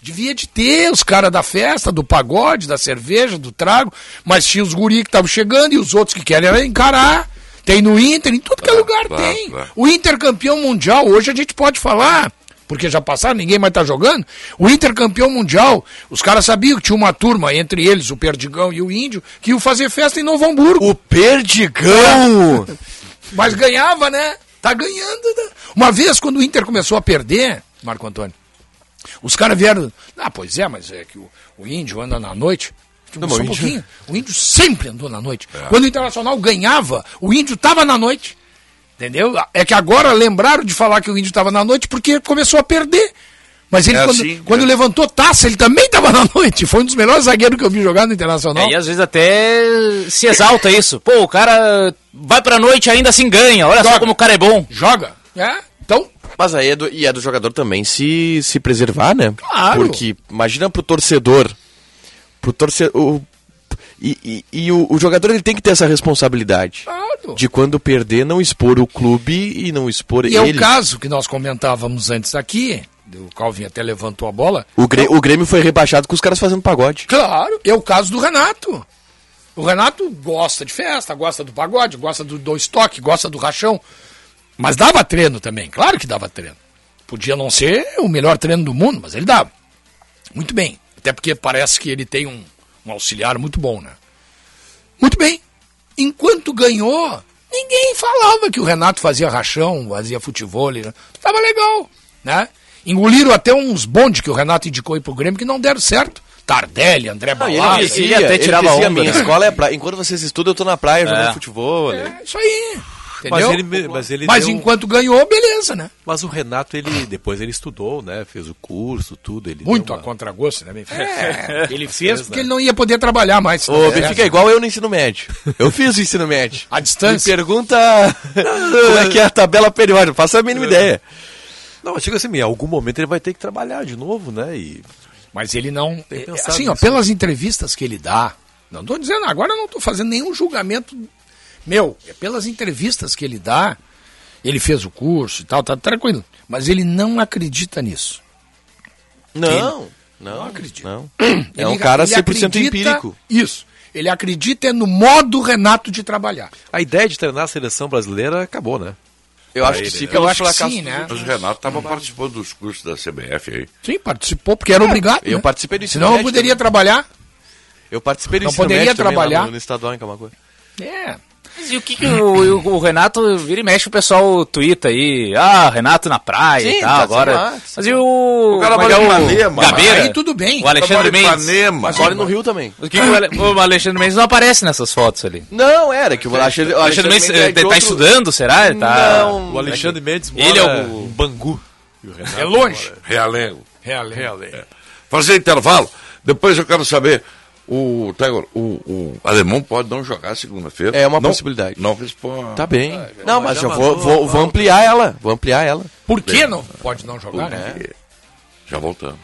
E: Devia de ter os caras da festa, do pagode, da cerveja, do trago, mas tinha os guri que estavam chegando e os outros que querem era encarar. Tem no Inter, em tudo que é lugar
B: claro,
E: tem.
B: claro.
E: O Inter campeão mundial, hoje a gente pode falar, porque já passaram, ninguém mais tá jogando. O Inter campeão mundial, os caras sabiam que tinha uma turma, entre eles o Perdigão e o Índio, que iam fazer festa em Novo Hamburgo. O
C: Perdigão!
E: Mas ganhava, né? Tá ganhando. né? Uma vez, quando o Inter começou a perder, Marco Antônio, os caras vieram. Ah, pois é, mas é que o, o índio anda na noite.
C: Não,
E: Só
C: mas
E: um
C: o índio- É.
E: pouquinho. O índio sempre andou na noite. Quando o Internacional ganhava, o índio tava na noite. Entendeu? É que agora lembraram de falar que o índio tava na noite porque começou a perder. Mas ele,
F: É
E: quando,
F: assim,
E: quando levantou taça, ele também tava na noite. Foi um dos melhores zagueiros que eu vi jogar no Internacional.
F: É, E às vezes até se exalta isso. Pô, o cara vai pra noite e ainda assim ganha. Olha só como o cara é bom.
E: Joga. É? Então.
C: Mas aí é do, e é do jogador também se, se preservar, né?
E: Claro.
C: Porque imagina pro torcedor. Pro torcedor. E, e, e o, o jogador ele tem que ter essa responsabilidade. De quando perder, não expor o clube e não expor
E: E
C: ele.
E: é o caso que nós comentávamos antes aqui. O Calvin até levantou a bola.
C: O, Grê- o Grêmio foi rebaixado com os caras fazendo pagode.
E: Claro, é o caso do Renato. O Renato gosta de festa, gosta do pagode, gosta do, do estoque, gosta do rachão. Mas dava treino também, claro que dava treino. Podia não ser o melhor treino do mundo, mas ele dava. Muito bem. Até porque parece que ele tem um, um auxiliar muito bom, né? Muito bem. Enquanto ganhou, ninguém falava que o Renato fazia rachão, fazia futebol. né? Tava legal, né? Engoliram até uns bondes que o Renato indicou aí pro Grêmio que não deram certo. Tardelli,
D: É
E: André
C: Não, e
E: Balada.
D: né?
C: dizia, minha escola é praia. Enquanto vocês estudam, eu tô na praia jogando
D: É.
C: futebol.
E: né?"
C: né?
E: É, isso aí.
D: Mas
E: Entendeu?
D: ele, me- mas ele
E: Mas
D: deu- um-
E: enquanto ganhou, beleza, né?
D: Mas o Renato, ele depois ele estudou, né? Fez o curso, tudo. Ele
E: Muito
D: deu uma-
E: a contragosto, né? É, ele fez
D: Fez,
E: porque ele não ia poder trabalhar mais. né?
C: Ô, me fica igual eu no ensino médio. Eu fiz o ensino médio.
E: A distância?
C: Me pergunta como é que é a tabela periódica. Faça a
E: É.
C: mínima ideia.
D: Não, mas chega assim, em algum momento ele vai ter que trabalhar de novo, né? E...
E: Mas ele não.
D: Tem que pensar
E: Assim, ó,
D: nisso.
E: pelas entrevistas que ele dá, não tô dizendo, agora eu não tô fazendo nenhum julgamento meu, é pelas entrevistas que ele dá, ele fez o curso e tal, tá tranquilo, mas ele não acredita nisso.
C: Não,
E: Ele-
C: não acredito. Não.
E: Ele-
C: É um cara
E: ele
C: 100%
E: acredita-
C: empírico.
E: Isso. Ele acredita é no modo Renato de trabalhar.
D: A ideia de treinar a seleção brasileira acabou, né?
C: Eu
E: acho que sim, pelo Eu acho que fracasso sim, dos né?
B: Mas o Renato estava participando dos cursos da CBF aí.
E: Sim, participou porque era obrigado.
C: É, eu
E: né?
C: participei do ensino
E: Senão eu
C: médio
E: poderia trabalhar.
C: Eu participei do
E: Não
C: ensino
E: poderia
C: médio também lá
E: trabalhar.
C: no, no estadual em Camacuã.
E: É.
F: Mas e o que, que o, o- o Renato vira e mexe, o pessoal twitta aí, ah, Renato na praia
B: Sim,
F: e tal,
C: assim
B: tá,
F: agora.
B: sei lá,
F: mas e o.
B: O cara
F: como é
B: mora
F: que
B: em
F: é o
B: Ipanema,
F: Gabeira?
B: aí tudo bem.
F: O Alexandre
B: Agora em
F: Mendes.
B: Ipanema. Mas
C: Olha no Rio também.
F: O, que que o Ale- o Alexandre Mendes não aparece nessas fotos ali.
C: Não, era que o Alexandre, é
F: O Alexandre Mendes eh, tá estudando, será? Ele tá...
C: Não.
D: O Alexandre Mendes mora
F: Ele é o.
D: em Bangu. E o Renato
E: É longe.
B: Realengo.
E: Realengo.
D: Realengo.
B: Fazer intervalo. Depois eu quero saber. O, Tiger, o, o alemão pode não jogar segunda-feira.
C: É uma
B: Não-
C: possibilidade.
B: Não responde.
C: Tá bem.
E: Ah,
C: Não, mas
B: já
C: eu vou,
B: mandou,
C: vou, vou ampliar ela. Vou ampliar ela.
E: Por que não pode não jogar,
D: É.
E: né?
B: É, Já voltamos.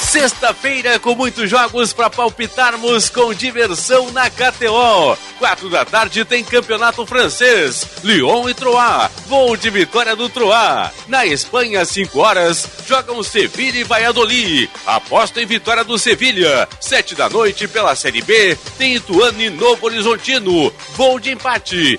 L: Sexta-feira com muitos jogos para palpitarmos com diversão na KTO. Quatro da tarde tem campeonato francês, Lyon e Troyes, voo de vitória do Troyes. Na Espanha, às 5 horas, jogam Sevilha e Valladolid. Aposta em vitória do Sevilha. Sete da noite pela Série B, tem Ituano e Novo Horizontino. Voo de empate,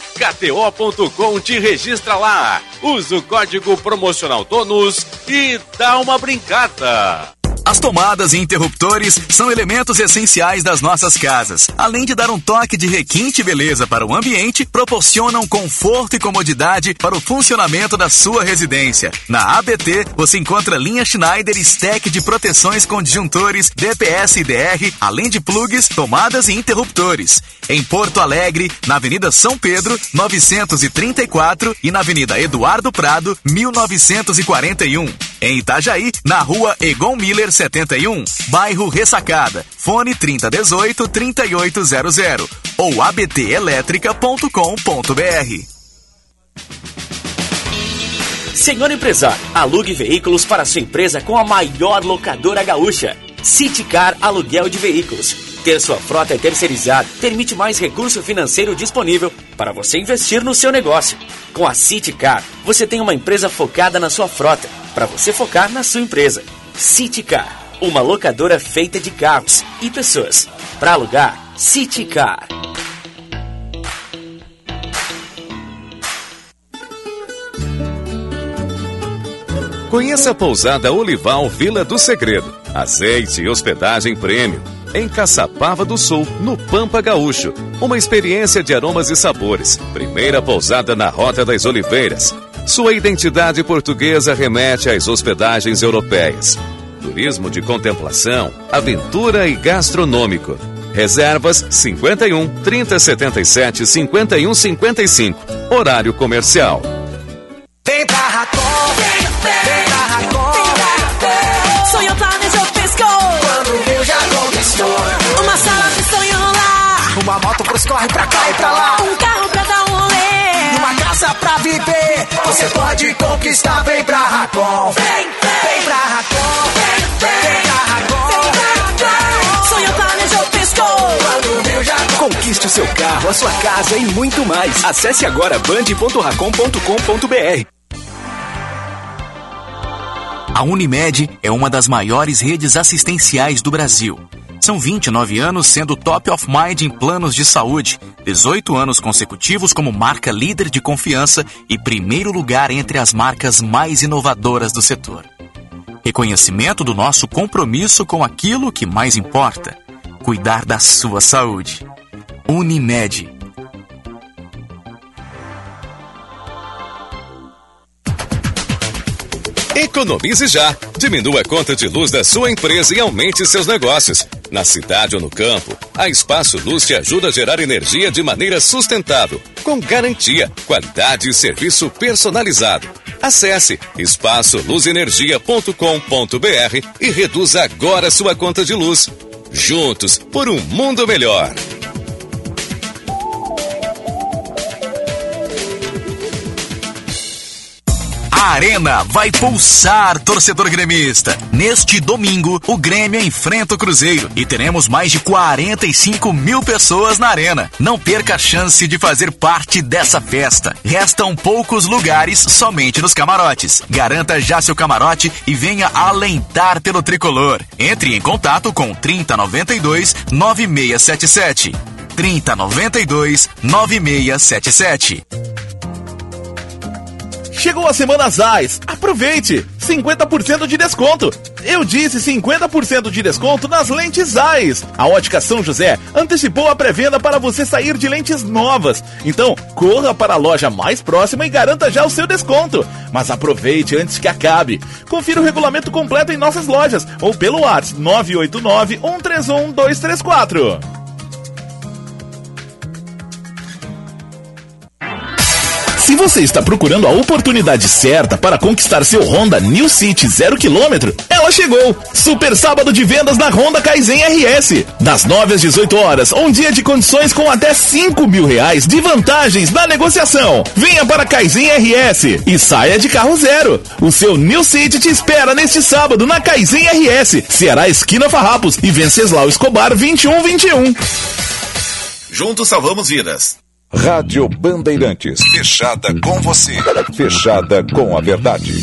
L: KTO.com te registra lá. Usa o código promocional TONUS e dá uma brincada.
J: As tomadas e interruptores são elementos essenciais das nossas casas. Além de dar um toque de requinte e beleza para o ambiente, proporcionam conforto e comodidade para o funcionamento da sua residência. Na ABT, você encontra linha Schneider e stack de proteções com disjuntores, DPS e DR, além de plugs, tomadas e interruptores. Em Porto Alegre, na Avenida São Pedro, 934 e na Avenida Eduardo Prado, 1941. Em Itajaí, na rua Egon Miller 71, bairro Ressacada. Fone 3018-3800 ou abtelétrica.com.br.
O: Senhor empresário, alugue veículos para sua empresa com a maior locadora gaúcha. Citicar Aluguel de Veículos. Ter sua frota terceirizada permite mais recurso financeiro disponível para você investir no seu negócio. Com a Citicar, você tem uma empresa focada na sua frota, para você focar na sua empresa. Citicar, uma locadora feita de carros e pessoas. Para alugar, Citicar.
P: Conheça a pousada Olival Vila do Segredo. Azeite e hospedagem prêmio. Em Caçapava do Sul, no Pampa Gaúcho. Uma experiência de aromas e sabores. Primeira pousada na Rota das Oliveiras. Sua identidade portuguesa remete às hospedagens europeias. Turismo de contemplação, aventura e gastronômico. Reservas 51 3077 5155. Horário comercial.
Q: Vem pra Racon, vem, vem pra Racon, Sonho, planejo, pisco. Quando viu, já conquistou. Uma sala de sonho lá. Uma moto pros corre pra cá e pra lá. Um carro pra dar um rolê. Uma casa pra viver. Você pode conquistar, vem pra Racon. Vem, vem, pra Racon, vem, vem pra Racon. Sonho, planejo, pisco. Quando viu, já
R: Conquiste o seu carro, a sua casa e muito mais. Acesse agora band.racom.com.br.
J: A Unimed é uma das maiores redes assistenciais do Brasil. São 29 anos sendo top of mind em planos de saúde, 18 anos consecutivos como marca líder de confiança e primeiro lugar entre as marcas mais inovadoras do setor. Reconhecimento do nosso compromisso com aquilo que mais importa: cuidar da sua saúde. Unimed.
P: Economize já. Diminua a conta de luz da sua empresa e aumente seus negócios. Na cidade ou no campo, a Espaço Luz te ajuda a gerar energia de maneira sustentável, com garantia, qualidade e serviço personalizado. Acesse espaçoluzenergia.com.br e reduza agora sua conta de luz. Juntos por um mundo melhor.
J: A arena vai pulsar, torcedor gremista. Neste domingo, o Grêmio enfrenta o Cruzeiro e teremos mais de 45 mil pessoas na arena. Não perca a chance de fazer parte dessa festa. Restam poucos lugares somente nos camarotes. Garanta já seu camarote e venha alentar pelo tricolor. Entre em contato com 3092 9677. 3092 9677.
I: Chegou a semana Zais, aproveite! 50% de desconto! Eu disse 50% de desconto nas lentes Zais. A Ótica São José antecipou a pré-venda para você sair de lentes novas. Então, corra para a loja mais próxima e garanta já o seu desconto. Mas aproveite antes que acabe. Confira o regulamento completo em nossas lojas ou pelo WhatsApp 989 131 234. Se você está procurando a oportunidade certa para conquistar seu Honda New City 0 km, ela chegou! Super Sábado de Vendas na Honda Kaizen RS. Das 9 às 18 horas, um dia de condições com até 5 mil reais de vantagens na negociação. Venha para a Kaizen RS e saia de carro zero. O seu New City te espera neste sábado na Kaizen RS, Ceará Esquina Farrapos e Venceslau Escobar 2121.
P: Juntos salvamos vidas. Rádio Bandeirantes. Fechada com você. Fechada com a verdade.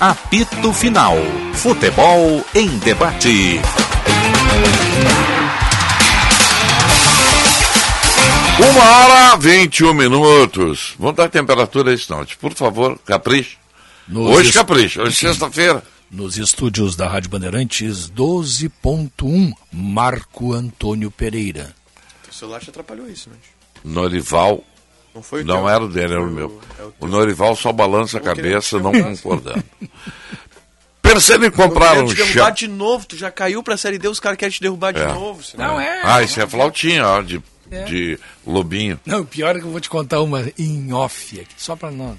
N: Apito Final. Futebol em debate.
B: Uma hora 21 minutos. Vamos dar temperatura a esse note. Por favor, capricho.
E: Nos
B: hoje
E: es-
B: capricho, hoje é sexta-feira.
E: Nos estúdios da Rádio Bandeirantes 12.1, Marco Antônio Pereira.
C: O celular te atrapalhou isso, né?
B: Norival.
C: Não foi o
B: Não
C: teu. É
B: era o dele, era o meu. O Norival só balança a cabeça, não concordando. Pensando em comprar
C: Quero
B: um
C: te derrubar
B: chá.
C: de novo, tu já caiu pra série D, os caras querem te derrubar de
B: É.
C: novo.
E: Não é.
B: Ah, isso é flautinha, ó, de,
E: É.
B: de lobinho.
E: Não, o pior é que eu vou te contar uma em off aqui, só para não.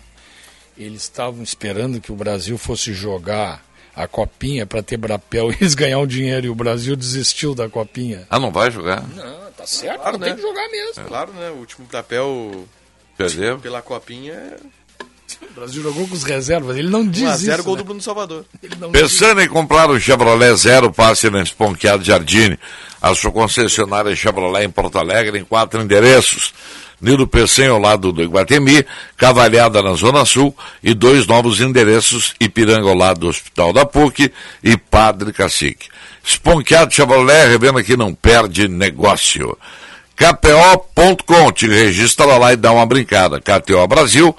E: Eles estavam esperando que o Brasil fosse jogar a copinha para ter brapel e eles ganhar um dinheiro e o Brasil desistiu da copinha.
B: Ah, não vai jogar?
E: Não, tá certo,
C: Claro,
E: não
C: né?
E: tem que jogar mesmo.
C: Claro, né? O último papel
B: Perdeu?
C: pela copinha é
E: O Brasil jogou com os reservas, ele não
B: Um
E: diz
C: 1 a
E: isso.
C: 0 gol
E: né?
C: do Bruno Salvador.
E: Ele não
B: Pensando em comprar um Chevrolet Zero Passe na Esponqueado Jardine, a sua concessionária Chevrolet em Porto Alegre, em quatro endereços. Nilo Pecém, ao lado do Iguatemi, Cavalhada na Zona Sul e dois novos endereços, Ipiranga ao lado do Hospital da PUC e Padre Cacique. Esponqueado Chevrolet, revenda que não perde negócio. KTO.com, te registra lá e dá uma brincada. KTO Brasil,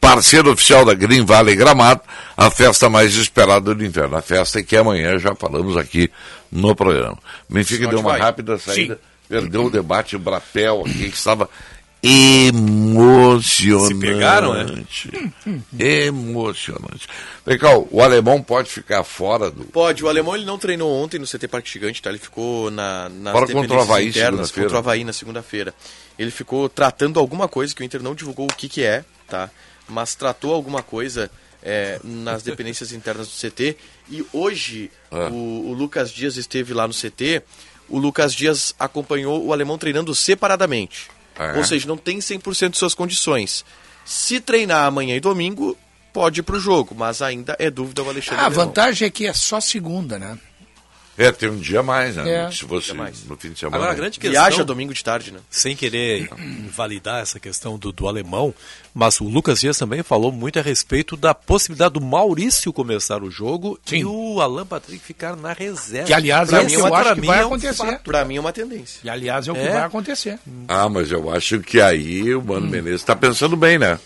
B: parceiro oficial da Green Valley Gramado, a festa mais esperada do inverno. A festa é que amanhã já falamos aqui no programa. Me fica deu uma
C: vai.
B: rápida saída,
C: Sim.
B: perdeu o debate, o Brapel aqui que estava emocionante.
C: Se pegaram, né?
B: Emocionante. Vem cá, o alemão pode ficar fora do.
C: Pode, o alemão ele não treinou ontem no CT Parque Gigante, tá? Ele ficou na, nas
B: Fora contra o
C: dependências
B: Avaí
C: internas
B: segunda-feira.
C: contra o Havaí na segunda-feira. Ele ficou tratando alguma coisa que o Inter não divulgou o que que é, tá? Mas tratou alguma coisa é, nas dependências internas do CT. E hoje
B: Ah.
C: o, o Lucas Dias esteve lá no CT. O Lucas Dias acompanhou o alemão treinando separadamente.
B: Ah.
C: Ou seja, não tem 100% de suas condições. Se treinar amanhã e domingo, pode ir pro jogo, mas ainda é dúvida o Alexandre
E: Ah,
B: né,
E: a
C: Alemão.
E: vantagem é que é só segunda, né?
B: É, tem um dia a mais, né?
E: É.
B: Se fosse no fim de semana.
C: Agora, a grande
B: Viaja
C: questão-
B: do-
C: domingo de tarde, né? Sem querer
D: invalidar
C: essa
D: questão
C: do, do alemão, mas o Lucas Dias também falou muito a respeito da possibilidade do Maurício começar o jogo e o Alan Patrick ficar na reserva.
E: Que, aliás, é o
D: um
E: que eu acho que vai acontecer.
C: Para mim é uma tendência.
E: E aliás, é o que
C: É.
E: vai acontecer.
B: Ah, mas eu acho que aí o Mano Menezes está pensando bem, né?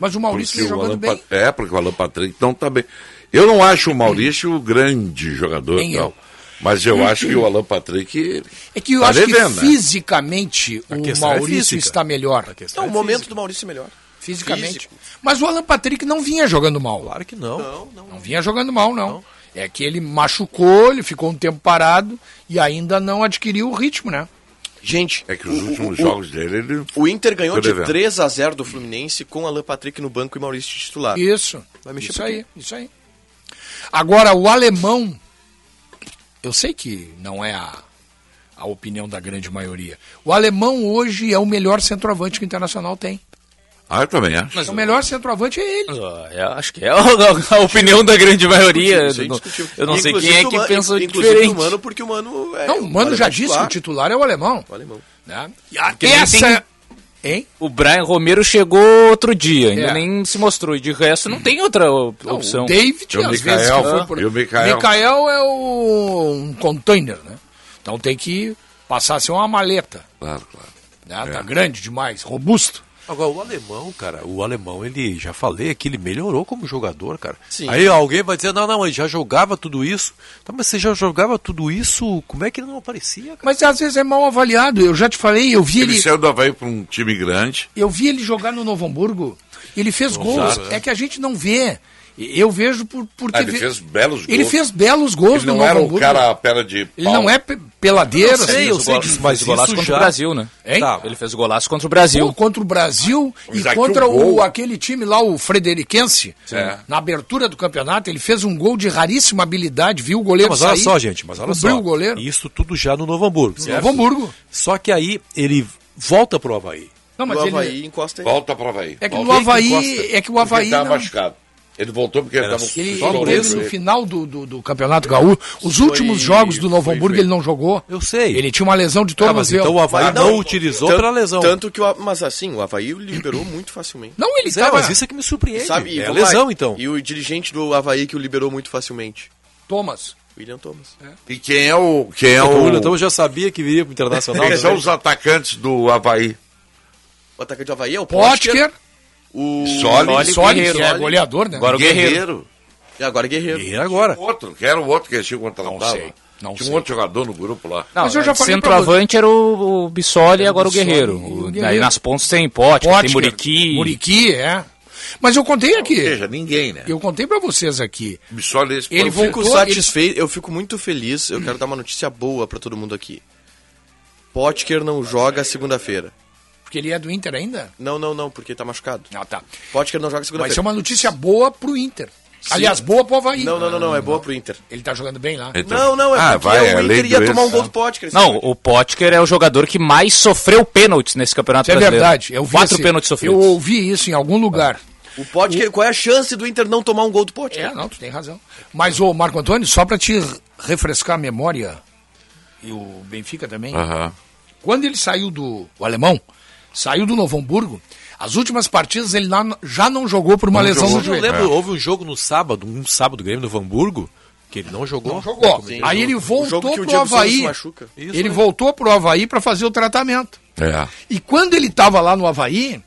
E: Mas o Hum. Maurício vem
B: Porque o
E: jogando
B: Alan
E: bem.
B: Pa- É, porque o Alan Patrick não está bem. Eu não acho o Maurício o grande jogador,
E: Nem
B: não.
E: eu.
B: Mas eu acho que o Alan Patrick.
E: É que eu
B: tá
E: acho
B: devendo,
E: que
B: né?
E: fisicamente o
B: questão é
E: Maurício
B: física.
E: está melhor.
C: Então, o momento do Maurício é melhor.
E: Fisicamente. Mas o Alan Patrick não vinha jogando mal. Claro
C: que não.
E: Não, vinha jogando mal, não. É que ele machucou, ele ficou um tempo parado e ainda não adquiriu o ritmo, né?
C: Gente.
B: É que os últimos jogos dele. Ele...
C: O Inter ganhou
B: Tô
C: de
B: devendo.
C: 3 a 0 do Fluminense com Alan Patrick no banco e Maurício titular.
E: Isso.
C: Ah. Vai mexer
E: isso
C: pra quê?
E: aí, isso aí. Agora, o alemão, eu sei que não é a, a opinião da grande maioria. O alemão hoje é o melhor centroavante que o Internacional tem.
B: Ah, eu também acho.
E: o melhor centroavante é ele.
F: Eu acho que é a, a opinião da grande maioria.
E: Isso é
F: Eu não-
E: indiscutível.
F: eu não sei quem
E: Inclusive
F: é
E: do
F: que
E: Mano-
F: pensou
E: inclusive do
F: diferente.
E: Mano,
C: porque o Mano é
E: não, o Mano já disse que o titular é o alemão.
C: O alemão.
E: Né?
F: que nem
E: Essa... Hein?
F: Ah, assim- O Brian Romero chegou outro dia, ainda
E: É.
F: nem se mostrou. E de resto, não tem outra op-
E: Não,
F: opção.
E: Então, o Ah, David, às vezes que foi por...
B: é. e o Mikael.
E: Mikael é o... um container, né? Então tem que passar a ser uma maleta.
B: Claro, claro.
E: né? Tá grande demais, robusto.
C: Agora, o alemão,
D: Cara, o alemão, ele já falei aqui, ele melhorou como jogador, cara.
C: Sim.
D: Aí alguém vai dizer, não, não, ele já jogava tudo isso. Tá, mas você já jogava tudo isso, como é que ele não aparecia?
E: Mas às vezes é mal avaliado. Eu já te falei, eu vi
B: Ele
E: ele,
B: saiu do Havaí para um time grande.
E: eu vi ele jogar no Novo Hamburgo. Ele fez
B: Não
E: gols.
B: sabe, né?
E: É que a gente não vê. Eu vejo por, por
B: Ah, ele
E: TV.
B: fez belos gols.
E: Ele fez belos gols no
B: Ele não
E: Novo
B: era um
E: Hamburgo.
B: cara a perna de
E: Ele
B: pau.
E: não é pe- peladeiro. assim.
F: Eu sei, eu sei disso, mas o golaço contra o Brasil, né? Tá. Ele fez o golaço contra o Brasil.
E: Pô, contra o Brasil e
F: Mas aqui
E: contra
F: o gol-
E: o, aquele time lá, o Frederiquense.
F: É.
E: Na abertura do campeonato, ele fez um gol de raríssima habilidade, viu o goleiro
D: Não, mas olha
E: sair,
D: só, gente, mas olha
E: cobriu
D: só.
E: o goleiro.
D: Isso tudo já no Novo Hamburgo. certo?
E: Novo Hamburgo.
D: Só que aí ele volta pro Havaí.
E: Não, mas
D: O
E: ele-
D: Havaí
B: encosta aí. Volta pro Havaí.
E: É que no
B: Volta.
E: Havaí-
B: Encosta.
E: é que o
B: Porque
E: Havaí
B: Ele tava
E: não-
B: machucado. Ele voltou porque ele tava um
E: Ele,
B: só
E: ele
B: no
E: teve
B: joelho.
E: no final do, do, do Campeonato Gaúcho, os últimos jogos do Novo Hamburgo ele não jogou.
D: Eu sei. então
E: Ele tinha uma lesão de tornozelo.
C: Ah, tan-
E: pela
C: Tanto que o, Ha- mas assim, o Havaí o liberou muito facilmente.
E: Não, ele
D: Zé,
E: tava...
D: mas isso é que me surpreende.
C: Sabe, e
D: é
C: vamos lá,
D: lesão, então.
C: E o dirigente do Havaí que o liberou muito facilmente.
E: Thomas.
C: William Thomas.
B: E quem é o. Quem é o...
D: Então eu já sabia que viria pro Internacional.
B: Quem são os atacantes do Havaí?
C: O atacante do Havaí é o
E: Potker.
C: O
B: Soli. Soli, que é
E: goleador, né?
C: Agora o
B: Guerreiro.
C: Guerreiro. E agora Guerreiro.
D: Guerreiro agora.
B: Outro, que era o outro que eles tinham contratado. Não
F: sei, não
B: Tinha
F: sei.
B: um outro jogador no grupo lá.
F: Não, é, centroavante era o, o Bissoli e agora o Guerreiro. O- Aí
E: Guerreiro.
F: nas pontas tem Pote, tem
E: Potker,
F: Muriqui.
E: Muriqui, é. Mas eu contei aqui. Ou
B: seja, ninguém, né?
E: Eu contei pra vocês aqui.
B: Só nesse
E: Ele
C: eu fico
E: voltou,
C: satisfeito, eu fico muito feliz. Eu quero dar uma notícia boa pra todo mundo aqui. Potker não joga segunda-feira.
E: Porque ele é do Inter ainda?
C: Não, não, não, porque tá machucado.
E: Ah, tá.
C: Potker não joga
E: Vai
C: segunda-feira.
E: ser uma notícia boa pro Inter.
C: Sim.
E: Aliás, boa pro Havaí.
C: Não, não, não, não, é boa pro Inter.
E: Ele tá jogando bem lá.
F: Então-
C: Não, não, é
F: Ah,
C: porque
F: vai,
C: o
F: é
C: Inter
F: lei
C: ia
F: do
C: tomar um
F: ex,
C: gol
F: tá?
C: do Potker. esse
F: Não, o Potker é o jogador que mais sofreu pênaltis nesse campeonato
E: Isso é
F: brasileiro.
E: verdade. Eu vi
F: Quatro
E: esse-
F: pênaltis
E: Eu
F: sofridos.
E: ouvi isso em algum lugar.
C: O Potker, qual é a chance do Inter não tomar um gol do Potker?
E: É, não, tu tem razão. Mas, ô Marco Antônio, só pra te refrescar a memória, e o Benfica também, quando ele saiu do. O alemão saiu do Novo Hamburgo, as últimas partidas ele lá já não jogou por uma
D: Não
E: lesão
D: jogou.
E: no joelho. É.
D: Eu lembro, houve um jogo no sábado, um sábado do Grêmio no Hamburgo, que ele não jogou.
E: Não jogou.
D: Sim.
E: aí ele
D: O jogo
E: voltou
D: que o
E: pro
D: Diego Souza se
E: Havaí.
D: machuca. Isso né?
E: ele
D: aí.
E: voltou pro Havaí pra fazer o tratamento.
B: É.
E: E quando ele estava lá no Havaí,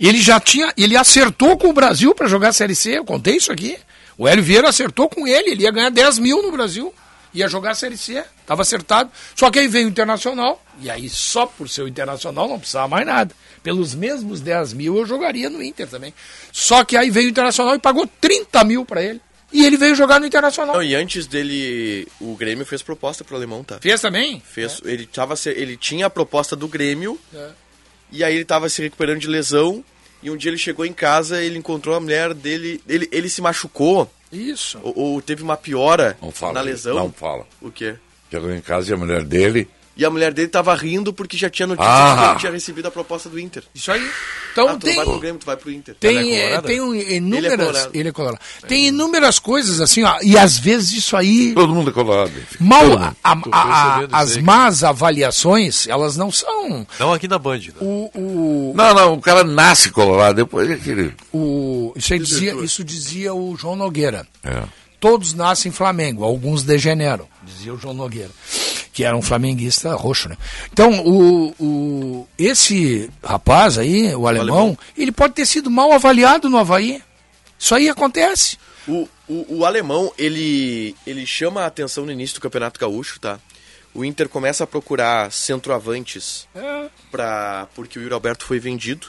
E: ele já tinha. Ele acertou com o Brasil para jogar a Série C. Eu contei isso aqui. O Hélio Vieira acertou com ele. Ele ia ganhar 10 mil no Brasil. Ia jogar a Série C. Estava acertado. Só que aí veio o Internacional. E aí, só por ser o Internacional, não precisava mais nada. Pelos mesmos 10 mil, eu jogaria no Inter também. Só que aí veio o Internacional e pagou 30 mil para ele. E ele veio jogar no Internacional.
C: Não, e antes dele, o Grêmio fez proposta pro alemão, tá?
E: Fez também?
C: Fez, ele, tava, se- ele tinha a proposta do Grêmio, e aí ele tava se recuperando de lesão, e um dia ele chegou em casa, ele encontrou a mulher dele, ele, ele se machucou.
E: Isso.
C: Ou, ou teve uma piora
B: Não fala.
C: na lesão.
B: Não fala.
C: O quê?
B: Chegou em casa e a mulher dele.
C: E a mulher dele tava rindo porque já tinha notícia
B: Ah.
C: que ele tinha recebido a proposta do Inter.
E: Isso aí. Então
C: ah, tu
E: tem-
C: não vai pro Grêmio, tu vai pro Inter.
E: Tem, eh, tem um-
C: Tá Ele é
E: inúmeras.
C: colorado.
E: Ele é colorado. Tem inúmeras coisas assim, ó, e às vezes isso aí.
B: Todo mundo é colorado.
E: Mal,
B: Todo mundo.
E: a- a-
B: Tô
E: a-
B: percebendo isso
E: as
B: aí,
E: más avaliações, elas não são.
D: Não aqui na Band. né?
E: O, o,
B: Não, não, o cara nasce colorado, depois é que ele.
E: o- isso, aí dizia, isso dizia o João Nogueira. Todos nascem Flamengo, alguns degeneram, dizia o João Nogueira, que era um flamenguista roxo, né? Então, o, o, esse rapaz aí, o alemão, ele pode ter sido mal avaliado no Havaí. Isso aí acontece.
C: O, o, o alemão, ele, ele chama a atenção no início do Campeonato Gaúcho, tá? O Inter começa a procurar centroavantes pra, porque o Yuri Alberto foi vendido.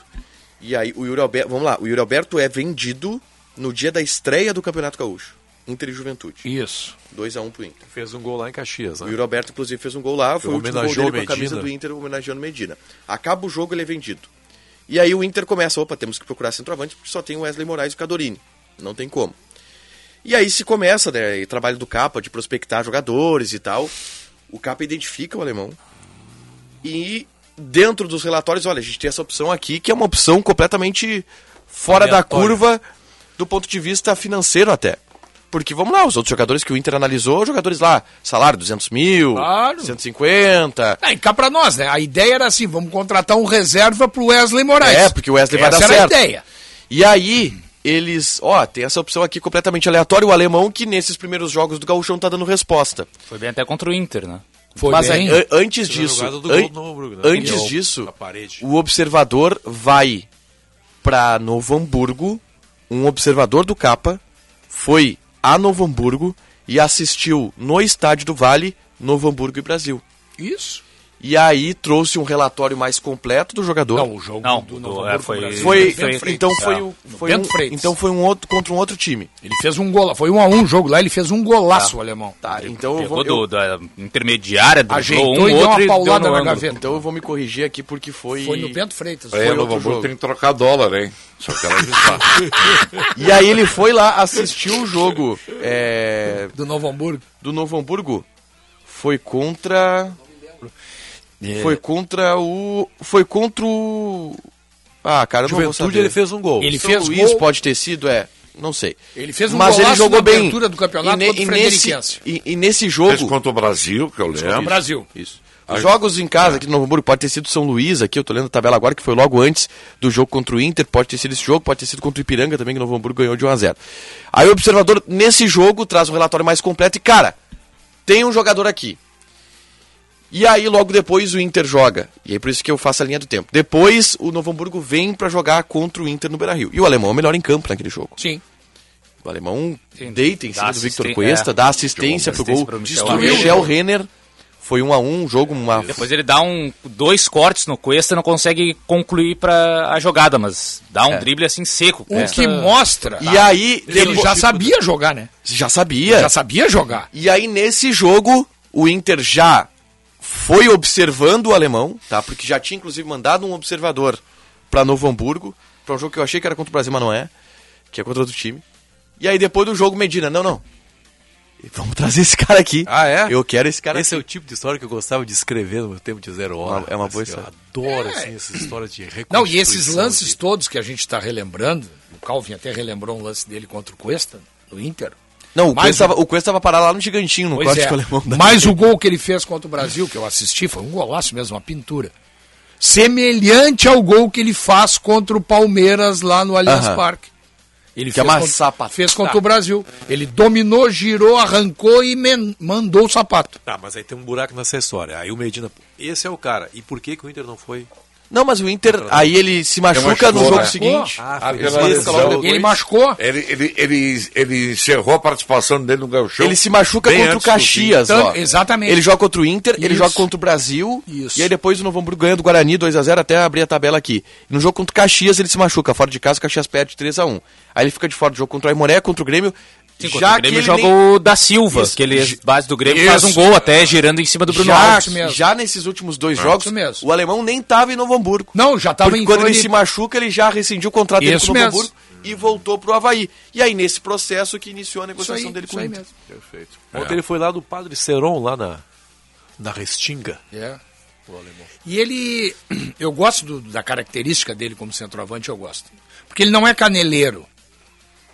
C: E aí o Yuri Alberto, vamos lá, o Yuri Alberto é vendido no dia da estreia do Campeonato Gaúcho. Inter e Juventude.
E: Isso.
C: 2 a 1 pro Inter.
D: Fez um gol lá em Caxias, né?
C: O Yuri Alberto inclusive fez um gol lá, foi o último gol
D: Homenageou
C: dele com a
D: o Medina.
C: camisa do Inter homenageando o Medina. Acaba o jogo, ele é vendido. E aí o Inter começa, opa, temos que procurar centroavante porque só tem o Wesley Moraes e o Cadorini. Não tem como. E aí se começa, né, e trabalho do Capa de prospectar jogadores e tal. O Capa identifica o alemão. E dentro dos relatórios, olha, a gente tem essa opção aqui, que é uma opção completamente fora
D: Aleatória.
C: da curva do ponto de vista financeiro até. Porque vamos lá, os outros jogadores que o Inter analisou, jogadores lá, salário 200 mil,
E: Claro.
C: 150.
E: É, e cá pra nós, né? A ideia era assim, vamos contratar um reserva pro Wesley Moraes.
C: É, porque o Wesley vai
E: Essa
C: dar
E: era
C: certo.
E: a ideia.
C: E aí, eles, ó, tem essa opção aqui completamente aleatória, o alemão que nesses primeiros jogos do Gauchão tá dando resposta.
F: Foi bem até contra o Inter, né?
C: Mas aí, an- antes
D: Primeira
C: disso,
D: jogada do
C: an-
D: gol do Novo Hamburgo, né?
C: antes
D: E o-
C: disso,
D: a parede.
C: o observador vai para Novo Hamburgo. Um observador do Capa foi a Novo Hamburgo e assistiu no estádio do Vale Novo Hamburgo e Brasil.
E: Isso.
C: E aí trouxe um relatório mais completo do jogador.
E: Não, o jogo
F: Não,
E: do
F: do-
E: Novo
F: é,
E: Hamburgo
F: foi-
E: com o Brasil.
C: Foi,
E: Bento Freitas.
C: então foi
E: Tá.
C: o
E: No
C: foi
E: Bento
C: um-
E: Freitas.
C: então foi um outro contra um outro time.
E: Ele fez um gol, foi um a um o jogo lá, ele fez um golaço, o alemão.
C: Tá, então eu
F: Pegou
C: vou,
F: do,
C: eu,
F: da intermediária, do
C: ajeitou
F: um
C: e deu
F: outro
C: uma paulada
F: no
C: na
F: ângulo.
C: gaveta. Então eu vou me corrigir aqui porque foi
E: Foi no Bento Freitas.
B: Aí o Novo
D: um.
B: Hamburgo tem que trocar dólar, hein? Só quero avisar.
C: E aí ele foi lá assistir o jogo é,
E: do Novo Hamburgo.
C: Do Novo Hamburgo. Foi contra
D: É.
C: Foi contra o foi contra o Ah, cara, eu não vou
D: Juventude,
C: saber.
D: ele fez um gol.
C: Ele
D: São
C: fez
D: Luís,
C: gol. pode ter sido, é, não sei.
E: Ele fez um
C: Mas ele
E: golaço
C: jogou
E: na
C: bem.
E: abertura do campeonato
C: e, ne-
E: contra o
C: e nesse,
E: Frederiquense.
C: e, e nesse jogo
B: Fez contra o Brasil, que eu lembro.
C: Isso.
E: Brasil.
C: Isso. Os jogos em casa aqui no Novo Hamburgo pode ter sido São Luís aqui, eu tô lendo a tabela agora, que foi logo antes do jogo contra o Inter, pode ter sido esse jogo, pode ter sido contra o Ipiranga também, que o Novo Hamburgo ganhou de 1x0. Aí o observador, nesse jogo, traz um relatório mais completo e, cara, tem um jogador aqui. E aí logo depois o Inter joga. E aí por isso que eu faço a linha do tempo. Depois o Novo Hamburgo vem pra jogar contra o Inter no Beira-Rio. E o alemão é o melhor em campo naquele jogo.
E: Sim.
C: O alemão
E: Sim.
C: deita em
E: Dá
C: cima do Victor
E: assisten-
C: Cuesta,
E: é.
C: dá assistência pro
F: Jogou
C: gol,
F: assistência pro Michel
C: destruiu
F: Renner.
C: o Michel Renner. Foi um a um, um jogo, uma
F: Depois ele dá um, dois cortes no Cuesta, não consegue concluir pra a jogada, mas dá um
C: É.
F: drible assim seco. Tá.
E: O que mostra.
C: E aí,
E: ele
C: depois-
E: já sabia jogar, né?
C: Já sabia.
E: Já sabia jogar.
C: E aí, nesse jogo, o Inter já foi observando o alemão, tá? Porque já tinha, inclusive, mandado um observador pra Novo Hamburgo, pra um jogo que eu achei que era contra o Brasil, mas não é, que é contra outro time. E aí, depois do jogo, Medina, não, não. Vamos trazer esse cara aqui. Ah, é? Eu quero esse cara
D: Esse é o tipo de história que eu gostava de escrever no meu tempo de zero hora.
C: É uma boa
D: assim, eu
C: história.
D: adoro assim, essas histórias de reconstrução.
E: Não, e esses lances todos que a gente está relembrando, o Calvin até relembrou um lance dele contra o Cuesta, no Inter.
C: Não, o
E: Mais
C: Cuesta
E: um-
C: tava- o Cuesta tava parar lá no Gigantinho, no
E: Pois
C: corte
E: é.
C: com o Um alemão.
E: Mas o gol que ele fez contra o Brasil, que eu assisti, foi um golaço mesmo, uma pintura. Semelhante ao gol que ele faz contra o Palmeiras lá no Allianz
C: Aham.
E: Parque. Ele
C: Que é uma
E: contra, fez
D: Tá.
E: contra o Brasil. Ele dominou, girou, arrancou e men- mandou o sapato.
D: Tá, mas aí tem um buraco nessa história. Aí o Medina, pô, esse é o cara. E por que, que o Inter não foi?
C: Não, mas o Inter, aí ele se machuca no jogo seguinte.
D: Ah,
B: Aquela
D: foi isso.
B: lesão.
E: Ele machucou.
B: Ele, ele, ele, ele encerrou a participação dele no Gauchão.
C: Ele se machuca
B: bem
C: contra o
B: antes do fim.
C: Caxias, ó.
E: Então, exatamente.
C: Ele joga contra o Inter, ele
B: Isso.
C: joga contra o Brasil.
E: Isso.
C: E aí depois o Novo Hamburgo ganha do Guarani 2 a 0 até abrir a tabela aqui. No jogo contra o Caxias ele se machuca, fora de casa o Caxias perde 3 a 1. Aí ele fica de fora do jogo contra o Aimoré, contra o Grêmio.
F: Sim, contra o Grêmio joga
C: nem-
F: o da Silva,
C: Isso.
F: que ele
C: Ju-
F: base do Grêmio faz
C: Isso.
F: um gol até girando em cima do Bruno
C: já,
F: Alves.
C: já nesses últimos dois
F: É.
C: jogos,
F: Isso mesmo.
C: o alemão nem tava em Novo Hamburgo.
E: Não, já tava
C: Porque
E: em
C: quando ele
E: Floripa.
C: se machuca, ele já rescindiu o contrato dele
E: Isso
C: com o Novo
E: mesmo.
C: Hamburgo e voltou pro Havaí. E aí, nesse processo que iniciou a negociação dele com o Inter.
D: Perfeito. É. Ontem ele foi lá do Padre Seron, lá na, na Restinga.
E: É. E ele, eu gosto do- da característica dele como centroavante, eu gosto. Porque ele não é caneleiro.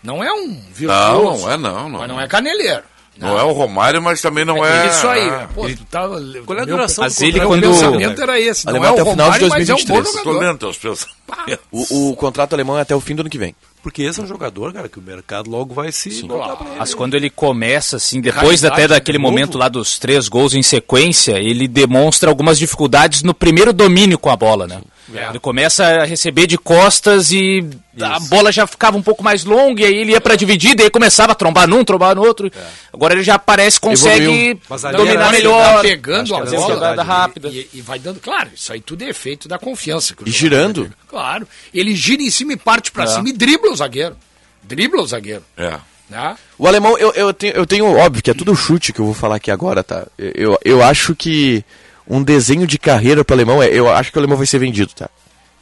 E: Não é um virtuoso.
B: não é não, não.
E: Mas não é caneleiro.
B: Não é o Romário, mas também não é.
E: Isso aí.
B: Ah,
E: Pô, tu tava, Qual
B: é a duração
E: meu,
B: do contrato?
E: quando...
B: Meu
E: Meu
B: pensamento
E: pensamento era esse. Não é o Romário, mas é um bom
B: Tô
E: jogador.
B: lendo teus pensamentos.
C: O, o contrato alemão é até o fim do ano que vem.
D: Porque esse é um jogador, cara, que o mercado logo vai se. botar pra ele.
F: Mas quando ele começa, assim, depois
D: Raridade
F: até daquele
D: de novo.
F: momento lá dos três gols em sequência, ele demonstra algumas dificuldades no primeiro domínio com a bola, né? Ele começa a receber de costas e a bola já ficava um pouco mais longa, e aí ele ia pra dividida, e aí começava a trombar num, trombar no outro. Agora ele já parece, consegue
E: Evoluiu. Mas ali
F: dominar
E: era-
F: melhor.
E: Tá pegando a
F: Fazer uma
E: bola né?
F: jogada rápida.
E: E, e vai dando, claro, isso aí tudo é efeito da confiança. que o
C: E
E: jogador
C: girando.
E: tem. Claro. Ele gira em cima e parte pra
C: É.
E: cima e dribla o zagueiro. Dribla o zagueiro.
B: É.
E: Né?
C: O alemão, eu, eu, tenho, eu tenho, óbvio que é tudo chute que eu vou falar aqui agora, tá? Eu, eu, eu acho que um desenho de carreira pro alemão é. Eu acho que o alemão vai ser vendido, tá?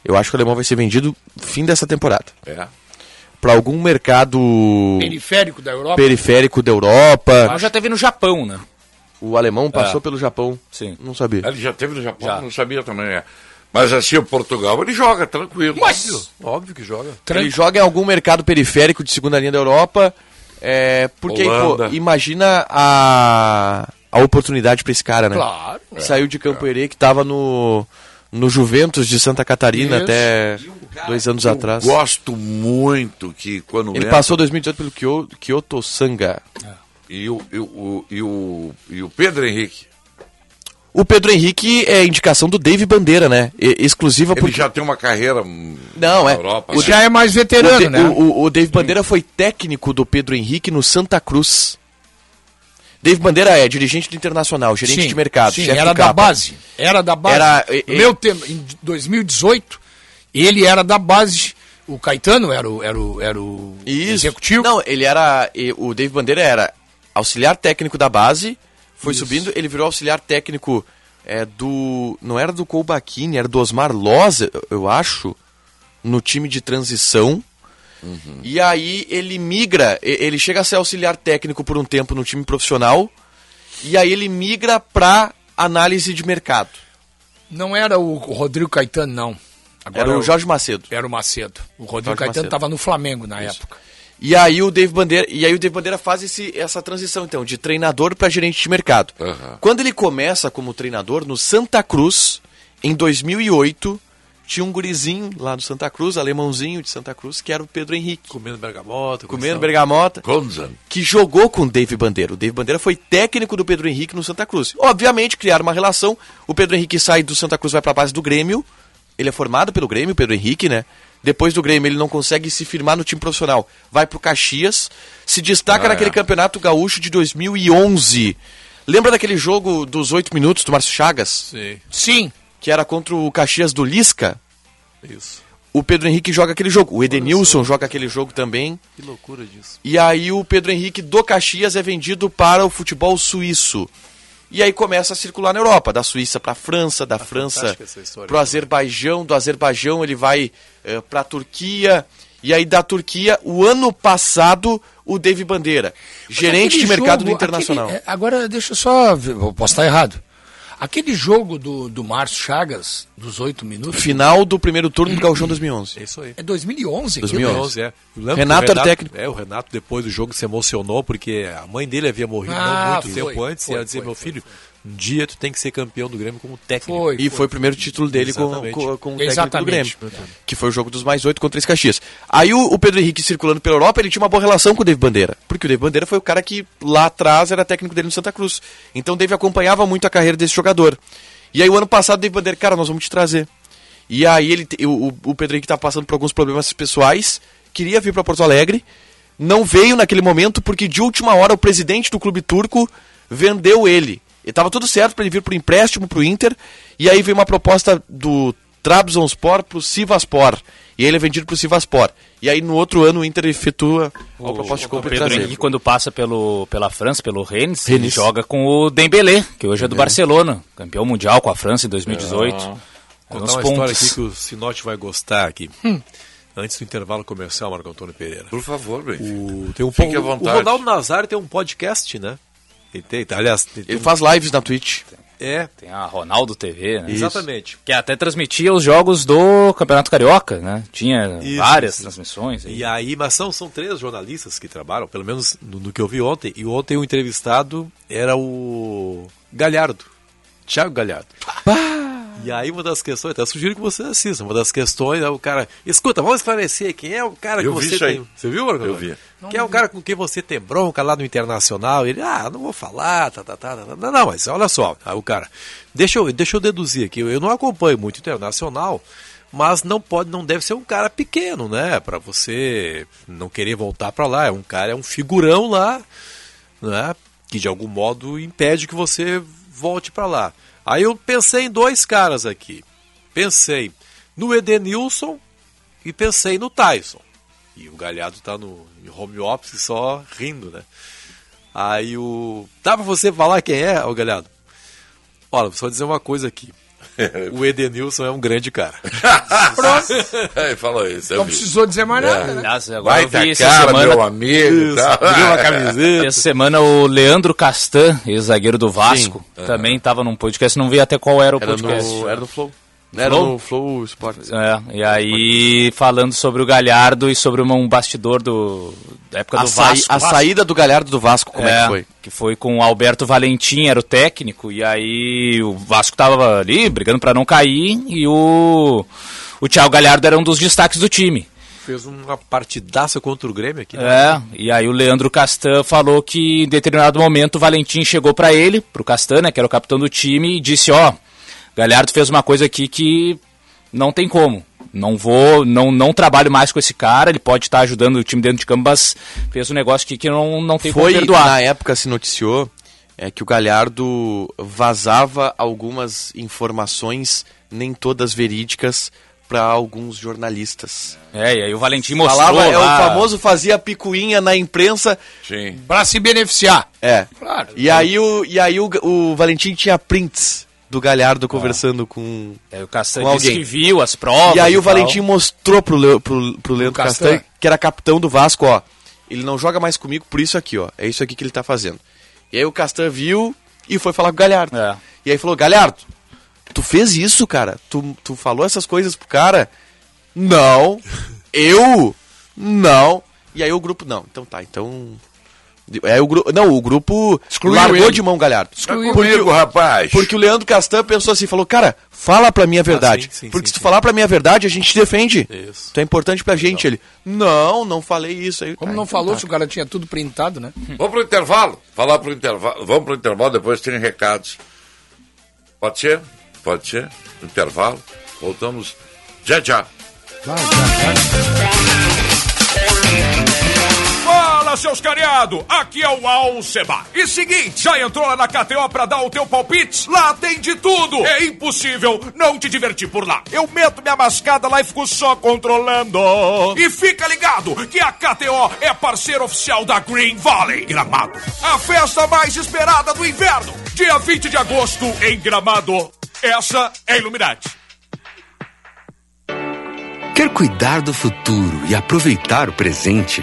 C: Eu acho que o alemão vai ser vendido fim dessa temporada.
B: É.
C: Pra algum mercado
E: Periférico da Europa.
C: periférico da Europa.
F: Mas já teve no Japão, né?
C: O alemão passou
F: É.
C: pelo Japão.
F: Sim.
C: Não sabia.
B: Ele já teve no Japão, não sabia também. é. Mas assim, o Portugal, ele joga tranquilo.
D: Mas-
B: Óbvio.
D: Óbvio que joga.
C: Ele joga em algum mercado periférico de segunda linha da Europa. É, porque, pô,
B: Holanda.
C: imagina a, a oportunidade pra esse cara, né?
E: Claro. é.
C: Saiu de Campo Herê, que tava no, no Juventus de Santa Catarina
B: Isso.
C: até dois anos
B: um Eu
C: atrás.
B: Gosto muito que quando
C: Ele
B: entra- É.
C: passou 2018 pelo Kyo- Kyoto Sanga.
B: E o, e, o, e, o, e o Pedro Henrique.
C: O Pedro Henrique é indicação do Dave Bandeira, né? E- exclusiva
B: Ele
C: porque...
B: já tem uma carreira hum,
C: Não,
B: na
C: é.
B: Europa.
C: O
B: né?
C: Dave- o
E: né?
C: De- O, o, o Dave Bandeira foi técnico do Pedro Henrique no Santa Cruz. Dave Bandeira é dirigente do Internacional, gerente
E: Sim,
C: de mercado.
E: sim,
C: chefe
E: era
C: do
E: da
C: Capa.
E: base. Era da base.
C: Era, e- e-
E: Meu tempo, em 2018, ele era da base. O Caetano era o, era o, era o
C: executivo. Não, ele era. e- O Dave Bandeira era auxiliar técnico da base, foi
E: Isso.
C: subindo, ele virou auxiliar técnico é, do. Não era do Colbaquini, era do Osmar Loz, eu- eu acho, no time de transição.
S: Uhum.
E: Hum.
C: E aí ele migra, e- ele chega a ser auxiliar técnico por um tempo no time profissional, e aí ele migra pra análise de mercado.
E: Não era o Rodrigo Caetano, não.
C: Era o
E: eu-
C: Jorge Macedo.
E: Era o Macedo. O Rodrigo
C: Jorge
E: Caetano
C: Macedo.
E: estava no Flamengo na época.
C: E aí o Dave Bandeira, e aí o Dave Bandeira faz esse, essa transição então de treinador para gerente de mercado. Quando ele começa como treinador no Santa Cruz em 2008, tinha um gurizinho lá do Santa Cruz, alemãozinho de Santa Cruz, que era o Pedro Henrique.
D: Comendo bergamota.
C: Comendo bergamota. Que jogou com o Dave Bandeira. O Dave Bandeira foi técnico do Pedro Henrique no Santa Cruz. Obviamente criaram uma relação. O Pedro Henrique sai do Santa Cruz, vai para a base do Grêmio. Ele é formado pelo Grêmio, o Pedro Henrique, né? Depois do Grêmio, ele não consegue se firmar no time profissional. Vai pro Caxias, se destaca
H: Ah,
C: naquele
H: é.
C: campeonato gaúcho de 2011. Lembra daquele jogo dos oito minutos do Márcio Chagas?
D: Sim.
E: Sim.
C: Que era contra o Caxias do Lisca?
D: Isso.
C: O Pedro Henrique joga aquele jogo. O Edenilson joga aquele jogo também.
D: Que loucura disso.
C: E aí o Pedro Henrique do Caxias é vendido para o futebol suíço. E aí começa a circular na Europa, da Suíça para a França, da França
D: Tá fantástica essa é história.
C: para
E: então.
C: o Azerbaijão, do Azerbaijão ele vai para a Turquia. E aí da Turquia, o ano passado, o Dave Bandeira, gerente
E: Aquele
C: de mercado do
E: jogo,
C: Internacional.
E: aquele- é, agora, deixa eu só. ver, eu Posso estar errado. Aquele jogo do, do Márcio Chagas, dos oito minutos.
C: Final do primeiro turno do Gauchão 2011.
D: É isso aí.
E: É 2011?
D: 2011, é. Eu lembro que
C: Renato
D: o
C: era técnico.
D: É, o Renato depois do jogo se emocionou porque a mãe dele havia morrido
E: Ah,
D: não muito
E: foi,
D: tempo antes é
E: foi,
D: e ela dizia, meu filho, um dia tu tem que ser campeão do Grêmio como técnico.
C: e foi, o primeiro título dele com,
D: Exatamente.
C: com, com o técnico do Grêmio.
D: Exatamente.
C: Que foi o jogo dos mais oito contra esse Caxias. Aí o, o Pedro Henrique circulando pela Europa, ele tinha uma boa relação com o David Bandeira. Porque o David Bandeira foi o cara que lá atrás era técnico dele no Santa Cruz. Então o David acompanhava muito a carreira desse jogador. E aí o ano passado o David Bandeira, cara, nós vamos te trazer. E aí ele, te- o, o- o Pedro Henrique tá passando por alguns problemas pessoais, queria vir para Porto Alegre, não veio naquele momento porque de última hora o presidente do clube turco vendeu ele. E tava tudo certo para ele vir por empréstimo pro Inter, e aí veio uma proposta do Trabzonspor pro Sivaspor. E ele é vendido pro Sivaspor. E aí no outro ano o Inter efetua a proposta de
F: O
C: compra e
F: Pedro
C: trazer.
F: Henrique, quando passa pelo, pela França, pelo Rennes, ele
C: Rennes.
F: joga com o Dembélé, que hoje é do
D: Dembélé. Ah.
F: Barcelona, campeão mundial com a França em 2018.
D: Contar
F: Alguns
D: uma história
F: pontos.
D: aqui que o Sinote vai gostar aqui. Antes do intervalo comercial, Marco Antônio Pereira.
B: Por favor,
D: o, tem um
B: Fique
D: po-
B: à vontade.
D: O Ronaldo Nazário tem um podcast, né? Ele tem, tá, aliás... Ele, tem um-
C: faz lives na Twitch.
D: É.
F: Tem a Ronaldo TV, né?
D: Isso. Exatamente.
F: Que até transmitia os jogos do Campeonato Carioca, né? Tinha
D: Isso,
F: várias
D: isso.
F: transmissões. aí.
D: E aí, mas são, são três jornalistas que trabalham, pelo menos no, no que eu vi ontem. E ontem o entrevistado era o Galhardo, Thiago Galhardo. E aí uma das questões, até sugiro que você assista, uma das questões é o cara, escuta, vamos esclarecer, quem é o cara
B: Eu
D: que
B: vi
D: você
B: isso aí.
D: tem... Você viu, Marco?
B: Eu vi.
D: Quem é o cara com quem você tem bronca lá no Internacional? Ele, ah, não vou falar, tá, tá, tá, tá, tá. Não, não, mas olha só, aí o cara, deixa eu, deixa eu deduzir aqui, eu não acompanho muito Internacional, mas não pode, não deve ser um cara pequeno, né, Pra você não querer voltar pra lá, é um cara, é um figurão lá, né, que de algum modo impede que você volte pra lá. Aí eu pensei em dois caras aqui, pensei no Edenilson e pensei no Tyson. E o Galhardo tá no em home office só rindo, né? Aí o. Dá pra você falar quem é, ô Galhardo? Olha, vou só dizer uma coisa aqui. O Edenilson é um grande cara.
C: É,
B: Aí falou isso. eu
E: Não
B: vi.
E: Então precisou dizer mais
D: É.
E: nada, né?
F: Aliás, agora
B: Vai
F: eu vi
B: tá
F: essa
B: cara,
F: semana-
B: meu amigo. e tal.
F: Essa semana o Leandro Castan, ex-zagueiro do Vasco,
C: Sim.
F: também estava num podcast, não vi até qual era o
C: Era
F: podcast.
C: no, era no Flow. Era
F: Flow?
C: no Flow Sports.
F: É, e aí falando sobre o Galhardo e sobre uma- um bastidor do, da época
C: A,
F: do
C: sai-
F: Vasco.
C: a saída do Galhardo do Vasco, como é que foi?
F: Que foi com o Alberto Valentim, era o técnico, e aí o Vasco tava ali brigando para não cair, e o, o Thiago Galhardo era um dos destaques do time.
D: Fez uma partidaça contra o Grêmio aqui. né?
F: É, e aí o Leandro Castan falou que em determinado momento o Valentim chegou pra ele, pro Castan, né, que era o capitão do time, e disse, ó, Galhardo fez uma coisa aqui que não tem como. Não vou, não, não um trabalho mais com esse cara, ele pode estar ajudando o time dentro de campo, mas fez um negócio aqui que não, não tem como
C: Foi,
F: perdoar.
C: na época se noticiou é que o Galhardo vazava algumas informações, nem todas verídicas, para alguns jornalistas.
F: É, e aí o Valentim mostrou
C: Falava, é o
F: lá.
C: famoso fazia picuinha na imprensa
B: Sim.
E: Pra se beneficiar.
C: É.
E: Claro.
C: E aí o, e aí o, o Valentim tinha prints do Galhardo conversando com,
F: Aí É, o Castan
C: com
F: disse
C: alguém.
F: que viu as provas.
C: E aí o
F: tal.
C: Valentim mostrou pro, Leo, pro, pro Leandro
F: Castan.
C: Castan. que era capitão do Vasco, ó. Ele não joga mais comigo por isso aqui, ó. É isso aqui que ele tá fazendo. E aí o Castan viu e foi falar com o Galhardo.
B: É.
C: E aí falou, Galhardo, tu fez isso, cara? Tu, tu falou essas coisas pro cara? Não. Eu? Não. E aí o grupo, não. Então tá, então... É o grupo, não, o grupo
B: Excluiu
C: largou
B: ele.
C: de mão o Galhardo.
B: Excluiu comigo,
C: o-
B: rapaz.
C: Porque o Leandro Castan pensou assim, falou: "Cara, fala pra
B: Ah,
C: mim a verdade, porque se tu falar pra mim a verdade, a gente te defende. Isso. Então é importante pra gente ele. Não, não falei isso aí.
E: Como não falou
D: tá.
E: se o cara tinha tudo printado, né?
D: Hum.
B: Vamos pro intervalo? Falar pro intervalo. Vamos pro intervalo, depois tem recados. Pode ser? Pode ser? Intervalo. Voltamos já já.
H: Fala, seus cariado! Aqui é o Alceba. E seguinte, já entrou lá na KTO pra dar o teu palpite? Lá tem de tudo! É impossível não te divertir por lá. Eu meto minha mascada lá e fico só controlando. E fica ligado que a KTO é parceira oficial da Green Valley. Gramado. A festa mais esperada do inverno. Dia 20 de agosto em Gramado. Essa é Iluminati.
S: Quer cuidar do futuro e aproveitar o presente?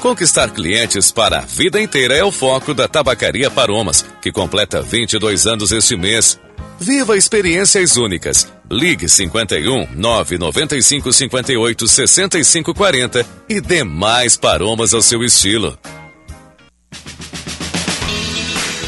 P: Conquistar clientes para a vida inteira é o foco da Tabacaria Paromas, que completa 22 anos este mês. Viva experiências únicas. Ligue 51 995 58 65 40 e dê mais paromas ao seu estilo.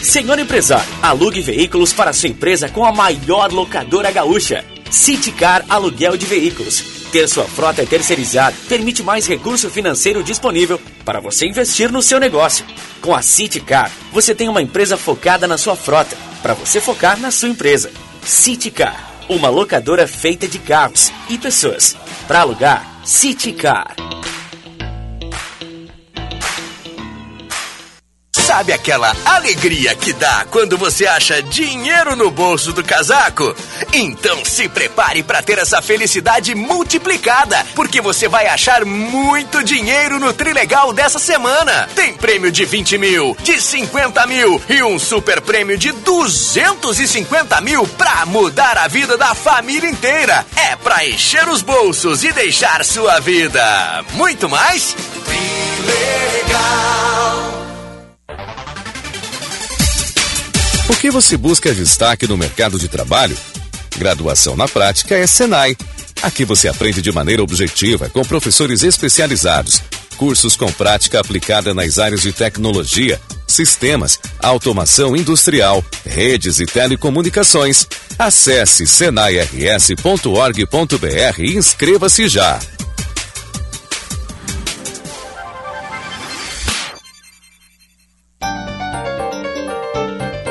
O: Senhor empresário, alugue veículos para sua empresa com a maior locadora gaúcha. Citicar Aluguel de Veículos. Ter sua frota terceirizada permite mais recurso financeiro disponível para você investir no seu negócio. Com a Citicar, você tem uma empresa focada na sua frota, para você focar na sua empresa. Citicar, uma locadora feita de carros e pessoas. Para alugar, Citicar.
T: Sabe aquela alegria que dá quando você acha dinheiro no bolso do casaco? Então se prepare para ter essa felicidade multiplicada, porque você vai achar muito dinheiro no Trilegal dessa semana. Tem prêmio de 20 mil, de 50 mil e um super prêmio de 250 mil pra mudar a vida da família inteira. É pra encher os bolsos e deixar sua vida muito mais. Trilegal.
P: O que você busca é destaque no mercado de trabalho? Graduação na prática é Senai. Aqui você aprende de maneira objetiva, com professores especializados, cursos com prática aplicada nas áreas de tecnologia, sistemas, automação industrial, redes e telecomunicações. Acesse senairs.org.br e inscreva-se já.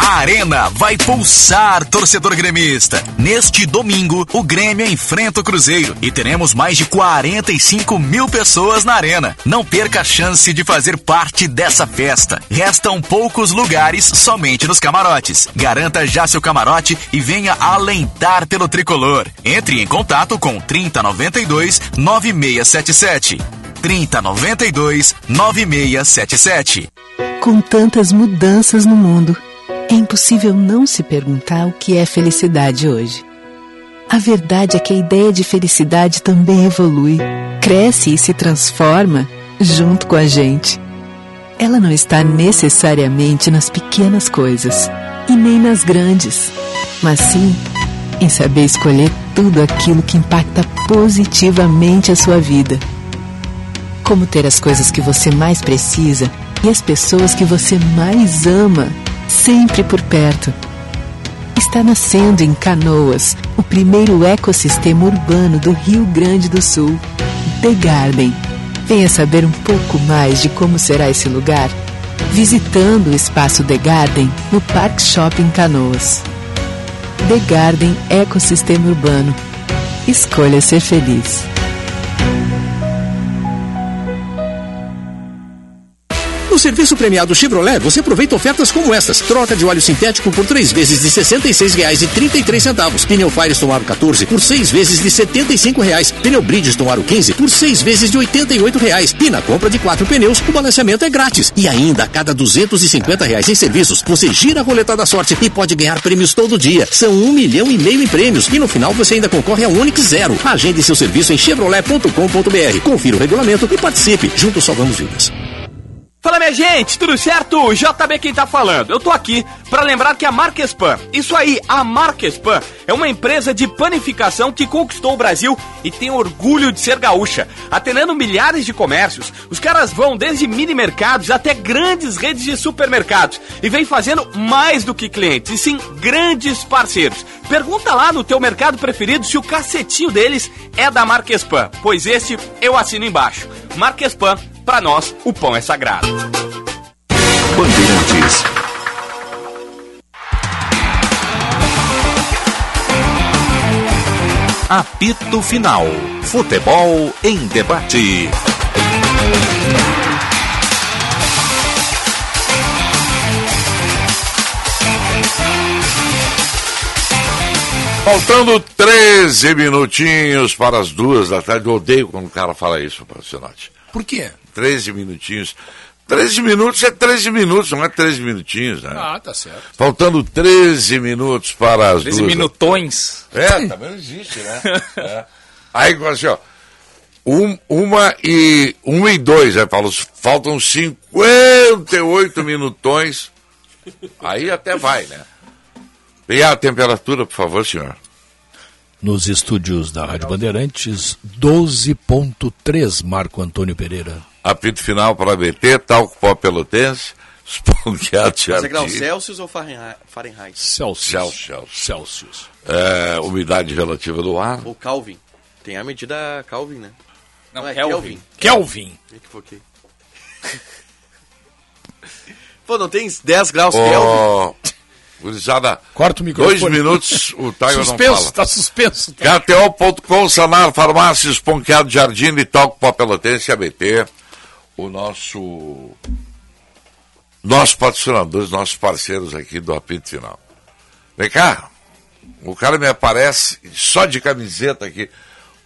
J: A Arena vai pulsar, torcedor gremista. Neste domingo, o Grêmio enfrenta o Cruzeiro e teremos mais de 45 mil pessoas na Arena. Não perca a chance de fazer parte dessa festa. Restam poucos lugares somente nos camarotes. Garanta já seu camarote e venha alentar pelo tricolor. Entre em contato com 3092 9677. 3092 9677.
K: Com tantas mudanças no mundo, é impossível não se perguntar o que é felicidade hoje. A verdade é que a ideia de felicidade também evolui, cresce e se transforma junto com a gente. Ela não está necessariamente nas pequenas coisas e nem nas grandes, mas sim em saber escolher tudo aquilo que impacta positivamente a sua vida. Como ter as coisas que você mais precisa e as pessoas que você mais ama sempre por perto. Está nascendo em Canoas, o primeiro ecossistema urbano do Rio Grande do Sul, The Garden. Venha saber um pouco mais de como será esse lugar visitando o espaço The Garden no Parque Shopping Canoas. The Garden Ecossistema Urbano. Escolha ser feliz.
U: No serviço premiado Chevrolet, você aproveita ofertas como estas. Troca de óleo sintético por três vezes de R$ 66,33. Pneu Firestone Aro 14 por seis vezes de R$ reais. Pneu Bridgestone Aro 15 por seis vezes de R$ reais. E na compra de quatro pneus, o balanceamento é grátis. E ainda, a cada R$ 250 reais em serviços, você gira a roleta da sorte e pode ganhar prêmios todo dia. São um milhão e meio em prêmios. E no final, você ainda concorre a um Onix Zero. Agende seu serviço em chevrolet.com.br. Confira o regulamento e participe. Juntos salvamos vidas.
R: Fala minha gente, tudo certo? JB quem tá falando. Eu tô aqui para lembrar que a Marquespan, isso aí, a Marquespan é uma empresa de panificação que conquistou o Brasil e tem orgulho de ser gaúcha, atendendo milhares de comércios. Os caras vão desde mini mercados até grandes redes de supermercados e vem fazendo mais do que clientes, e sim grandes parceiros. Pergunta lá no teu mercado preferido se o cacetinho deles é da Marquespan, pois esse eu assino embaixo. Marquespan para nós, o pão é sagrado.
P: Bandeirantes.
N: Apito Final. Futebol em debate.
B: Faltando 13 minutinhos para as duas da tarde. Eu odeio quando o cara fala isso, Passionato.
E: Por quê?
B: 13 minutinhos. 13 minutos é 13 minutos, não é 13 minutinhos, né?
E: Ah, tá certo.
B: Faltando 13 minutos para as
F: 13
B: duas.
F: minutões.
B: É, também não existe, né? É. Aí, assim, ó. Um, uma e uma e dois, aí falo, faltam 58 minutões. Aí até vai, né? E a temperatura, por favor, senhor.
V: Nos estúdios da Rádio Bandeirantes, 12.3, Marco Antônio Pereira.
B: Apito final para BT, talco pó pelotense, esponqueado
C: Mas é grau
B: jardim.
C: Celsius ou Fahrenheit? Fahrenheit?
V: Celsius.
B: Celsius.
V: Celsius.
B: É, umidade relativa do ar.
C: Ou Calvin. Tem a medida Calvin, né? Não, é
F: Kelvin.
C: Kelvin. Me equivoquei. Pô, não tem 10 graus Kelvin?
B: Ó, gurizada,
E: Corta o
B: dois
E: microfone.
B: minutos, o Tiger não
E: suspenso,
B: fala.
E: tá suspenso.
B: KTO.com, Sanar, Farmácia, Esponqueado Jardim e Talco Papelotense, ABT. O nosso. Nossos patrocinadores, nossos parceiros aqui do apito final. Vem cá, o cara me aparece só de camiseta aqui.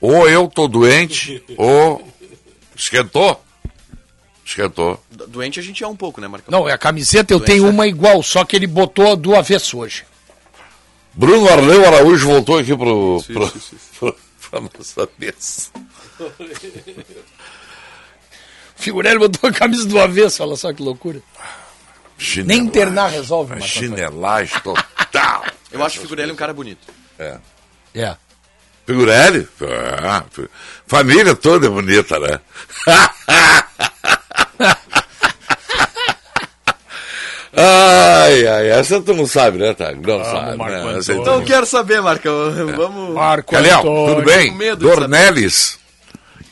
B: Ou eu tô doente, ou. Esquentou? Esquentou.
C: Do- Doente a gente é um pouco, né, Marcão?
E: Não, é a camiseta eu tenho uma igual, só que ele botou do avesso hoje.
B: Bruno Arleu Araújo voltou aqui pro, pro, pro- pra nossa mesa.
E: O Figurelli botou a camisa do avesso, olha só que loucura. Nem
B: Chinelagem,
E: internar resolve, Marco Antônio.
B: Chinelagem total.
C: Eu acho o Figurelli um cara bonito.
B: É.
E: É.
B: Figurelli? Ah, fi- família toda é bonita, né? ai, ai, essa tu não sabe, né, Tá? Não sabe, né? Essa aí tu
C: Não
B: não-
C: quero saber, Marcão. Vamos.
B: Marco É. Calhau, tudo
C: Com
B: bem?
C: medo de saber.
B: Dornelles.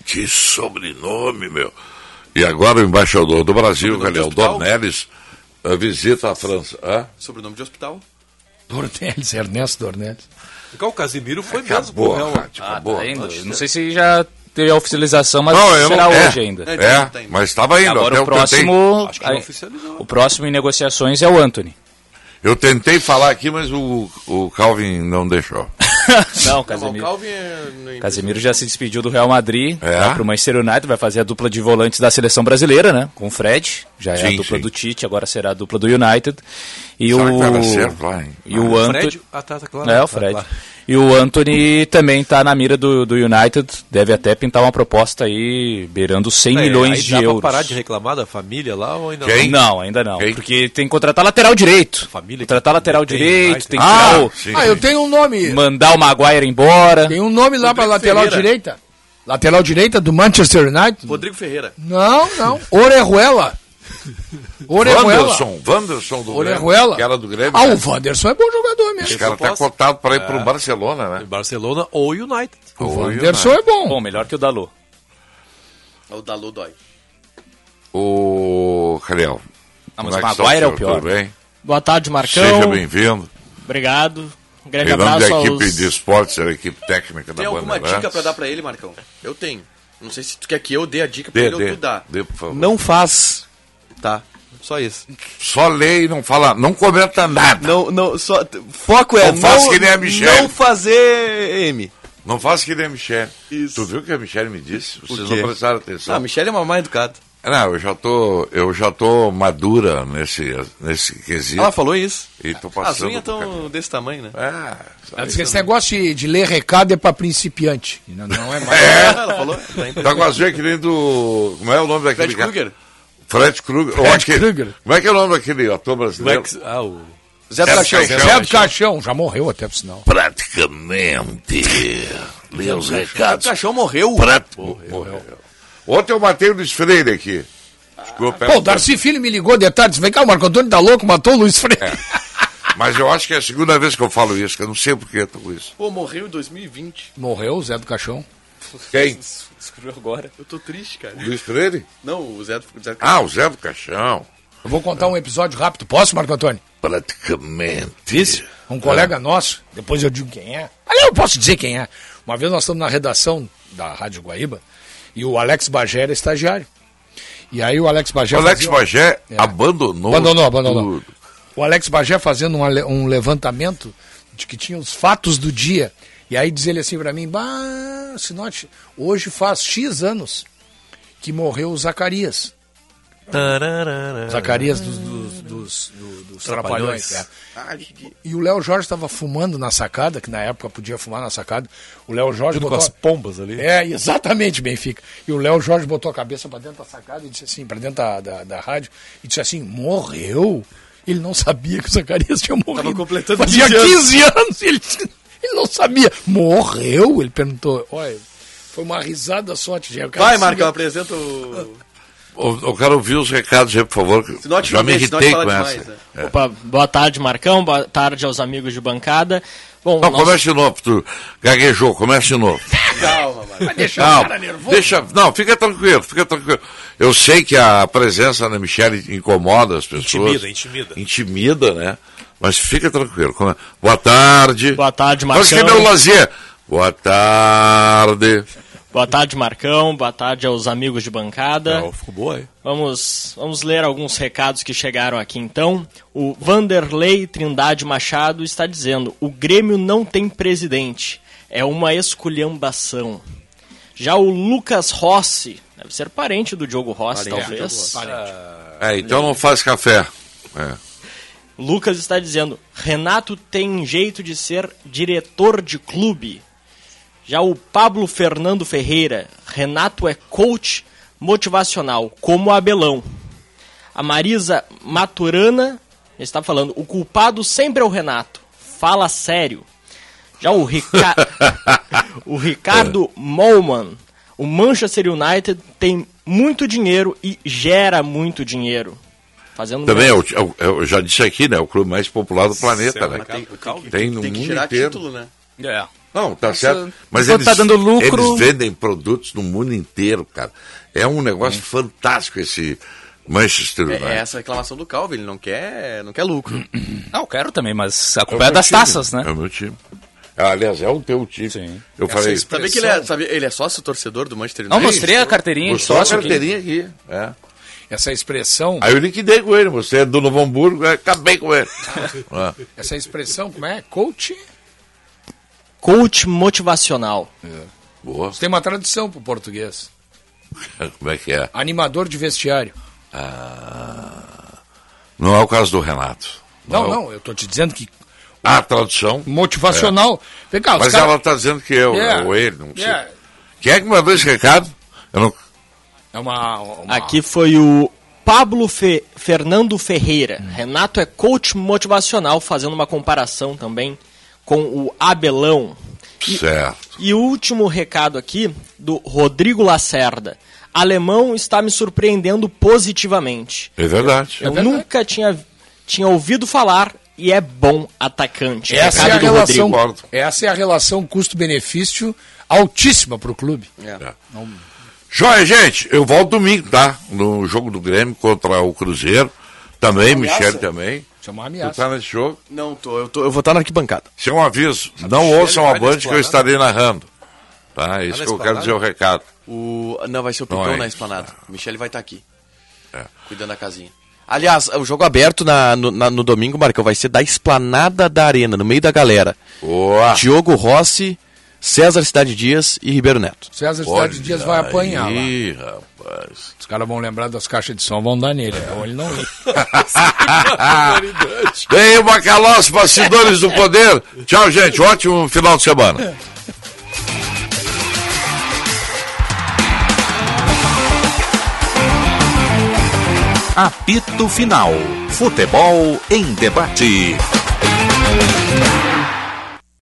B: Que sobrenome, meu. E agora o embaixador do Brasil, Calhau, Dornelles, eh, visita a França. Hã?
C: Sobrenome de hospital?
E: Dornelles, Ernesto Dornelles.
D: O Casimiro foi mesmo.
F: Acabou,
D: pro Real.
C: tipo,
D: Ah,
F: Tá indo. Não sei se já teve a oficialização, mas
D: Não, eu
F: será
D: não- é.
F: hoje ainda.
D: É, É, tá indo. mas tava indo,
F: Agora
B: até
F: o
B: eu tentei.
F: próximo.
B: Acho que não
F: aí- o próximo em negociações é o Anthony.
B: Eu tentei falar aqui, mas o, o Calvin não deixou.
F: Não,
D: Tá
F: Casemiro.
D: é
F: Casemiro já se despediu do Real Madrid, vai pro Manchester United, vai fazer a dupla de volantes da seleção brasileira, né? Com o Fred. Já é
D: Sim,
F: a dupla
D: sim.
F: do Tite, agora será a dupla do United. E
D: Será
F: o.
D: que vai ser, vai?
F: E o
D: Ah,
F: Anthony.
D: Fred? Ah, tá, tá claro.
F: É, o
D: Tá
F: Fred.
D: claro.
F: E o Anthony também tá na mira do, do United. Deve até pintar uma proposta aí beirando 100
D: É,
F: milhões
D: aí
F: de
D: dá pra
F: euros.
D: parar um de reclamar da família lá ou ainda
F: Quem? Não, ainda não. Porque tem que contratar lateral direito. Família contratar lateral
D: tem mais,
F: direito, tem que
D: né?
F: tirar
D: Ah,
F: o-
D: sim,
E: Ah, eu tenho um nome.
F: mandar o Maguire embora.
E: Tem um nome lá pra lateral
F: Ferreira.
E: direita. Lateral direita do Manchester United?
D: Rodrigo Ferreira.
E: Não, não. Orejuela. Orejuela.
B: Wanderson, Wanderson do
E: Orejuela.
B: Grêmio, que era do Grêmio.
E: Ah,
B: né?
E: o Wanderson é bom jogador mesmo.
B: Esse cara tá cotado para ir pro Barcelona, né?
D: É. Barcelona ou United.
B: O
E: Wanderson é bom.
F: Bom, melhor que o Dalô.
W: O Dalu dói.
B: O Cariel.
G: Ah,
B: como
G: mas
B: que
G: o
B: está
G: Maguire é
B: senhor?
G: o pior.
B: Tudo bem?
G: Boa tarde, Marcão.
B: Seja bem-vindo.
G: Obrigado. Um grande
B: Em nome da
G: abraço
B: equipe
G: aos...
B: de esportes, da equipe técnica
W: Tem
B: da né?
W: alguma
B: Bandeirantes.
W: dica pra dar pra ele, Marcão? Eu tenho. Não sei se tu quer que eu dê a dica pra
B: Dê,
W: ele ou
B: dê,
W: tu dá.
B: dê, por favor.
W: Não faz. Tá. Só isso.
B: Só lê e não fala, não comenta nada.
W: Não, não, só foco é
B: não faz que nem a Michelle.
W: não fazer M.
B: Não faz que nem a Michelle. Tu viu o que a Michelle me disse? Vocês
W: quê?
B: não prestaram atenção.
W: Ah, a Michelle é uma má educada.
B: Não, eu já tô, eu já tô madura nesse, nesse quesito.
W: Ela falou isso.
B: E tô
W: As
B: passando. É,
W: unhas estão desse tamanho, né?
E: Ela disse que esse negócio de, de ler recado é pra principiante. Não, não é mais.
B: É.
W: Ela falou.
B: Tá com as unhas que nem do. Como é o nome daquele
W: Fred
B: cara?
W: Krueger?
B: Fred Krueger. Ou
E: Fred
B: aquele- Como é que é o nome daquele ator brasileiro?
E: Como
D: Ah, o...
E: Zé do Caixão. Zé do Caixão. Já morreu até, por sinal.
B: Praticamente. Lê os recados.
W: O cachorro morreu.
B: Pra- Morreu. Ontem eu matei o Luiz Freire aqui. Desculpa. é
E: Pô, o Darcy Filho me ligou de tarde. disse, Vem cá, o Marco Antônio tá louco, matou o Luiz Freire.
B: Mas eu acho que é a segunda vez que eu falo isso, que eu não sei por que eu tô com isso.
W: Pô, morreu em 2020.
E: Morreu o Zé do Caixão.
B: Quem?
W: Descobriu agora. Eu tô triste, cara.
B: Luiz Freire?
W: Não, o Zé do o Zé do
B: Ah, o Zé do Caixão.
E: Eu vou contar um episódio rápido. Posso, Marco Antônio?
B: Praticamente.
E: Um
B: É.
E: colega nosso, depois eu digo quem é. Aliás, eu posso dizer quem é. Uma vez nós estamos na redação da Rádio Guaíba e o Alex Bagé era estagiário. E aí o Alex Bagé.
B: O Alex
E: fazia- um- É.
B: Bagé abandonou.
E: Abandonou, abandonou.
B: tudo.
E: O Alex Bagé fazendo um, ale- um levantamento de que tinha os fatos do dia. E aí diz ele assim pra mim, bah, Sinote, hoje faz X anos que morreu o Zacarias. Zacarias dos, dos, dos, do- dos Trapalhões.
W: Trapalhões.
E: é. E o Léo Jorge estava fumando na sacada, que na época podia fumar na sacada. O Léo Jorge
D: Junto com
E: botou-
D: as pombas ali.
E: É, exatamente, Benfica. E o Léo Jorge botou a cabeça pra dentro da sacada e disse assim, pra dentro da, da, da rádio, e disse assim, morreu? Ele não sabia que o Zacarias tinha morrido. Tava completando Fazia
W: 15 anos.
E: 15 anos. e ele, ele não sabia. Morreu? Ele perguntou. Olha, foi uma risada só, Tijé. O cara
W: Vai,
E: se-
W: Marcão, apresenta o.
B: Eu, eu quero ouvir os recados aí, por favor. que
W: Sinote
B: Já me
W: também, Sinote
B: irritei
W: fala
B: com
W: demais,
B: essa.
W: né?
B: É.
G: Opa, boa tarde, Marcão. Boa tarde aos amigos de bancada. Bom,
B: Não,
G: nós-
B: comece de novo, tu gaguejou, comece de novo.
W: Calma, mano.
E: Vai deixar
B: Calma, deixa, não, fica tranquilo, fica tranquilo. Eu sei que a presença da Michelle incomoda as pessoas.
G: Intimida, intimida.
B: Intimida, né? Mas fica tranquilo. come- Boa tarde. Boa
G: tarde,
B: Marcos.
G: Marcão.
B: que é meu lazer. Boa tarde.
G: Boa tarde, Marcão. Boa tarde aos amigos de bancada.
D: ficou boa, hein?
G: Vamos, vamos ler alguns recados que chegaram aqui então. O Vanderlei Trindade Machado está dizendo: o Grêmio não tem presidente. É uma esculhambação. Já o Lucas Rossi, deve ser parente do Diogo
B: Parente
G: Rossi,
B: do Diogo
G: talvez.
B: Rossi. É, então não faz café. É.
G: Lucas está dizendo: Renato tem jeito de ser diretor de clube. Já o Pablo Fernando Ferreira, Renato é coach motivacional, como Abelão. A Marisa Maturana está falando: o culpado sempre é o Renato. Fala sério. Já o, Rica... o Ricardo Molman, o Manchester United tem muito dinheiro e gera muito dinheiro. Fazendo
B: Também é
G: merda.
B: o- é o- eu já disse aqui, né? É o clube mais popular do planeta,
G: Certo,
B: né?
G: tem-
B: Tem,
G: tem-
B: no
G: tem que
B: mundo
G: gerar
B: inteiro.
G: título, né?
F: É.
B: Não, tá
F: Nossa,
B: certo. Mas
F: enquanto
B: eles,
F: tá dando lucro-
B: eles vendem produtos no mundo inteiro, cara. É um negócio fantástico esse Manchester
W: É,
B: United.
W: é essa reclamação do Calvin, ele não quer, não quer lucro.
F: Não, quero também, mas a
B: É o
F: culpa é,
B: meu
F: das
B: time.
F: taças, né?
B: É o meu time. Ah, aliás, é o teu time. Eu falei.
W: Sabia que ele é, sabia- ele é sócio torcedor do Manchester
B: Não,
W: United? É.
B: mostrei a carteirinha de Mostrou a sócio aqui. carteirinha aqui.
E: Essa expressão.
B: Aí eu liquidei com ele. Você é do Novo Hamburgo, eu acabei com ele. Ah.
E: Essa expressão, como é? Coach?
G: Coach motivacional.
B: Boa.
E: Tem uma tradução pro português.
B: Como é que é?
E: Animador de vestiário.
B: Ah, Não é o caso do Renato. Ah,
E: Não, não, eu tô te dizendo que
B: A tradução. É.
E: motivacional. Vem cá, os
B: Mas
E: cara-
B: ela está dizendo que eu,
E: É.
B: ou ele, não sei.
E: É.
B: Quem é que mandou esse recado? Eu não...
E: É uma, uma-
G: Aqui foi o Pablo Fe- Fernando
E: Hum.
G: Ferreira. Renato é coach motivacional, fazendo uma comparação também com o Abelão.
W: É,
B: Certo.
G: E o último recado aqui do Rodrigo Lacerda. Alemão está me surpreendendo positivamente.
B: É verdade.
G: Eu nunca tinha, tinha ouvido falar e é bom atacante.
E: Essa é a
G: Recado do
E: relação,
G: Rodrigo.
E: essa é a relação custo-benefício altíssima para o clube.
B: É.
E: É. Não-
B: Joia, gente, eu volto domingo, tá? No jogo do Grêmio contra o Cruzeiro. Também,
W: Ameaça?
B: Michele também.
E: Isso é uma
B: Tu tá nesse jogo?
W: Não, tô, eu, tô, eu vou estar na arquibancada.
B: Isso é um aviso. não ouçam a
W: vai na
B: Band que eu
W: esplanada?
B: estarei narrando. Tá? É isso
W: na
B: que eu quero
W: esplanada?
B: dizer o recado.
W: O... Não, vai ser o
B: Não
W: Pitão
B: é.
W: na esplanada. O Michele vai estar aqui. Cuidando da casinha.
C: Aliás, o jogo aberto na- no, na- no domingo, Marcão, vai ser da esplanada da arena, no meio da galera. Diogo Rossi, César Cidade Dias e Ribeiro Neto.
E: César
C: Pode
E: Cidade Dias vai
C: daí,
E: apanhar lá. Os caras vão lembrar das caixas de som, vão dar nele. Então ele não ri.
B: Vem o Bacalós, bastidores do poder. Tchau, gente. Ótimo final de semana.
N: Apito Final. Futebol em debate.